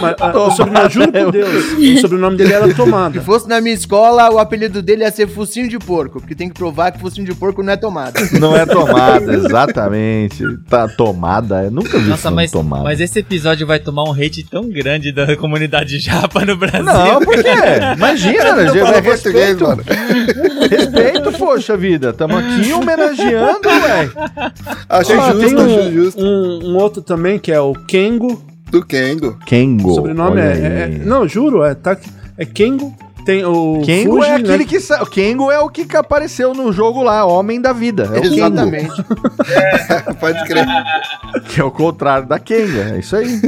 S2: Mas, ah, o sobrenome, juro por Deus, o sobrenome dele era
S9: Se
S2: Tomada.
S9: fosse na minha escola, o apelido dele ia ser Focinho de Porco, porque tem que provar que Focinho de Porco não é tomada.
S3: Não é tomada, exatamente. Tá tomada, eu nunca vi
S8: Nossa,
S3: isso
S8: mas,
S3: tomada.
S8: mas esse episódio vai tomar um hate tão grande da comunidade japa no Brasil.
S3: Não, por quê? Imagina, né?
S4: Eu
S3: gente,
S4: falo português,
S3: respeito,
S4: mano.
S3: respeito, poxa vida. Tamo aqui homenageando, velho. É
S4: Acho
S2: Ah, tem
S4: justo, acho
S2: um,
S4: justo.
S2: um- um outro também que é o Kengo.
S4: Do Kengo.
S3: Kengo.
S2: O sobrenome
S3: olha
S2: é,
S3: aí.
S2: é- é- Não, juro, é, tá, é Kengo. Tem o
S3: Kengo
S2: Fuji,
S3: é
S2: né,
S3: aquele que sa... Kengo é o que apareceu no jogo lá, Homem da Vida. É o Kengo,
S9: Exatamente.
S4: Pode crer.
S3: que é o contrário da Kenga. É isso aí.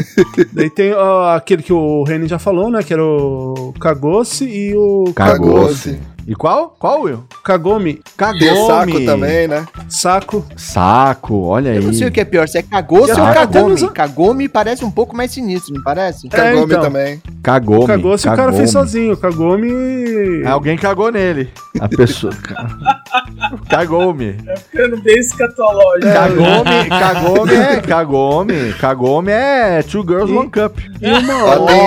S2: Daí tem ó, aquele que o Renan já falou, né? Que era o Kagoshi e o
S4: Cagou-se.
S3: E qual? Qual, Will?
S2: Kagomi.
S4: Tem saco
S3: Kagome.
S4: também, né?
S2: Saco.
S3: Saco, olha aí.
S9: Eu não sei o que é pior, se é Kagoshi
S2: Já
S9: ou
S2: tá
S9: Kagome.
S2: tentando-
S9: Kagome parece um pouco mais sinistro, não parece?
S5: Tá
S2: É,
S4: Kagome
S2: então.
S4: também.
S3: Kagome.
S2: O Kagoshi o cara
S3: Kagome.
S2: fez sozinho. O Kagomi.
S3: Alguém cagou nele. A pessoa. Cagou-me.
S5: Tá Ficando bem escatológico.
S3: É Cagou-me. Cagou-me é. Cagou-me. Cagou-me é Two Girls One Cup.
S2: E uma
S4: Ó, tem-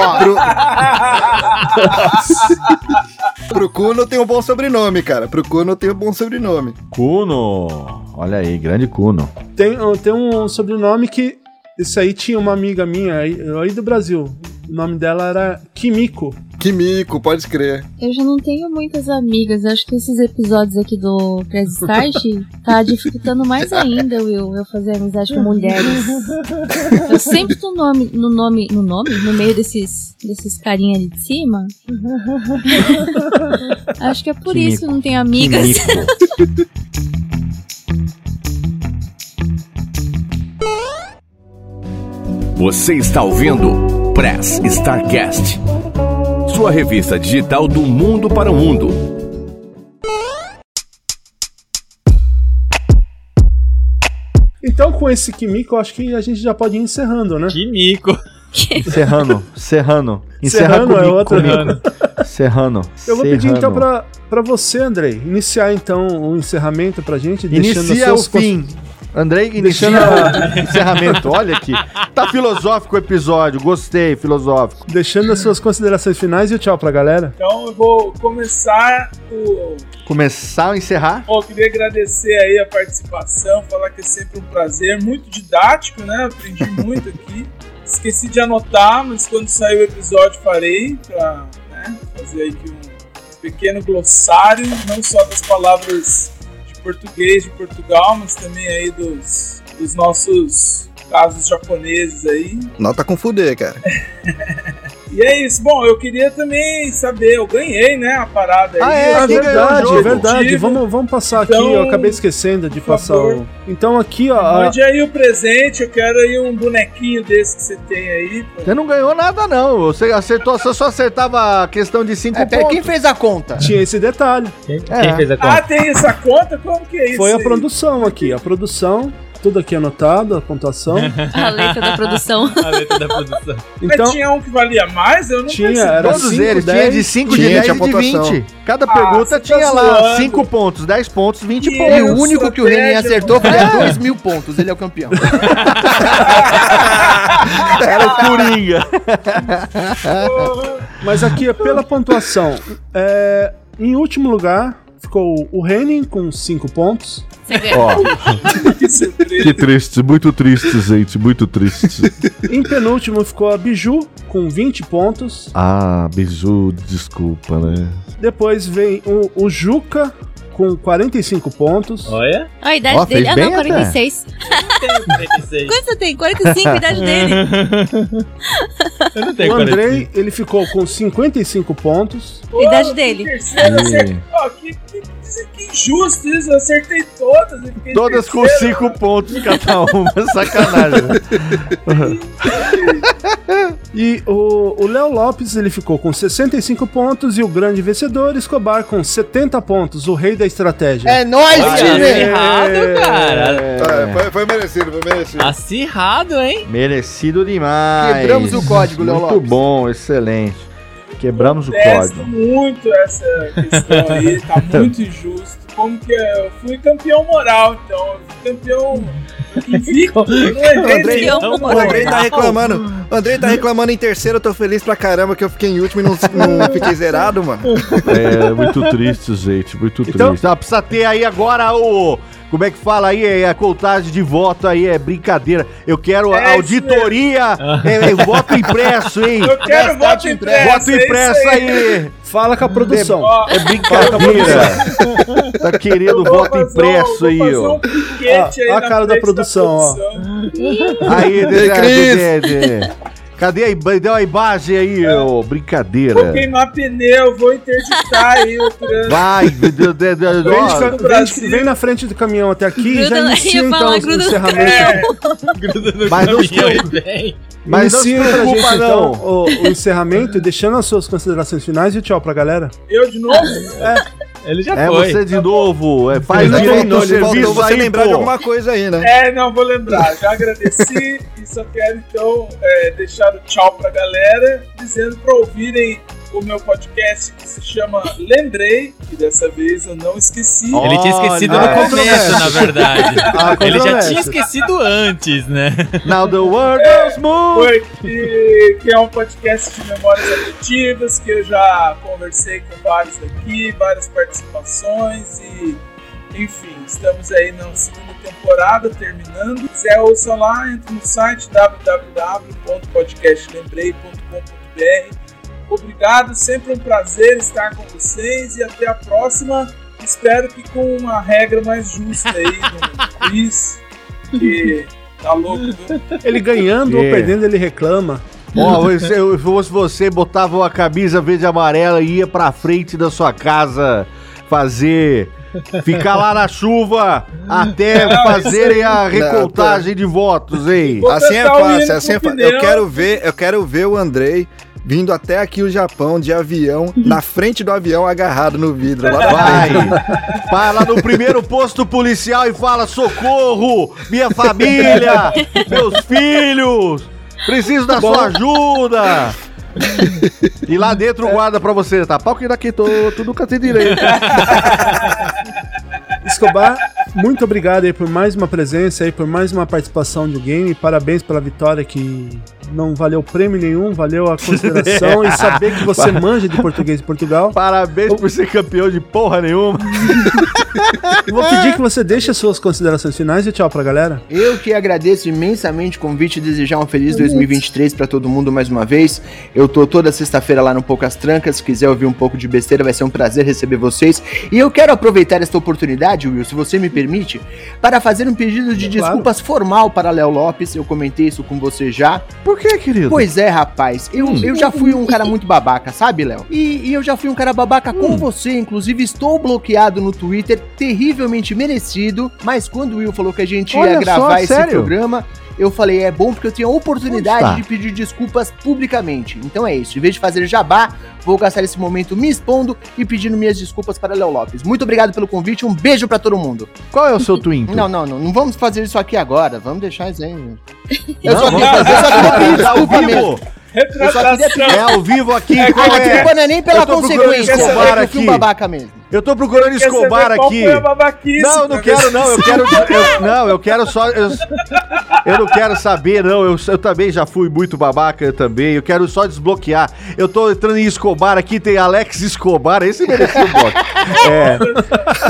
S4: pro... pro Kuno tem um bom sobrenome, cara. Pro Kuno tem um bom sobrenome.
S3: Cuno. Olha aí, grande Cuno.
S2: Tem, tem um sobrenome que. Isso aí tinha uma amiga minha aí, aí do Brasil. O nome dela era Kimiko.
S4: Kimiko, pode crer.
S7: Eu já não tenho muitas amigas. Eu acho que esses episódios aqui do Press Start tá dificultando mais ainda, Will, eu fazer amizade com mulheres. Eu sempre tô nome, no nome. No nome? No meio desses, desses carinha ali de cima. acho que é por isso que eu não tenho amigas.
S3: Kimiko.
S1: Você está ouvindo Press Starcast, sua revista digital do mundo para o mundo.
S2: Então, com esse Kimiko, eu acho que a gente já pode ir encerrando, né?
S8: Que mico.
S3: Serrano. Serrano.
S2: Serrano é
S3: comigo,
S2: outra.
S3: comigo. Serrano.
S2: Eu vou pedir
S3: Serrano.
S2: então pra, pra você, Andrei, iniciar então o encerramento pra gente, deixando as
S3: Inicia o
S2: suas cons-
S3: fim. Andrei, iniciando o encerramento. Olha aqui. Tá filosófico o episódio. Gostei, filosófico.
S2: deixando as suas considerações finais e o tchau pra galera.
S5: Então eu vou começar o.
S3: Começar a encerrar?
S5: Bom, eu queria agradecer aí a participação, falar que é sempre um prazer, muito didático, né? Aprendi muito aqui. Esqueci de anotar, mas quando sair o episódio farei pra né, fazer aí aqui um pequeno glossário, não só das palavras de português de Portugal, mas também aí dos, dos nossos casos japoneses aí.
S4: Nota com fuder, cara.
S5: E é isso. Bom, eu queria também saber, eu ganhei, né, a parada aí.
S3: Ah, é?
S2: Ah,
S3: quem ganhou o
S2: verdade,
S3: jogo?
S2: verdade.
S5: Tive.
S2: Vamos, vamos passar aqui,
S5: um Então,
S2: eu acabei esquecendo de
S5: por
S2: passar
S5: favor.
S2: o. Então aqui, ó.
S9: Ah.
S2: a-
S5: Mande aí o presente, eu quero aí um bonequinho desse que você tem aí. pô.
S3: Você não ganhou nada, não. Você acertou, você só acertava a questão de 5
S9: É, pera,
S3: pontos.
S9: quem fez a conta?
S2: Tinha esse detalhe.
S8: Quem, quem fez a
S5: Ah,
S8: conta?
S5: tem essa conta? Como que é isso?
S2: Foi a
S5: aí?
S2: produção aqui. A produção tudo aqui anotado, a pontuação.
S7: A letra da produção.
S8: A letra da produção.
S5: Mas
S2: Então,
S5: tinha um que valia mais? Eu não
S2: Tinha,
S5: percebi.
S2: era
S3: Todos
S2: cinco,
S3: eles, tinha
S2: dez.
S3: de 5, de
S4: Tinha,
S3: 10
S4: tinha
S3: e de
S4: pontuação.
S3: 20. Cada
S5: Ah,
S3: pergunta
S5: você tá
S3: tinha lá
S5: zoando.
S3: 5 pontos, 10 pontos, 20
S5: Que
S3: pontos.
S9: E
S5: Eu
S9: o único
S5: sou
S9: que o Renan
S5: velho.
S9: acertou foi
S5: Ah,
S9: 2 mil pontos. Ele é o campeão.
S3: Era o Coringa.
S2: mas aqui é pela pontuação. É, em último lugar ficou o Henning com 5 pontos.
S7: Você ganha.
S3: Ó, que triste, muito triste, gente, muito triste.
S2: Em penúltimo ficou a Biju com 20 pontos.
S3: Ah, biju, desculpa, né?
S2: Depois vem o, o Juca com 45 pontos.
S8: Olha.
S7: Ó, a idade
S3: Ó, fez
S7: dele. Ah,
S3: bem
S7: não,
S3: até.
S7: 46. Quanto você tem? 45, a idade dele.
S8: Eu não tenho
S2: O
S8: 45.
S2: Andrei, ele ficou com 55 pontos.
S7: A idade dele.
S5: Terceiro, eu acertei. Ó, que, que- que injusto isso. Eu acertei todas. e fiquei em
S3: Todas com
S5: terceiro.
S3: 5 pontos cada uma, é sacanagem. né?
S2: E o o Léo Lopes, ele ficou com 65 pontos. E o grande vencedor, Escobar, com 70 pontos. O rei da estratégia.
S9: É nóis,
S8: Ah,
S9: time!
S8: Errado, cara.
S4: Ah, foi, foi merecido, foi merecido.
S8: Acirrado, hein?
S3: Merecido demais.
S9: Quebramos o código, Léo
S3: Muito
S9: Lopes.
S3: bom, excelente. Quebramos o
S5: Detesto
S3: código.
S5: muito essa questão aí, tá muito injusto. Como que é? Eu fui campeão moral, então. Eu fui campeão invicto. Eu não errei
S4: Andrei,
S5: nenhum.
S7: não,
S4: O Andrei tá reclamando. O Andrei tá reclamando em terceiro, eu tô feliz pra caramba que eu fiquei em último e não, não fiquei zerado, mano.
S3: É, muito triste, gente, muito
S2: Então-
S3: triste. Ah, precisa ter aí agora o... Como é que fala aí? É a contagem de voto aí, é brincadeira. Eu quero
S5: É isso
S3: auditoria, é, é voto impresso, hein?
S5: Eu quero voto impresso. é
S3: Voto impresso aí!
S2: Fala com a produção.
S5: Ó,
S3: É brincadeira! tá querendo
S5: vou
S3: voto
S5: fazer um-
S3: impresso
S5: vou
S3: aí,
S5: fazer
S3: ó.
S5: um piquete aí
S2: Ó, a
S5: na
S2: cara da
S5: frente
S2: produção, ó.
S5: um
S3: Aí, Dedé,
S4: Cris.
S3: Dedé, Dedé. Cadê a, im- deu a imagem aí, ô?
S5: Vou
S8: É.
S3: Brincadeira.
S5: queimar pneu, vou interditar aí o trânsito.
S3: Vai, Dedé, Dedé,
S2: Vem, de
S3: ó,
S2: ca-
S5: do
S2: vem de-
S5: Brasil.
S2: vem na frente do caminhão até aqui e
S7: Gruda
S2: já
S7: na-
S2: inicia
S7: ia
S2: então
S7: falar,
S2: o
S7: gruda-
S2: encerramento.
S3: Mas não se preocupe. Mas não se
S2: Inicia pra gente
S3: preocupa,
S2: então
S3: não.
S2: o, o encerramento, deixando as suas considerações finais e tchau pra galera.
S5: Eu de novo?
S8: Ele já
S3: É
S8: foi.
S3: você de novo. É, faz
S2: Ele não
S3: direito
S2: terminou,
S3: ao
S2: ele
S4: Faltou
S3: serviço
S4: você
S3: aí,
S4: lembrar de
S3: pô.
S4: alguma coisa aí, né?
S5: É, não, vou lembrar. Já agradeci e só quero então é, deixar o tchau pra galera, dizendo pra ouvirem o meu podcast que se chama Lembrei, e dessa vez eu não esqueci.
S3: Ó.
S8: Ele tinha esquecido
S3: Olha,
S8: no começo, na verdade.
S3: Ah,
S8: Ele já
S3: controvérsia.
S8: tinha esquecido antes, né?
S3: Now the world is smooth.
S5: Porque que é um podcast de memórias afetivas, que eu já conversei com vários daqui, várias participações e enfim, estamos aí na segunda temporada terminando. Se quiser ouça lá, entra no site www.podcastlembrei.com.br. Obrigado, sempre um prazer estar com vocês e até a próxima. Espero que com uma regra mais justa aí no quiz, que tá louco, viu?
S2: Ele ganhando ou
S3: É.
S2: perdendo, ele reclama.
S3: Ó, você- eu- se fosse você, botava uma camisa verde e amarela e ia pra frente da sua casa fazer. Ficar lá na chuva até fazerem a recontagem de votos, hein?
S5: Vou
S4: Assim é
S5: tentar o hino
S4: fácil, assim é
S5: com
S4: fácil. Eu
S5: pneu.
S4: quero ver, eu quero ver o Andrei vindo até aqui o Japão de avião, na frente do avião, agarrado no vidro. Lá da
S3: Vai! Vai lá no primeiro posto policial e fala: socorro! Minha família! Meus filhos! Preciso da sua ajuda! E lá dentro o guarda pra você, tá? Pau que daqui tô, tu nunca tem direito.
S2: Escobar, muito obrigado aí por mais uma presença aí, por mais uma participação do game. Parabéns pela vitória que não valeu prêmio nenhum, valeu a consideração e saber que você manja de português de Portugal.
S3: Parabéns por ser campeão de porra nenhuma.
S2: Eu Vou pedir que você deixe as suas considerações finais e tchau pra galera.
S9: Eu que agradeço imensamente o convite e desejar um feliz 2023 pra todo mundo mais uma vez. Eu tô toda sexta-feira lá no Poucas Trancas. Se quiser ouvir um pouco de besteira, vai ser um prazer receber vocês. E eu quero aproveitar esta oportunidade, Will, se você me permite, para fazer um pedido de
S2: Claro.
S9: desculpas formal para Léo Lopes. Eu comentei isso com você já.
S3: Por que, querido?
S9: Pois é, rapaz. Eu,
S3: Hum.
S9: eu já fui um cara muito babaca, sabe, Léo? E, e eu já fui um cara babaca
S3: Hum.
S9: com você. Inclusive, estou bloqueado no Twitter, terrivelmente merecido. Mas quando o Will falou que a gente
S3: Olha
S9: ia
S3: só,
S9: gravar esse
S3: sério?
S9: programa, eu falei, é bom porque eu tenho a
S3: Onde tá?
S9: oportunidade de pedir desculpas publicamente. Então é isso. Em vez de fazer jabá, vou gastar esse momento me expondo e pedindo minhas desculpas para Léo Lopes. Muito obrigado pelo convite, um beijo pra todo mundo.
S3: Qual é o seu twinto?
S9: Não, não, não. Não vamos fazer isso aqui agora. Vamos deixar isso aí. meu. Eu
S3: Não,
S9: só
S3: vamos
S9: queria fazer essa
S3: É ao
S9: desculpa mesmo.
S3: vivo! É ao vivo aqui!
S9: A
S3: qual é?
S9: desculpa não é nem pela
S3: Eu tô procurando
S9: consequência.
S3: Escobar
S9: é porque eu
S3: aqui.
S9: fui um babaca mesmo.
S3: Eu tô procurando Escobar aqui! Não, eu não quero, não. Eu quero. eu- não, eu quero só. Eu, eu não quero saber, não. Eu, eu também já fui muito babaca, eu também. Eu quero só desbloquear. Eu tô entrando em Escobar aqui, tem Alex Escobar. Esse mereceu o bloco. É.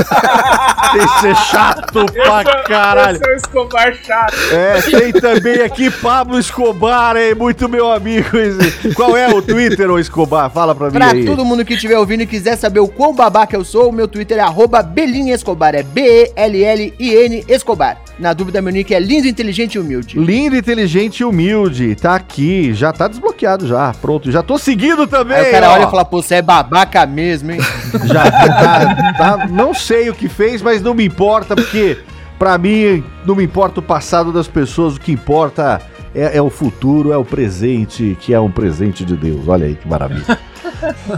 S3: Tem que ser chato pra caralho.
S5: Esse é o Escobar chato.
S3: É, tem também aqui Pablo Escobar, é muito meu amigo. esse. Qual é o Twitter, ô Escobar? Fala pra mim
S9: Pra
S3: aí.
S9: todo mundo que estiver ouvindo e quiser saber o quão babaca eu sou, meu Twitter é arroba Belin Escobar. É B-E-L-L-I-N Escobar. Na dúvida, meu nick é lindo, inteligente e humilde.
S3: Lindo, inteligente e humilde, tá aqui, já tá desbloqueado já, pronto, já tô seguido também.
S9: Aí o cara
S3: ó.
S9: olha e fala, pô, você é babaca mesmo, hein?
S3: Já, tá, tá- não sei o que fez, mas não me importa, porque pra mim não me importa o passado das pessoas, o que importa é, é o futuro, é o presente, que é um presente de Deus. Olha aí que maravilha.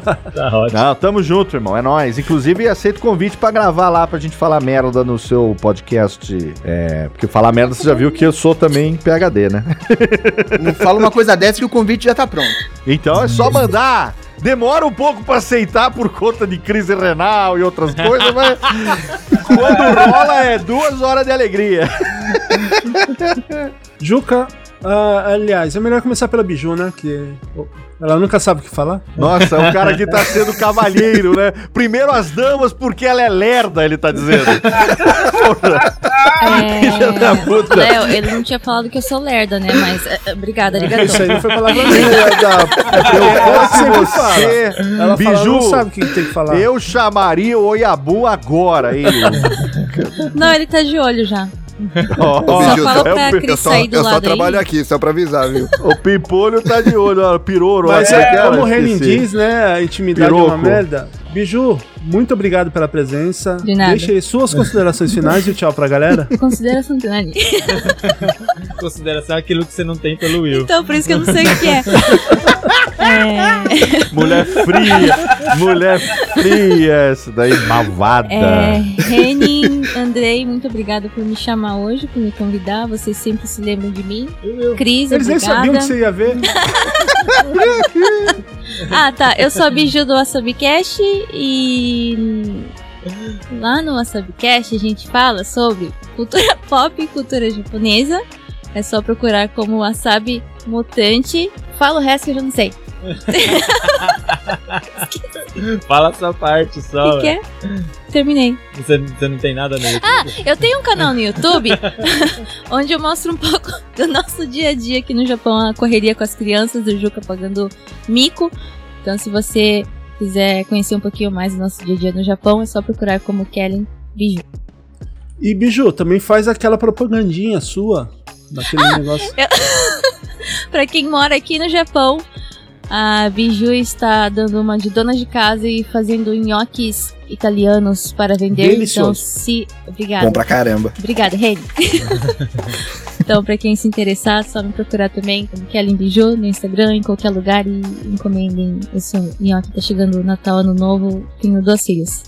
S8: Tá ótimo.
S3: Não, tamo junto, irmão. É nóis. Inclusive, aceito o convite pra gravar lá pra gente falar merda no seu podcast. É, porque falar merda você já viu que eu sou também PHD, né?
S9: Não fala uma coisa dessa que o convite já tá pronto.
S3: Então é só mandar. Demora um pouco pra aceitar por conta de crise renal e outras coisas, mas quando rola é duas horas de alegria.
S2: Juca, ah, aliás, é melhor começar pela Biju, né? Que ela nunca sabe o que falar.
S3: Nossa, é um cara que tá sendo cavalheiro, né? Primeiro as damas porque ela é lerda, ele tá dizendo. Porra, filha da puta.
S7: É. Léo, ele não tinha falado que eu sou lerda, né? Mas é, é, obrigada,
S2: Isso aí
S7: ligador.
S2: não foi palavra minha.
S3: Filha da
S2: É, Ela
S3: puta.
S2: sempre
S3: Eu fosse você,
S2: Ela fala,
S3: Biju,
S2: não sabe o que tem que falar.
S3: eu chamaria o Oiabu agora, hein?
S7: Não, ele tá de olho já.
S3: Ó,
S7: Só
S4: Ju,
S7: fala
S3: é o
S7: pra
S3: pe-
S7: Cris
S4: só,
S7: sair do
S4: eu só
S7: lado
S4: trabalho
S7: aí.
S4: aqui, só pra avisar, viu?
S3: O Pimpolho tá de olho, ó, piroro.
S2: Mas
S3: ó,
S2: é,
S3: aquela,
S2: como o Renin
S3: esqueci.
S2: diz, né? A intimidade é uma
S3: Piroco.
S2: merda. Biju, muito obrigado pela presença.
S7: De nada.
S2: Deixa aí suas considerações finais e o tchau pra galera.
S7: Considera Santana.
S8: Em consideração é aquilo que você não tem pelo Will.
S7: Então, por isso que eu não sei o que é.
S3: Mulher fria, mulher fria, essa daí malvada.
S7: É, Renin, Andrei, muito obrigada por me chamar hoje, por me convidar. Vocês sempre se lembram de mim. Cris,
S2: Eles nem sabiam
S7: obrigada.
S2: que você ia ver.
S7: Ah, tá. Eu sou a Biju do WasabiCast e. Lá no WasabiCast a gente fala sobre cultura pop e cultura japonesa. É só procurar como Wasabi Mutante. Fala o resto que eu já não sei.
S8: Fala essa parte
S7: O
S8: só.
S7: que, que é? Terminei.
S8: velho. Você, você não tem nada nele.
S7: Eu tenho um canal no YouTube onde eu mostro um pouco do nosso dia a dia aqui no Japão, a correria com as crianças, do Juca pagando mico. Então, se você quiser conhecer um pouquinho mais do nosso dia a dia no Japão, é só procurar como Kellen Biju.
S2: E Biju, também faz aquela propagandinha sua. Daquele
S7: Ah.
S2: negócio.
S7: Pra quem mora aqui no Japão, a Biju está dando uma de dona de casa e fazendo nhoques italianos para vender. Então,
S2: Delicioso.
S7: se. Obrigada.
S4: Bom pra caramba.
S7: Obrigada, Reni. então, pra quem se interessar, é só me procurar também como Kellen Bijou no Instagram, em qualquer lugar e encomendem. Eu sou nhoque, tá chegando o Natal, Ano Novo, tenho dois filhos.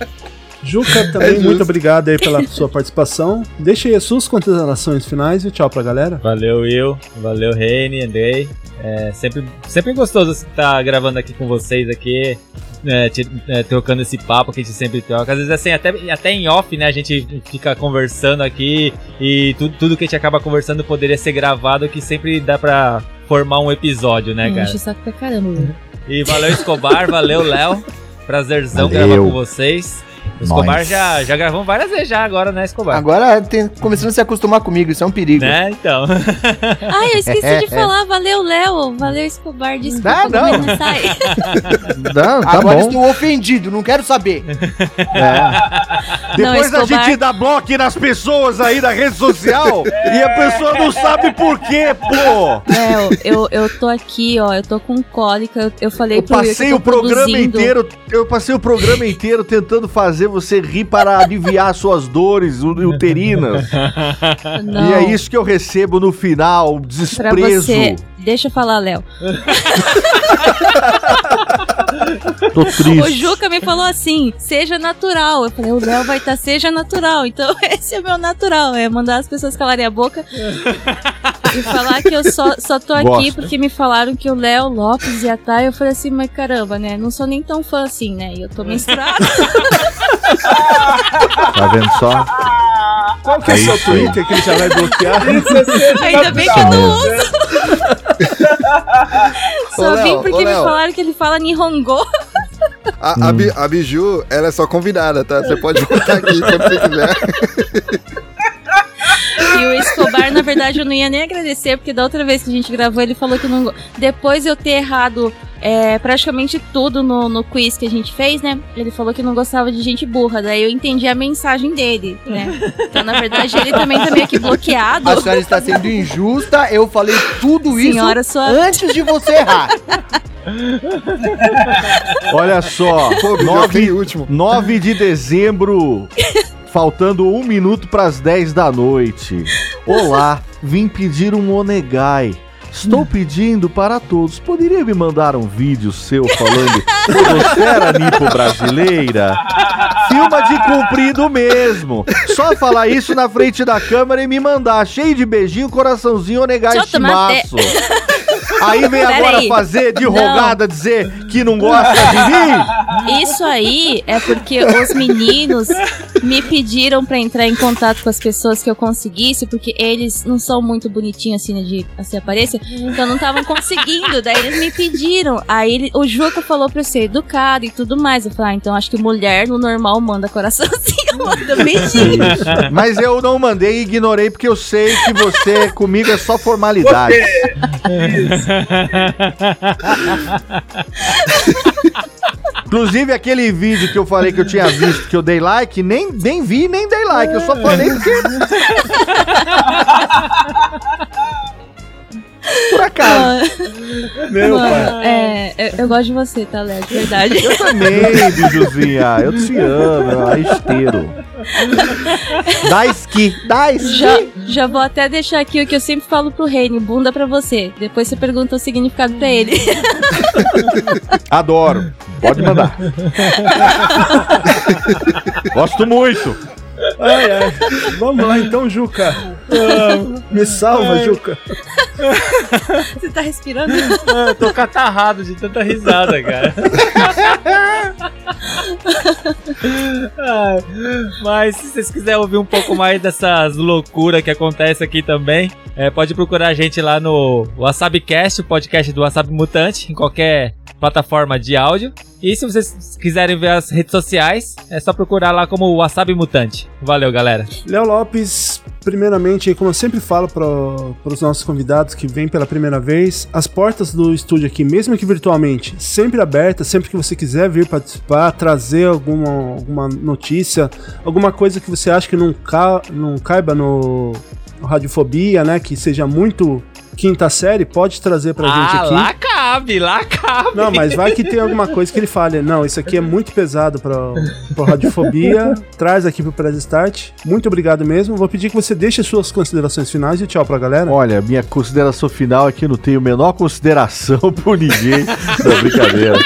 S3: É
S2: Juca, também
S4: justo.
S2: muito obrigado aí pela sua participação. Deixa aí as suas considerações finais e o tchau pra galera.
S8: Valeu, Will. Valeu, Reine, Andrei. É sempre, sempre gostoso estar gravando aqui com vocês aqui, né, te- é, trocando esse papo que a gente sempre troca. Às vezes, assim, até, até em off, né, a gente fica conversando aqui e tudo, tudo que a gente acaba conversando poderia ser gravado, que sempre dá pra formar um episódio, né,
S7: Hum,
S8: cara?
S7: enche o saco pra caramba. Lu.
S3: Hum.
S8: E valeu, Escobar. valeu, Léo. Prazerzão
S3: Valeu.
S8: gravar com vocês. O Escobar
S3: Nós.
S8: já, já gravou várias vezes já agora, né, Escobar?
S9: Agora tem, começando a se acostumar comigo, isso é um perigo.
S8: Né, então.
S7: Ai, Ah, eu esqueci de falar. Valeu, Léo. Valeu, Escobar. Desculpa,
S3: Ah, não.
S7: também não sai.
S3: Não, tá
S9: Agora
S3: bom.
S9: estou ofendido, não quero saber.
S7: Não,
S3: Depois a
S7: Escobar.
S3: gente dá bloco nas pessoas aí da rede social e a pessoa não sabe por quê, pô.
S7: Léo, eu, eu tô aqui, ó. Eu tô com cólica. Eu, eu falei
S3: Eu
S7: pro Will que
S3: passei
S7: eu
S3: o
S7: tô
S3: programa
S7: produzindo.
S3: inteiro, eu passei o programa inteiro tentando fazer fazer você rir para aliviar suas dores u- uterinas.
S7: Não.
S3: E é isso que eu recebo no final, o
S7: Pra
S3: desprezo.
S7: você. Deixa eu falar, Léo.
S3: Tô
S7: O
S3: triste.
S7: Juca me falou assim: seja natural. Eu falei, o Léo vai estar seja natural. Então, esse é meu natural. É mandar as pessoas calarem a boca e falar que eu só, só tô aqui
S3: Gosto.
S7: porque me falaram que o Léo Lopes ia estar. Eu falei assim, mas caramba, né? Não sou nem tão fã assim, né? E eu tô menstruada.
S3: Tá vendo só?
S2: Qual que é o
S3: É
S2: seu
S3: isso aí.
S2: Twitter que ele já vai bloquear?
S5: Isso é ser
S7: Ainda bem que eu não
S5: natural,
S7: uso.
S5: né?
S7: Só
S4: Léo,
S7: vim
S4: ô,
S7: porque me
S4: Léo.
S7: falaram que ele fala Nihongo.
S4: A, a Bi- a Biju, ela é só convidada, tá? Você pode voltar aqui quando você quiser.
S7: E o Escobar, na verdade, eu não ia nem agradecer, porque da outra vez que a gente gravou, ele falou que não. go- Depois eu ter errado é, praticamente tudo no, no quiz que a gente fez, né? Ele falou que não gostava de gente burra. Daí eu entendi a mensagem dele, né? Então, na verdade, ele também tá meio que bloqueado.
S9: A senhora está sendo injusta, eu falei tudo isso
S7: Senhora, sua-
S9: antes de você errar.
S3: Olha só,
S4: Pô, Biju, eu fui
S3: 9,
S4: em último.
S3: 9 de dezembro, faltando um minuto para as 10 da noite. Olá, vim pedir um onegai. Estou pedindo para todos. Poderia me mandar um vídeo seu falando é Podosfera Nipo Brasileira? Filma de cumprido mesmo. Só falar isso na frente da câmera e me mandar. Cheio de beijinho, coraçãozinho, onegai
S7: Só tomar
S3: chimaço. Aí vem
S7: Pera
S3: agora
S7: aí.
S3: fazer de
S7: Não.
S3: rogada, dizer que não gosta de mim?
S7: Isso aí é porque os meninos me pediram pra entrar em contato com as pessoas que eu conseguisse, porque eles não são muito bonitinhos assim né, de assim aparência, então não estavam conseguindo. Daí eles me pediram. Aí ele- o Juca falou pra eu ser educado e tudo mais. Eu falei, ah, então acho que mulher no normal manda coraçãozinho, manda beijinho.
S3: Mas eu não mandei e ignorei porque eu sei que você comigo é só formalidade.
S5: Você. Isso.
S3: Inclusive aquele vídeo que eu falei que eu tinha visto, que eu dei like, nem, nem vi, nem dei like. Eu só falei porque. Por acaso.
S2: Meu pai.
S7: Mano, é, eu, eu gosto de você, tá, Léo? De verdade.
S3: Eu também, Bijuzinha. Eu te amo, é esteiro. Dá esqui, dá esqui.
S7: Já, já vou até deixar aqui o que eu sempre falo pro Reine, bunda pra você. Depois você pergunta o significado pra ele.
S3: Adoro. Pode mandar. Gosto muito.
S2: Ai, ai. Vamos lá então, Juca. Ah, Me salva, Juca.
S7: Você tá respirando?
S8: Eu tô catarrado de tanta risada, cara. Ai, Mas se vocês quiserem ouvir um pouco mais dessas loucuras que acontece aqui também, é, pode procurar a gente lá no WasabiCast, o podcast do Wasabi Mutante, em qualquer plataforma de áudio. E se vocês quiserem ver as redes sociais, é só procurar lá como Wasabi Mutante. Valeu, galera.
S2: Léo Lopes, primeiramente, como eu sempre falo para os nossos convidados que vêm pela primeira vez, as portas do estúdio aqui, mesmo que virtualmente, sempre abertas, sempre que você quiser vir participar, trazer alguma, alguma notícia, alguma coisa que você acha que não, ca, não caiba no, no Radiofobia, né? Que seja muito quinta série, pode trazer pra gente aqui.
S8: cabe, Ah, lá cabe.
S2: Não, mas vai que tem alguma coisa que ele fale. Não, isso aqui é muito pesado pra, pra radiofobia. Traz aqui pro Press Start. Muito obrigado mesmo. Vou pedir que você deixe as suas considerações finais e tchau pra galera.
S3: Olha, minha consideração final é que eu não tenho a menor consideração por ninguém. Não, brincadeira.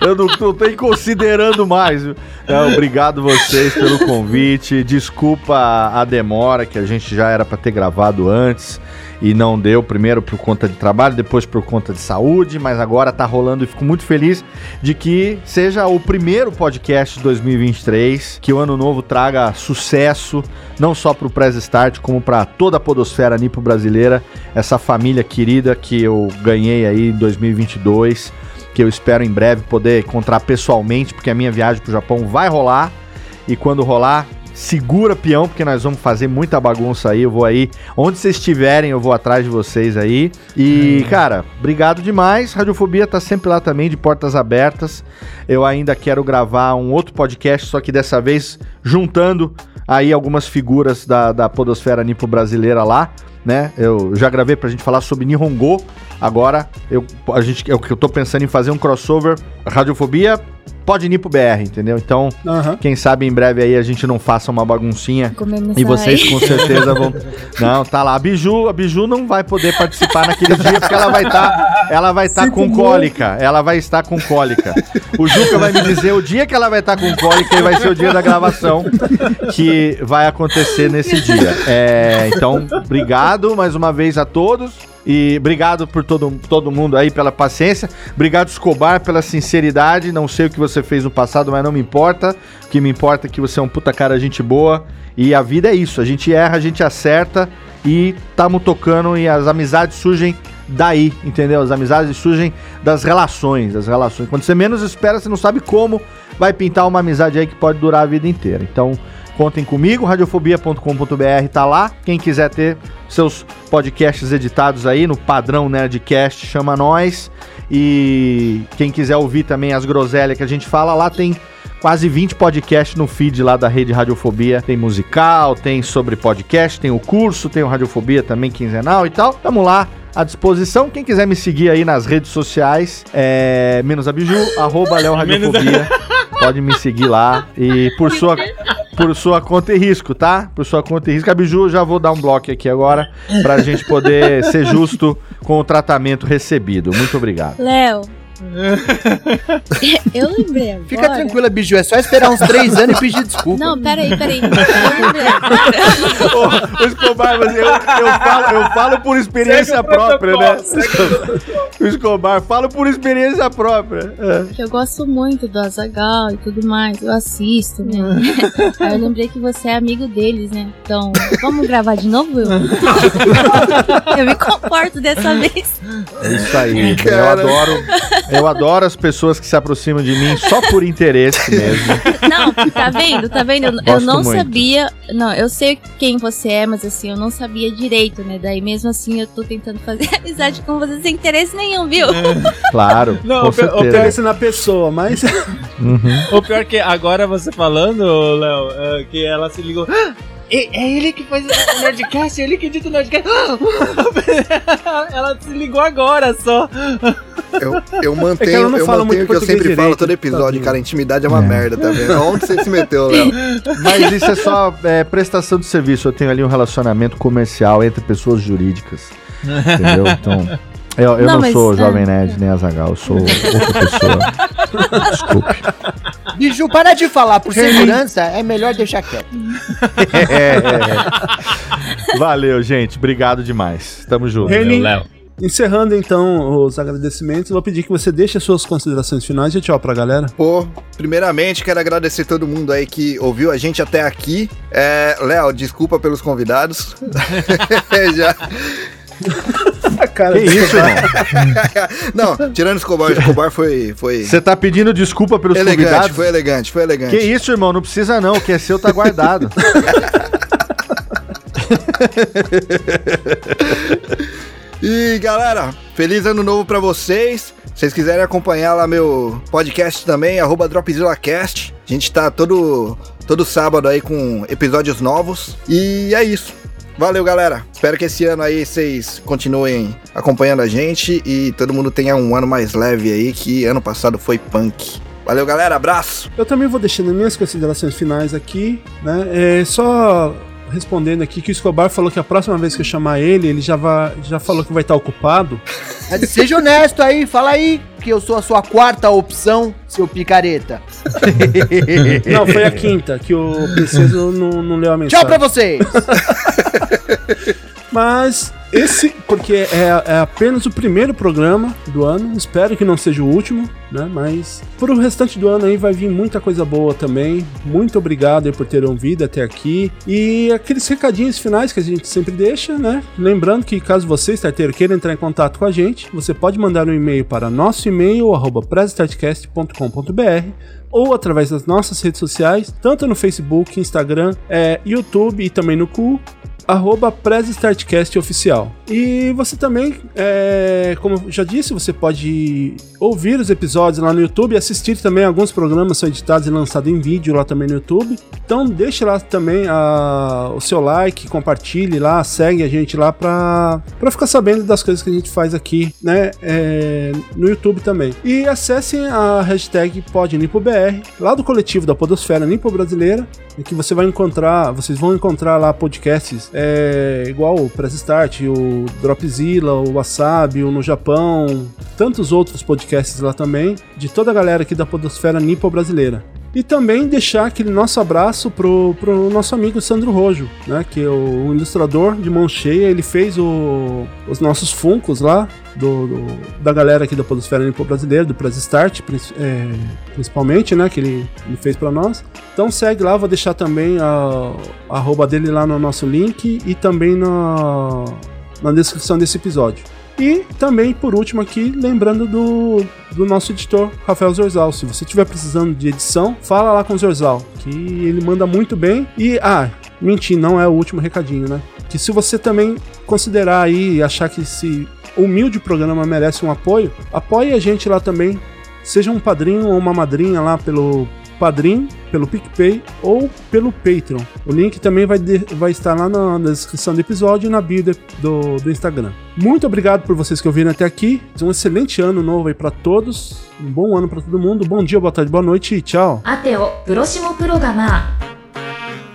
S3: Eu não, não tô considerando mais. viu? Não, obrigado vocês pelo convite. Desculpa a demora, que a gente já era para ter gravado antes e não deu. Primeiro por conta de trabalho, depois por conta de saúde, mas agora tá rolando e fico muito feliz de que seja o primeiro podcast de 2023, que o ano novo traga sucesso, não só pro Press Start, como para toda a podosfera nipo brasileira, essa família querida que eu ganhei aí em 2022, que eu espero em breve poder encontrar pessoalmente, porque a minha viagem pro Japão vai rolar, e quando rolar, segura peão, porque nós vamos fazer muita bagunça aí, eu vou aí, onde vocês estiverem, eu vou atrás de vocês aí, e cara, obrigado demais, Radiofobia tá sempre lá também, de portas abertas, eu ainda quero gravar um outro podcast, só que dessa vez juntando aí algumas figuras da, da podosfera nipo brasileira lá, né? Eu já gravei pra gente falar sobre Nihongo. Agora eu, a gente, eu, eu tô pensando em fazer um crossover Radiofobia, pode ir pro BR, entendeu? Então,
S2: Aham.
S3: quem sabe em breve aí a gente não faça uma baguncinha
S7: Comendo
S3: e vocês com certeza vão. Não, tá lá. A Biju, a Biju não vai poder participar naquele dia porque ela vai estar, ela vai estar
S5: Sinto
S3: com
S5: muito.
S3: cólica. Ela vai estar com cólica. O Juca vai me dizer o dia que ela vai estar com cólica e vai ser o dia da gravação que vai acontecer nesse dia. É, então, obrigado mais uma vez a todos. E obrigado por todo, todo mundo aí pela paciência. Obrigado, Escobar, pela sinceridade. Não sei o que você fez no passado, mas não me importa. O que me importa é que você é um puta cara, gente boa. E a vida é isso. A gente erra, a gente acerta e tamo tocando e as amizades surgem daí, entendeu? As amizades surgem das relações, das relações. Quando você menos espera, você não sabe como vai pintar uma amizade aí que pode durar a vida inteira. Então, contem comigo, radiofobia.com.br tá lá. Quem quiser ter seus podcasts editados aí no padrão Nerdcast, chama nós. E quem quiser ouvir também as groselhas que a gente fala, lá tem quase 20 podcasts no feed lá da Rede Radiofobia. Tem musical, tem sobre podcast, tem o curso, tem o Radiofobia também quinzenal e tal. Tamo lá à disposição. Quem quiser me seguir aí nas redes sociais, é menos a Biju, arroba Léo Radiofobia. Pode me seguir lá e por sua, por sua conta e risco, tá? Por sua conta e risco. A Biju, eu já vou dar um bloco aqui agora pra gente poder ser justo com o tratamento recebido. Muito obrigado.
S7: Léo. Eu lembrei agora.
S9: Fica tranquila, Biju. É só esperar uns três anos e pedir desculpa.
S7: Não, peraí, peraí. Eu lembrei.
S3: Ô, ô, Escobar, mas eu, eu, falo, eu falo por experiência
S5: Segue o
S3: própria, né?
S5: protocolo,
S3: O Escobar, falo por experiência própria. É.
S7: que eu gosto muito do Azagal e tudo mais, eu assisto, né? Aí eu lembrei que você é amigo deles, né? Então, vamos gravar de novo, Will? eu me comporto dessa vez.
S3: É isso aí. Eu adoro, eu adoro as pessoas que se aproximam de mim só por interesse mesmo.
S7: Não, tá vendo? Tá vendo? Eu, eu
S3: Gosto
S7: não
S3: muito.
S7: sabia. Não, eu sei quem você é, mas assim, eu não sabia direito, né? Daí mesmo assim eu tô tentando fazer amizade com você sem interesse nenhum, viu?
S3: Claro,
S8: Não,
S3: com
S8: o pe- o
S3: certeza. Uhum.
S2: Interesse na pessoa, mas.
S8: O pior é que agora você falando, Léo, é, que ela se ligou. "Ah, É é ele que faz o Nerdcast, é ele que edita o Nerdcast. Ah!" Ela se ligou agora só.
S4: Eu, eu
S2: É que ela
S4: mantenho,
S2: não
S4: eu
S2: fala
S4: mantenho
S2: muito
S4: o que eu
S2: português
S4: sempre falo
S2: direito,
S4: todo episódio,
S2: tadinho.
S4: cara. A intimidade é uma merda, tá vendo? Onde você se meteu, Léo?
S3: Mas isso é só é, prestação de serviço. Eu tenho ali um relacionamento comercial entre pessoas jurídicas. Entendeu? Então. Eu, eu
S7: Não,
S3: não,
S7: mas-
S3: sou o Jovem
S7: é.
S3: Nerd nem Azagal, eu sou outra pessoa. Desculpe.
S9: Biju, para de falar. Por segurança, é melhor deixar quieto. É,
S3: Valeu, gente. Obrigado demais. Tamo junto.
S2: Ele- Encerrando então os agradecimentos, eu vou pedir que você deixe as suas considerações finais e tchau pra galera.
S4: Pô, primeiramente quero agradecer todo mundo aí que ouviu a gente até aqui. É, Léo, desculpa pelos convidados. Já-
S2: A cara
S3: Que isso, irmão?
S4: Não, tirando Escobar, Escobar foi. foi...
S3: Você tá pedindo desculpa pelos
S4: elegante,
S3: convidados?
S4: foi elegante, foi elegante.
S3: Que isso, irmão? Não precisa não. O que é seu tá guardado.
S4: E galera, feliz ano novo pra vocês. Se vocês quiserem acompanhar lá meu podcast também, arroba DropzillaCast. A gente tá todo, todo sábado aí com episódios novos. E é isso. Valeu, galera. Espero que esse ano aí vocês continuem acompanhando a gente e todo mundo tenha um ano mais leve aí, que ano passado foi punk. Valeu, galera. Abraço.
S2: Eu também vou deixando minhas considerações finais aqui, né? É, só respondendo aqui que o Escobar falou que a próxima vez que eu chamar ele, ele já, vai, já falou que vai estar ocupado.
S9: Mas seja honesto aí, fala aí que eu sou a sua quarta opção, seu picareta.
S2: Não, foi a quinta, que o Princeso não, não leu a mensagem.
S9: Tchau pra vocês.
S2: Mas esse, porque é, é apenas o primeiro programa do ano, espero que não seja o último, né? Mas pro restante do ano aí vai vir muita coisa boa também. Muito obrigado aí por ter ouvido até aqui. E aqueles recadinhos finais que a gente sempre deixa, né? Lembrando que caso você, starteiro, queira entrar em contato com a gente, você pode mandar um e-mail para nosso e-mail, arroba prestartcast.com.br ou através das nossas redes sociais, tanto no Facebook, Instagram, eh, YouTube e é, também no Cu arroba PresStartcast Oficial. E você também, é, como eu já disse, você pode ouvir os episódios lá no YouTube, assistir também alguns programas são editados e lançados em vídeo lá também no YouTube. Então deixe lá também a- o seu like, compartilhe lá, segue a gente lá pra, pra ficar sabendo das coisas que a gente faz aqui, né, é, no YouTube também. E acessem a hashtag PodNipoBR, lá do coletivo da Podosfera Nipo Brasileira, em É que você vai encontrar, vocês vão encontrar lá podcasts é, igual o Press Start, o Dropzilla, o Wasabi, o No Japão, tantos outros podcasts lá também, de toda a galera aqui da Podosfera Nipo Brasileira. E também deixar aquele nosso abraço pro, pro nosso amigo Sandro Rojo, né? Que é o ilustrador de mão cheia, ele fez o- os nossos funcos lá, do, do- da galera aqui da Podosfera Nipo Brasileira, do Press Start, princi- é, principalmente, né? Que ele, ele fez para nós. Então segue lá, vou deixar também a, a arroba dele lá no nosso link e também na, na descrição desse episódio. E também, por último aqui, lembrando do, do nosso editor, Rafael Zorzal. Se você estiver precisando de edição, fala lá com o Zorzal, que ele manda muito bem. E, ah, menti, não é o último recadinho, né? Que se você também considerar aí e achar que esse humilde programa merece um apoio, apoie a gente lá também. Seja um padrinho ou uma madrinha lá pelo Padrim, pelo PicPay ou pelo Patreon. O link também vai, de- vai estar lá na, na descrição do episódio e na bio de- do, do Instagram. Muito obrigado por vocês que ouviram até aqui. Um excelente ano novo aí pra todos. Um bom ano pra todo mundo. Bom dia, boa tarde, boa noite e tchau.
S6: アテオ、プロシモプロガマー。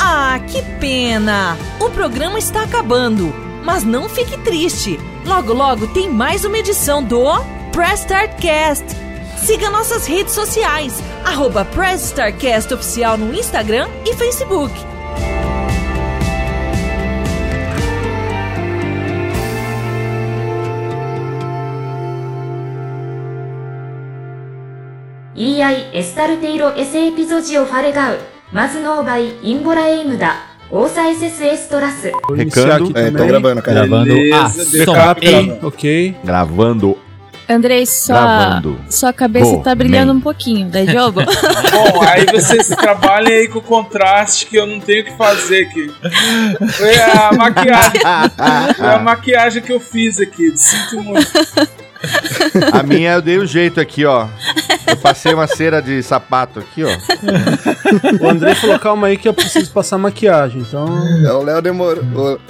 S11: Ah, que pena! O programa está acabando, mas não fique triste. Logo, logo tem mais uma edição do Press Start Cast. Siga nossas redes sociais, arroba Press Start Cast Oficial no Instagram e Facebook.
S6: E aí, estarteiro esse episódio faregau. Mas não vai embora aim da. Ouça esses extras.
S2: Vou iniciar
S3: Recando.
S2: aqui
S4: É, tô
S2: também.
S4: gravando, cara.
S8: Gravando
S5: Beleza,
S8: a
S5: backup.
S8: som.
S2: Ok.
S3: Gravando.
S7: Andrei, sua,
S3: Gravando.
S7: sua cabeça
S3: Bom,
S7: tá brilhando
S3: man.
S7: um pouquinho, da jogo?
S5: Bom, aí vocês trabalhem aí com o contraste que eu não tenho o que fazer aqui. Foi a maquiagem. Foi a maquiagem que eu fiz aqui. Sinto muito.
S3: A minha eu dei o jeito aqui, ó. Eu passei uma cera de sapato aqui, ó.
S2: O André falou, calma aí que eu preciso passar maquiagem. Então,
S4: O Léo demorou.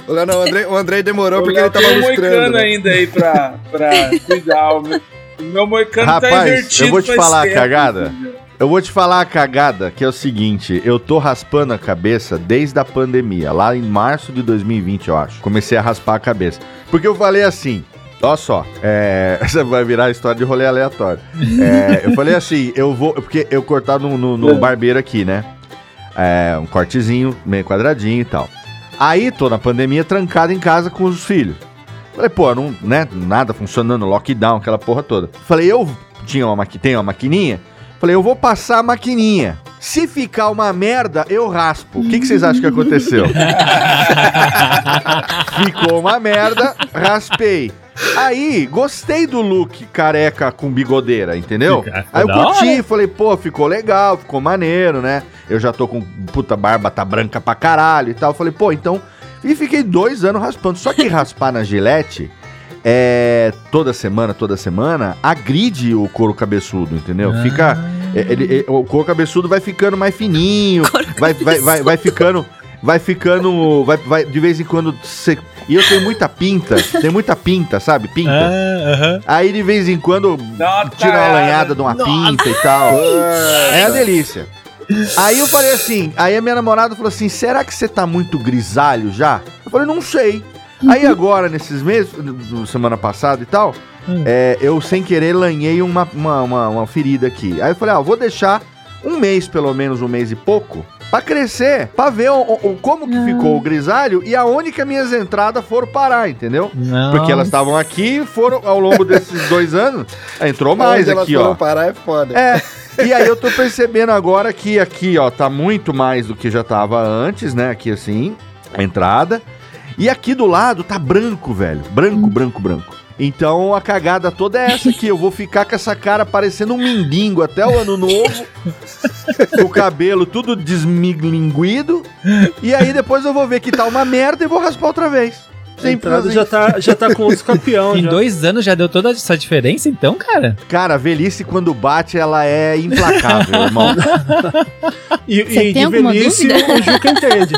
S4: O, o Léo não, o Andrei, o Andrei demorou porque
S5: É.
S4: ele
S5: Léo
S4: tava
S5: tem um
S4: lustrando.
S5: moicano
S4: né?
S5: ainda aí pra, pra cuidar. O meu, o meu moicano tá
S3: Rapaz,
S5: invertido.
S3: eu vou te
S5: faz
S3: falar a
S5: tempo.
S3: cagada. Eu vou te falar a cagada, que é o seguinte, eu tô raspando a cabeça desde a pandemia, lá em março de 2020, eu acho. Comecei a raspar a cabeça. Porque eu falei assim, ó só, é, essa vai virar a história de rolê aleatório. É, eu falei assim, eu vou, porque eu cortar no, no- no barbeiro aqui, né? É, um cortezinho, meio quadradinho e tal. Aí tô na pandemia trancado em casa com os filhos. Falei, pô, não, né, nada funcionando, lockdown, aquela porra toda. Falei, eu tinha uma maqui, tenho uma maquininha. Falei, eu vou passar a maquininha. Se ficar uma merda, eu raspo. O que, que vocês acham que aconteceu? Ficou uma merda, raspei. Aí, gostei do look careca com bigodeira, entendeu?
S8: Fica- ficou
S3: Aí eu
S8: da
S3: curti, falei, pô, ficou legal, ficou maneiro, né? Eu já tô com puta barba, tá branca pra caralho e tal. Falei, pô, então. E fiquei dois anos raspando. Só que raspar na gilete é. toda semana, toda semana, agride o couro cabeçudo, entendeu? Fica. é, ele- é, o couro cabeçudo vai ficando mais fininho, vai, vai, vai, vai ficando. Vai ficando. Vai, vai, de vez em quando. você- E eu tenho muita pinta. tem muita pinta, sabe? Pinta.
S8: Ah, aham.
S3: Aí de vez em quando
S5: Dá uma
S3: tira uma
S5: tarada.
S3: lanhada de uma pinta e tal. É uma delícia. Aí eu falei assim, aí a minha namorada falou assim: será que você tá muito grisalho já? Eu falei, não sei. Aí agora, nesses meses, do- do- semana passada e tal, é, eu sem querer lanhei uma, uma, uma- uma ferida aqui. Aí eu falei, ah, eu vou deixar um mês, pelo menos um mês e pouco, pra crescer, pra ver o, o- o- como que ficou o grisalho e aonde que as minhas entradas foram parar, entendeu?
S8: Não.
S3: Porque elas estavam aqui e foram ao longo desses dois anos. Entrou mais
S4: Onde elas
S3: aqui,
S4: foram
S3: ó.
S4: parar é foda.
S3: É. E aí eu tô percebendo agora que aqui, ó, tá muito mais do que já tava antes, né? Aqui assim, a entrada. E aqui do lado tá branco, velho. Branco, branco, branco. Então a cagada toda é essa aqui. Eu vou ficar com essa cara parecendo um mendigo até o ano novo. com o cabelo tudo desmiglinguido. E aí depois eu vou ver que tá uma merda e vou raspar outra vez.
S2: A entrada já tá, já tá com outro campeão.
S8: Em
S2: já.
S8: dois anos já deu toda essa diferença, então, cara?
S3: Cara, a velhice quando bate, ela é implacável, irmão.
S2: E,
S7: Você
S2: e
S7: tem
S2: de
S7: alguma
S2: velhice
S7: dúvida?
S2: o Juca entende.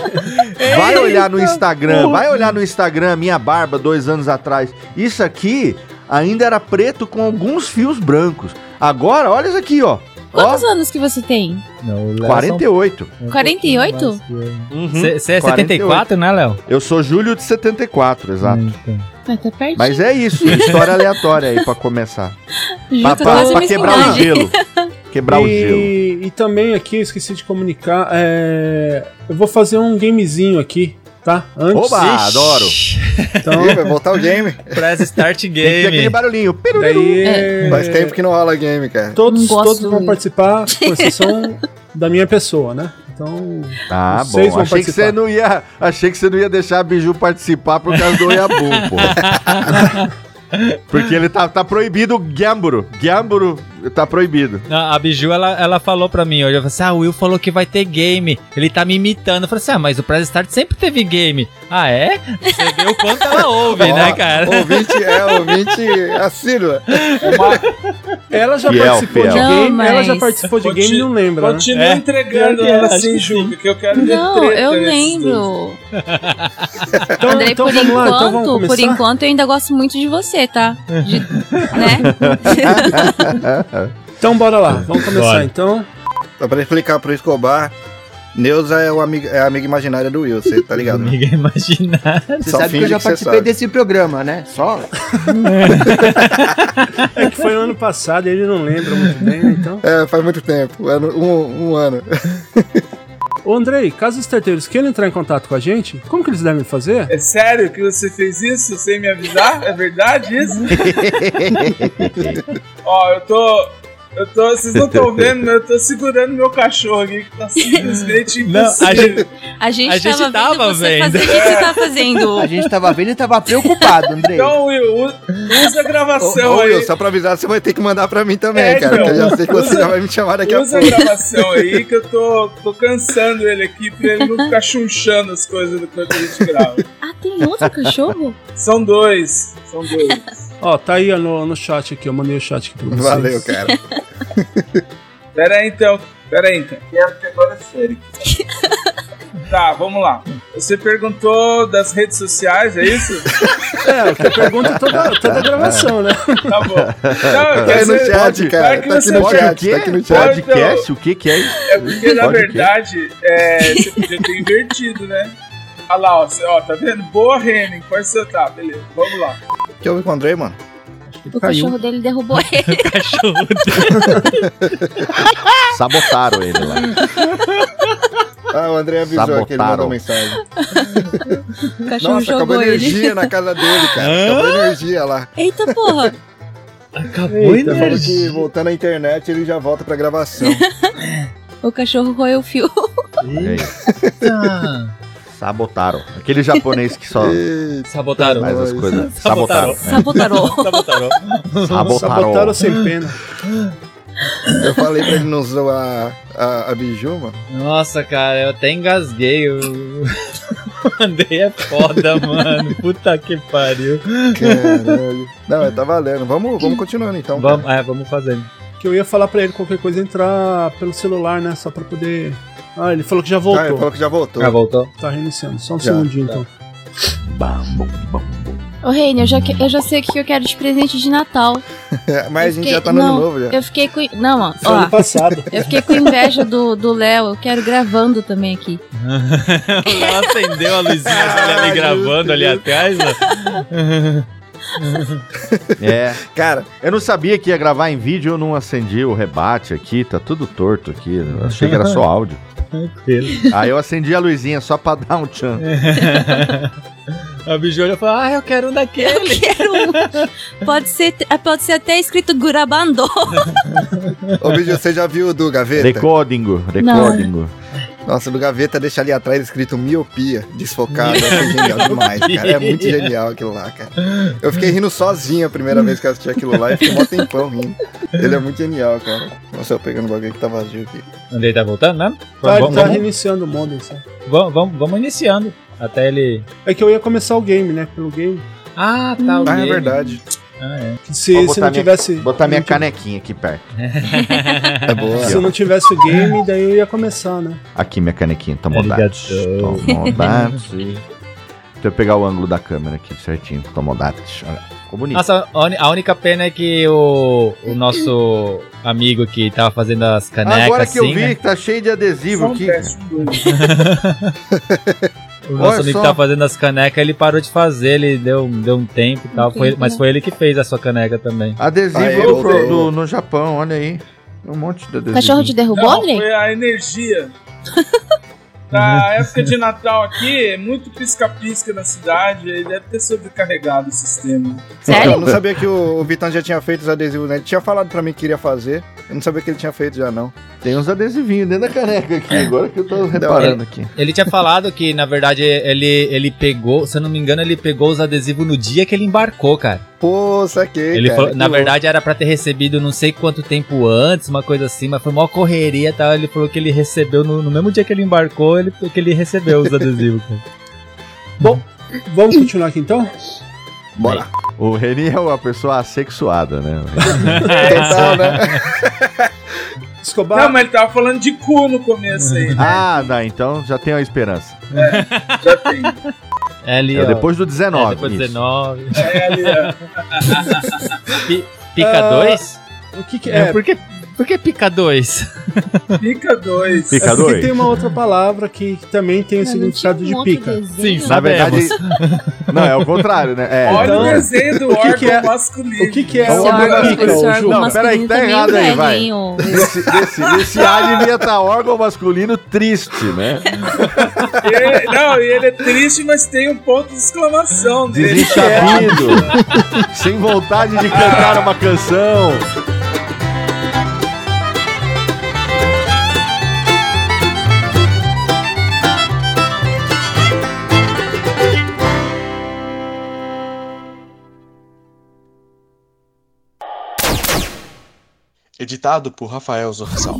S3: Vai olhar no Instagram, vai olhar no Instagram, minha barba dois anos atrás. Isso aqui ainda era preto com alguns fios brancos. Agora, olha isso aqui, ó. Ó,
S7: Quantos anos que você tem?
S8: Não, o Léo
S3: 48.
S8: só um
S7: 48?
S8: pouquinho mais que eu.
S3: Uhum.
S8: Você é 74, né, Léo?
S3: Eu sou julho de 74, exato.
S8: Então.
S7: Ah, tá pertinho.
S3: Mas é isso, história aleatória aí pra começar.
S7: Junto
S3: Pra,
S7: com
S3: pra-
S7: quase
S3: pra
S7: minha
S3: quebrar o
S7: idade.
S3: gelo. Quebrar o gelo.
S2: e, e também aqui, eu esqueci de comunicar, é, eu vou fazer um gamezinho aqui, tá? Antes.
S3: Oba, adoro.
S2: Então,
S4: Ih, vai voltar o game.
S8: Press Start
S3: Tem que ter aquele
S8: Game.
S3: barulhinho.
S2: daí é,
S4: Faz tempo que não rola game, cara.
S2: todos,
S7: Não gosto
S2: todos
S7: do-
S2: vão participar, com exceção da minha pessoa, né? Então,
S3: Ah,
S2: Vocês
S3: bom.
S2: vão
S3: Achei que,
S2: participar.
S3: você não ia, achei que você não ia deixar a Biju participar por causa do Oiabu, pô. Porque ele tá, tá proibido o Gamburo. Gamburo tá proibido.
S8: A a Biju, ela, ela falou pra mim hoje, ela falou assim, ah, o Will falou que vai ter game, ele tá me imitando. Eu falei assim, ah, mas o Press Start sempre teve game. Ah, é? Você vê o quanto ela ouve, né,
S4: Ó,
S8: cara?
S4: Ouvinte é, ouvinte é assídua.
S2: ela já
S3: Fiel,
S2: participou de
S3: fiel.
S2: game,
S7: Não,
S2: ela já
S7: mas-
S2: participou de
S5: Conti-
S2: game e não lembra, né?
S5: Continua
S8: É.
S5: entregando
S8: Pior que é,
S5: ela
S8: acho
S5: sem
S8: que
S5: julho, que eu quero ver
S7: Não,
S5: treta
S7: eu
S5: nesses dois.
S7: lembro.
S2: Então,
S7: Andrei,
S2: então
S7: por
S2: vamos lá, então vamos
S7: enquanto,
S2: começar?
S7: por enquanto eu ainda gosto muito de você, tá? De- né?
S2: Então bora lá, vamos começar
S8: Bora.
S2: então.
S4: Só pra explicar pro Escobar, Neuza é, o amigo, é a amiga imaginária do Will, você tá ligado? né?
S8: Ninguém imagina.
S9: Você
S4: Só
S9: sabe que
S4: finge
S9: eu já
S4: que você
S9: participei
S4: sabe.
S9: desse programa, né? Só.
S2: É que foi ano passado, ele não lembra muito bem, né? Então.
S4: É, faz muito tempo, ano- um, um ano.
S2: Ô Andrei, caso os terteiros queiram entrar em contato com a gente, como que eles devem fazer?
S5: É sério que você fez isso sem me avisar? É verdade isso? Ó, eu tô. Eu tô. Vocês não estão vendo, mas eu tô segurando meu cachorro aqui, que tá simplesmente
S8: Não, a
S5: impossível.
S7: A gente,
S8: A gente
S7: tava,
S8: tava
S7: vendo você
S8: vendo.
S7: fazer o que você tá fazendo.
S9: A gente tava vendo e tava preocupado, Andrei.
S5: Então, Will, u- usa a
S4: Ô,
S5: gravação
S4: ô,
S5: aí.
S4: Will, só pra avisar, você vai ter que mandar pra mim também,
S5: É,
S4: cara,
S5: então.
S4: que eu já sei que você
S5: Usa-
S4: já vai me chamar daqui a
S5: usa a
S4: pouco.
S5: gravação aí que eu tô, tô cansando ele aqui pra ele não ficar chunchando as coisas enquanto a gente grava.
S7: Ah, tem outro cachorro?
S5: São dois. São dois.
S2: Ó, tá aí ó, no, no chat aqui, eu mandei o chat aqui pra vocês.
S4: Valeu, cara.
S5: Pera aí então, pera aí então. Quero que agora é sério. tá, vamos lá. Você perguntou das redes sociais, é isso?
S2: É, o que eu pergunto toda, toda gravação, né?
S5: Tá bom. Não, eu
S4: Tá
S5: quero
S4: no
S5: saber-
S4: chat,
S5: Vai
S4: cara.
S5: que
S4: Tá aqui
S5: você
S4: no
S5: pode
S3: Olha o
S4: chat,
S3: quê?
S4: tá aqui no chat.
S3: Podcast? O que que é isso?
S5: um- É porque, na
S3: Pode o quê?
S5: verdade, é, você podia ter invertido, né? Ah lá, ó, você- ó, tá vendo? Boa, Renan, pode soltar, beleza. Vamos lá.
S4: O que eu encontrei, mano?
S7: O cachorro dele derrubou ele.
S3: Sabotaram ele lá.
S4: Ah, o André avisou que ele
S3: Sabotaram.
S4: mandou mensagem.
S7: O cachorro
S4: Nossa, acabou
S7: jogou
S4: a energia
S7: ele.
S4: na casa dele, cara. Acabou a energia lá.
S7: Eita porra!
S8: Acabou
S2: Eita,
S4: Falou que
S8: energia.
S4: voltando à internet ele já volta pra gravação.
S7: O cachorro roeu o fio.
S3: É isso.
S8: Ah.
S3: Sabotaram. Aquele japonês que só
S8: Sabotaram.
S3: faz as coisas. Sabotaram.
S8: Sabotaram.
S7: Sabotarou.
S8: Tá, Sabotaram.
S2: Sabotaram
S3: Sabotaram.
S2: sem pena.
S4: Eu falei pra ele não zoar a, a Biju, mano.
S8: Nossa, cara, eu até engasguei. Eu... O Andrei é foda, mano. Puta que pariu.
S4: Então, Caralho. Não, tá valendo. Vamos, vamos continuando então. cara.
S8: Vamos, é, vamos fazer.
S2: Que eu ia falar pra ele qualquer coisa entrar pelo celular, né? Só pra poder. Ah, ele falou que já
S4: Ah,
S3: Tá,
S4: ele
S2: voltou.
S4: falou que já voltou.
S8: Já voltou?
S2: Tá reiniciando. Só um
S4: Já,
S2: segundinho então.
S7: Ô, Reine, eu já, que- eu já sei o que eu quero de presente de Natal.
S4: Mas a
S7: Eu
S4: gente
S7: fiquei-
S4: já tá no ano
S7: não,
S4: novo já.
S7: Eu fiquei com. Não, ó.
S2: Foi ano
S7: ó
S2: passado.
S7: eu fiquei com inveja do do Léo. eu quero gravando também aqui.
S8: Ela acendeu a luzinha olha ali
S4: Ah,
S8: gravando
S4: justo,
S8: ali
S4: justo.
S8: atrás. né? ó.
S3: É.
S4: Cara,
S3: Eu não sabia que ia gravar em vídeo, eu não acendi o rebate aqui, tá tudo torto aqui. Eu achei que era só áudio.
S8: Tranquilo.
S3: Aí eu acendi a luzinha só pra dar um tchan.
S8: A Biju olhou e falou: Ah, eu quero um daquele.
S7: Quero um. Pode ser, pode ser até escrito Gurabandô.
S4: ô Biju, você já viu o do Gaveta?
S3: Recordingo, recordingo.
S4: Nossa, do gaveta deixa ali atrás escrito miopia, desfocado. Eu achei genial demais, cara. É muito genial aquilo lá, cara. Eu fiquei rindo sozinho a primeira vez que eu assisti aquilo lá e fiquei mó tempão rindo. Ele é muito genial, cara. Nossa, eu pegando o bagulho que tá vazio aqui.
S8: Andrei tá voltando, né?
S2: Tá,
S8: vamos,
S2: tá
S8: vamos,
S2: reiniciando o modem só.
S8: vamos, vamos- vamos iniciando. Até ele.
S2: É que eu ia começar o game, né? Pelo game.
S8: Ah, tá. o
S4: Ah, é
S8: game.
S4: verdade.
S8: Ah, é.
S2: Que Se,
S3: Vou
S2: se
S3: botar
S2: não
S3: minha-
S2: tivesse.
S3: Botar minha
S2: não tivesse-
S3: canequinha aqui perto.
S4: É boa.
S2: Se eu não tivesse o game, daí eu ia começar, né?
S3: Aqui minha canequinha,
S8: Arigato.
S3: Tomodachi.
S8: Ah,
S4: Ah,
S3: Tomodachi. Deixa eu pegar o ângulo da câmera aqui certinho. Tomodachi. Olha, Ficou bonito.
S8: Nossa, a uni- a única pena é que o, o nosso amigo que tava fazendo as canecas
S3: Agora que
S8: assim,
S3: eu vi
S8: né?
S3: que tá cheio de
S5: Só
S3: adesivo
S5: um
S3: aqui.
S5: teste, um dois.
S8: o nosso
S3: olha
S8: amigo
S3: só.
S8: que tava fazendo as canecas, ele parou de fazer, ele deu, deu um tempo e tal,
S7: Um
S8: foi-
S7: tempo,
S8: mas
S7: né?
S8: foi ele que fez a sua caneca também.
S3: Adesivo
S4: Aí,
S3: pro-
S4: voltei.
S3: do- no Japão, olha aí. Um monte de adesivo.
S7: Cachorro te derrubou,
S5: Não,
S7: Andrei?
S5: foi a energia. Na época de Natal aqui, é muito pisca-pisca na cidade, aí deve ter sobrecarregado o sistema.
S7: Sério?
S4: Eu não sabia que o, o Vitão já tinha feito os adesivos, né? Ele tinha falado pra mim que iria fazer. Eu não sabia que ele tinha feito já, não.
S3: Tem uns adesivinhos dentro da caneca aqui, agora que eu tô reparando aqui.
S8: Ele tinha falado que, na verdade, ele, ele pegou, se eu não me engano, ele pegou os adesivos no dia que ele embarcou, cara.
S4: Pô, saquei.
S8: Ele
S4: cara, Então
S8: falou-
S4: que
S8: na
S4: louco.
S8: verdade, era pra ter recebido não sei quanto tempo antes, uma coisa assim, mas foi mó correria e tal. Ele falou que ele recebeu no, no mesmo dia que ele embarcou, ele, que ele recebeu os adesivos, cara.
S2: Vamos continuar aqui então?
S4: Bora.
S3: O Reni é uma pessoa assexuada, né?
S4: Total, né?
S2: Escobar.
S5: Não, mas ele tava falando de cu no começo aí.
S3: ah, não, então já tem uma esperança.
S5: Já tem.
S8: É ali,
S3: É
S8: ó.
S3: depois do 19.
S8: É, depois do
S3: isso.
S8: 19.
S5: É ali, ó.
S8: Pi- pica
S2: Ah,
S8: 2?
S2: O que, que é?
S8: Por que, por que pica 2?
S5: Pica dois.
S3: Pica
S2: É porque
S3: dois.
S2: tem uma outra palavra que também tem o
S7: um
S2: significado de pica.
S8: Sim,
S3: Na verdade, não, é o contrário, né? É,
S5: Olha
S3: então,
S5: o desenho do
S2: o que
S5: órgão
S2: que é-
S5: masculino.
S2: o que que é
S7: Esse
S2: Não,
S7: órgão,
S2: pica,
S7: esse
S2: o
S7: órgão
S2: Ju.
S3: Não,
S7: masculino
S3: peraí, tá
S7: também
S3: errado aí,
S7: velho,
S3: vai.
S7: hein, ô.
S3: Esse, esse, esse A devia estar órgão masculino triste, né?
S5: E ele- não, e ele é triste, mas tem um ponto de exclamação dele.
S3: Desenchabido. sem vontade de cantar uma canção.
S12: Editado por Rafael Zorzal.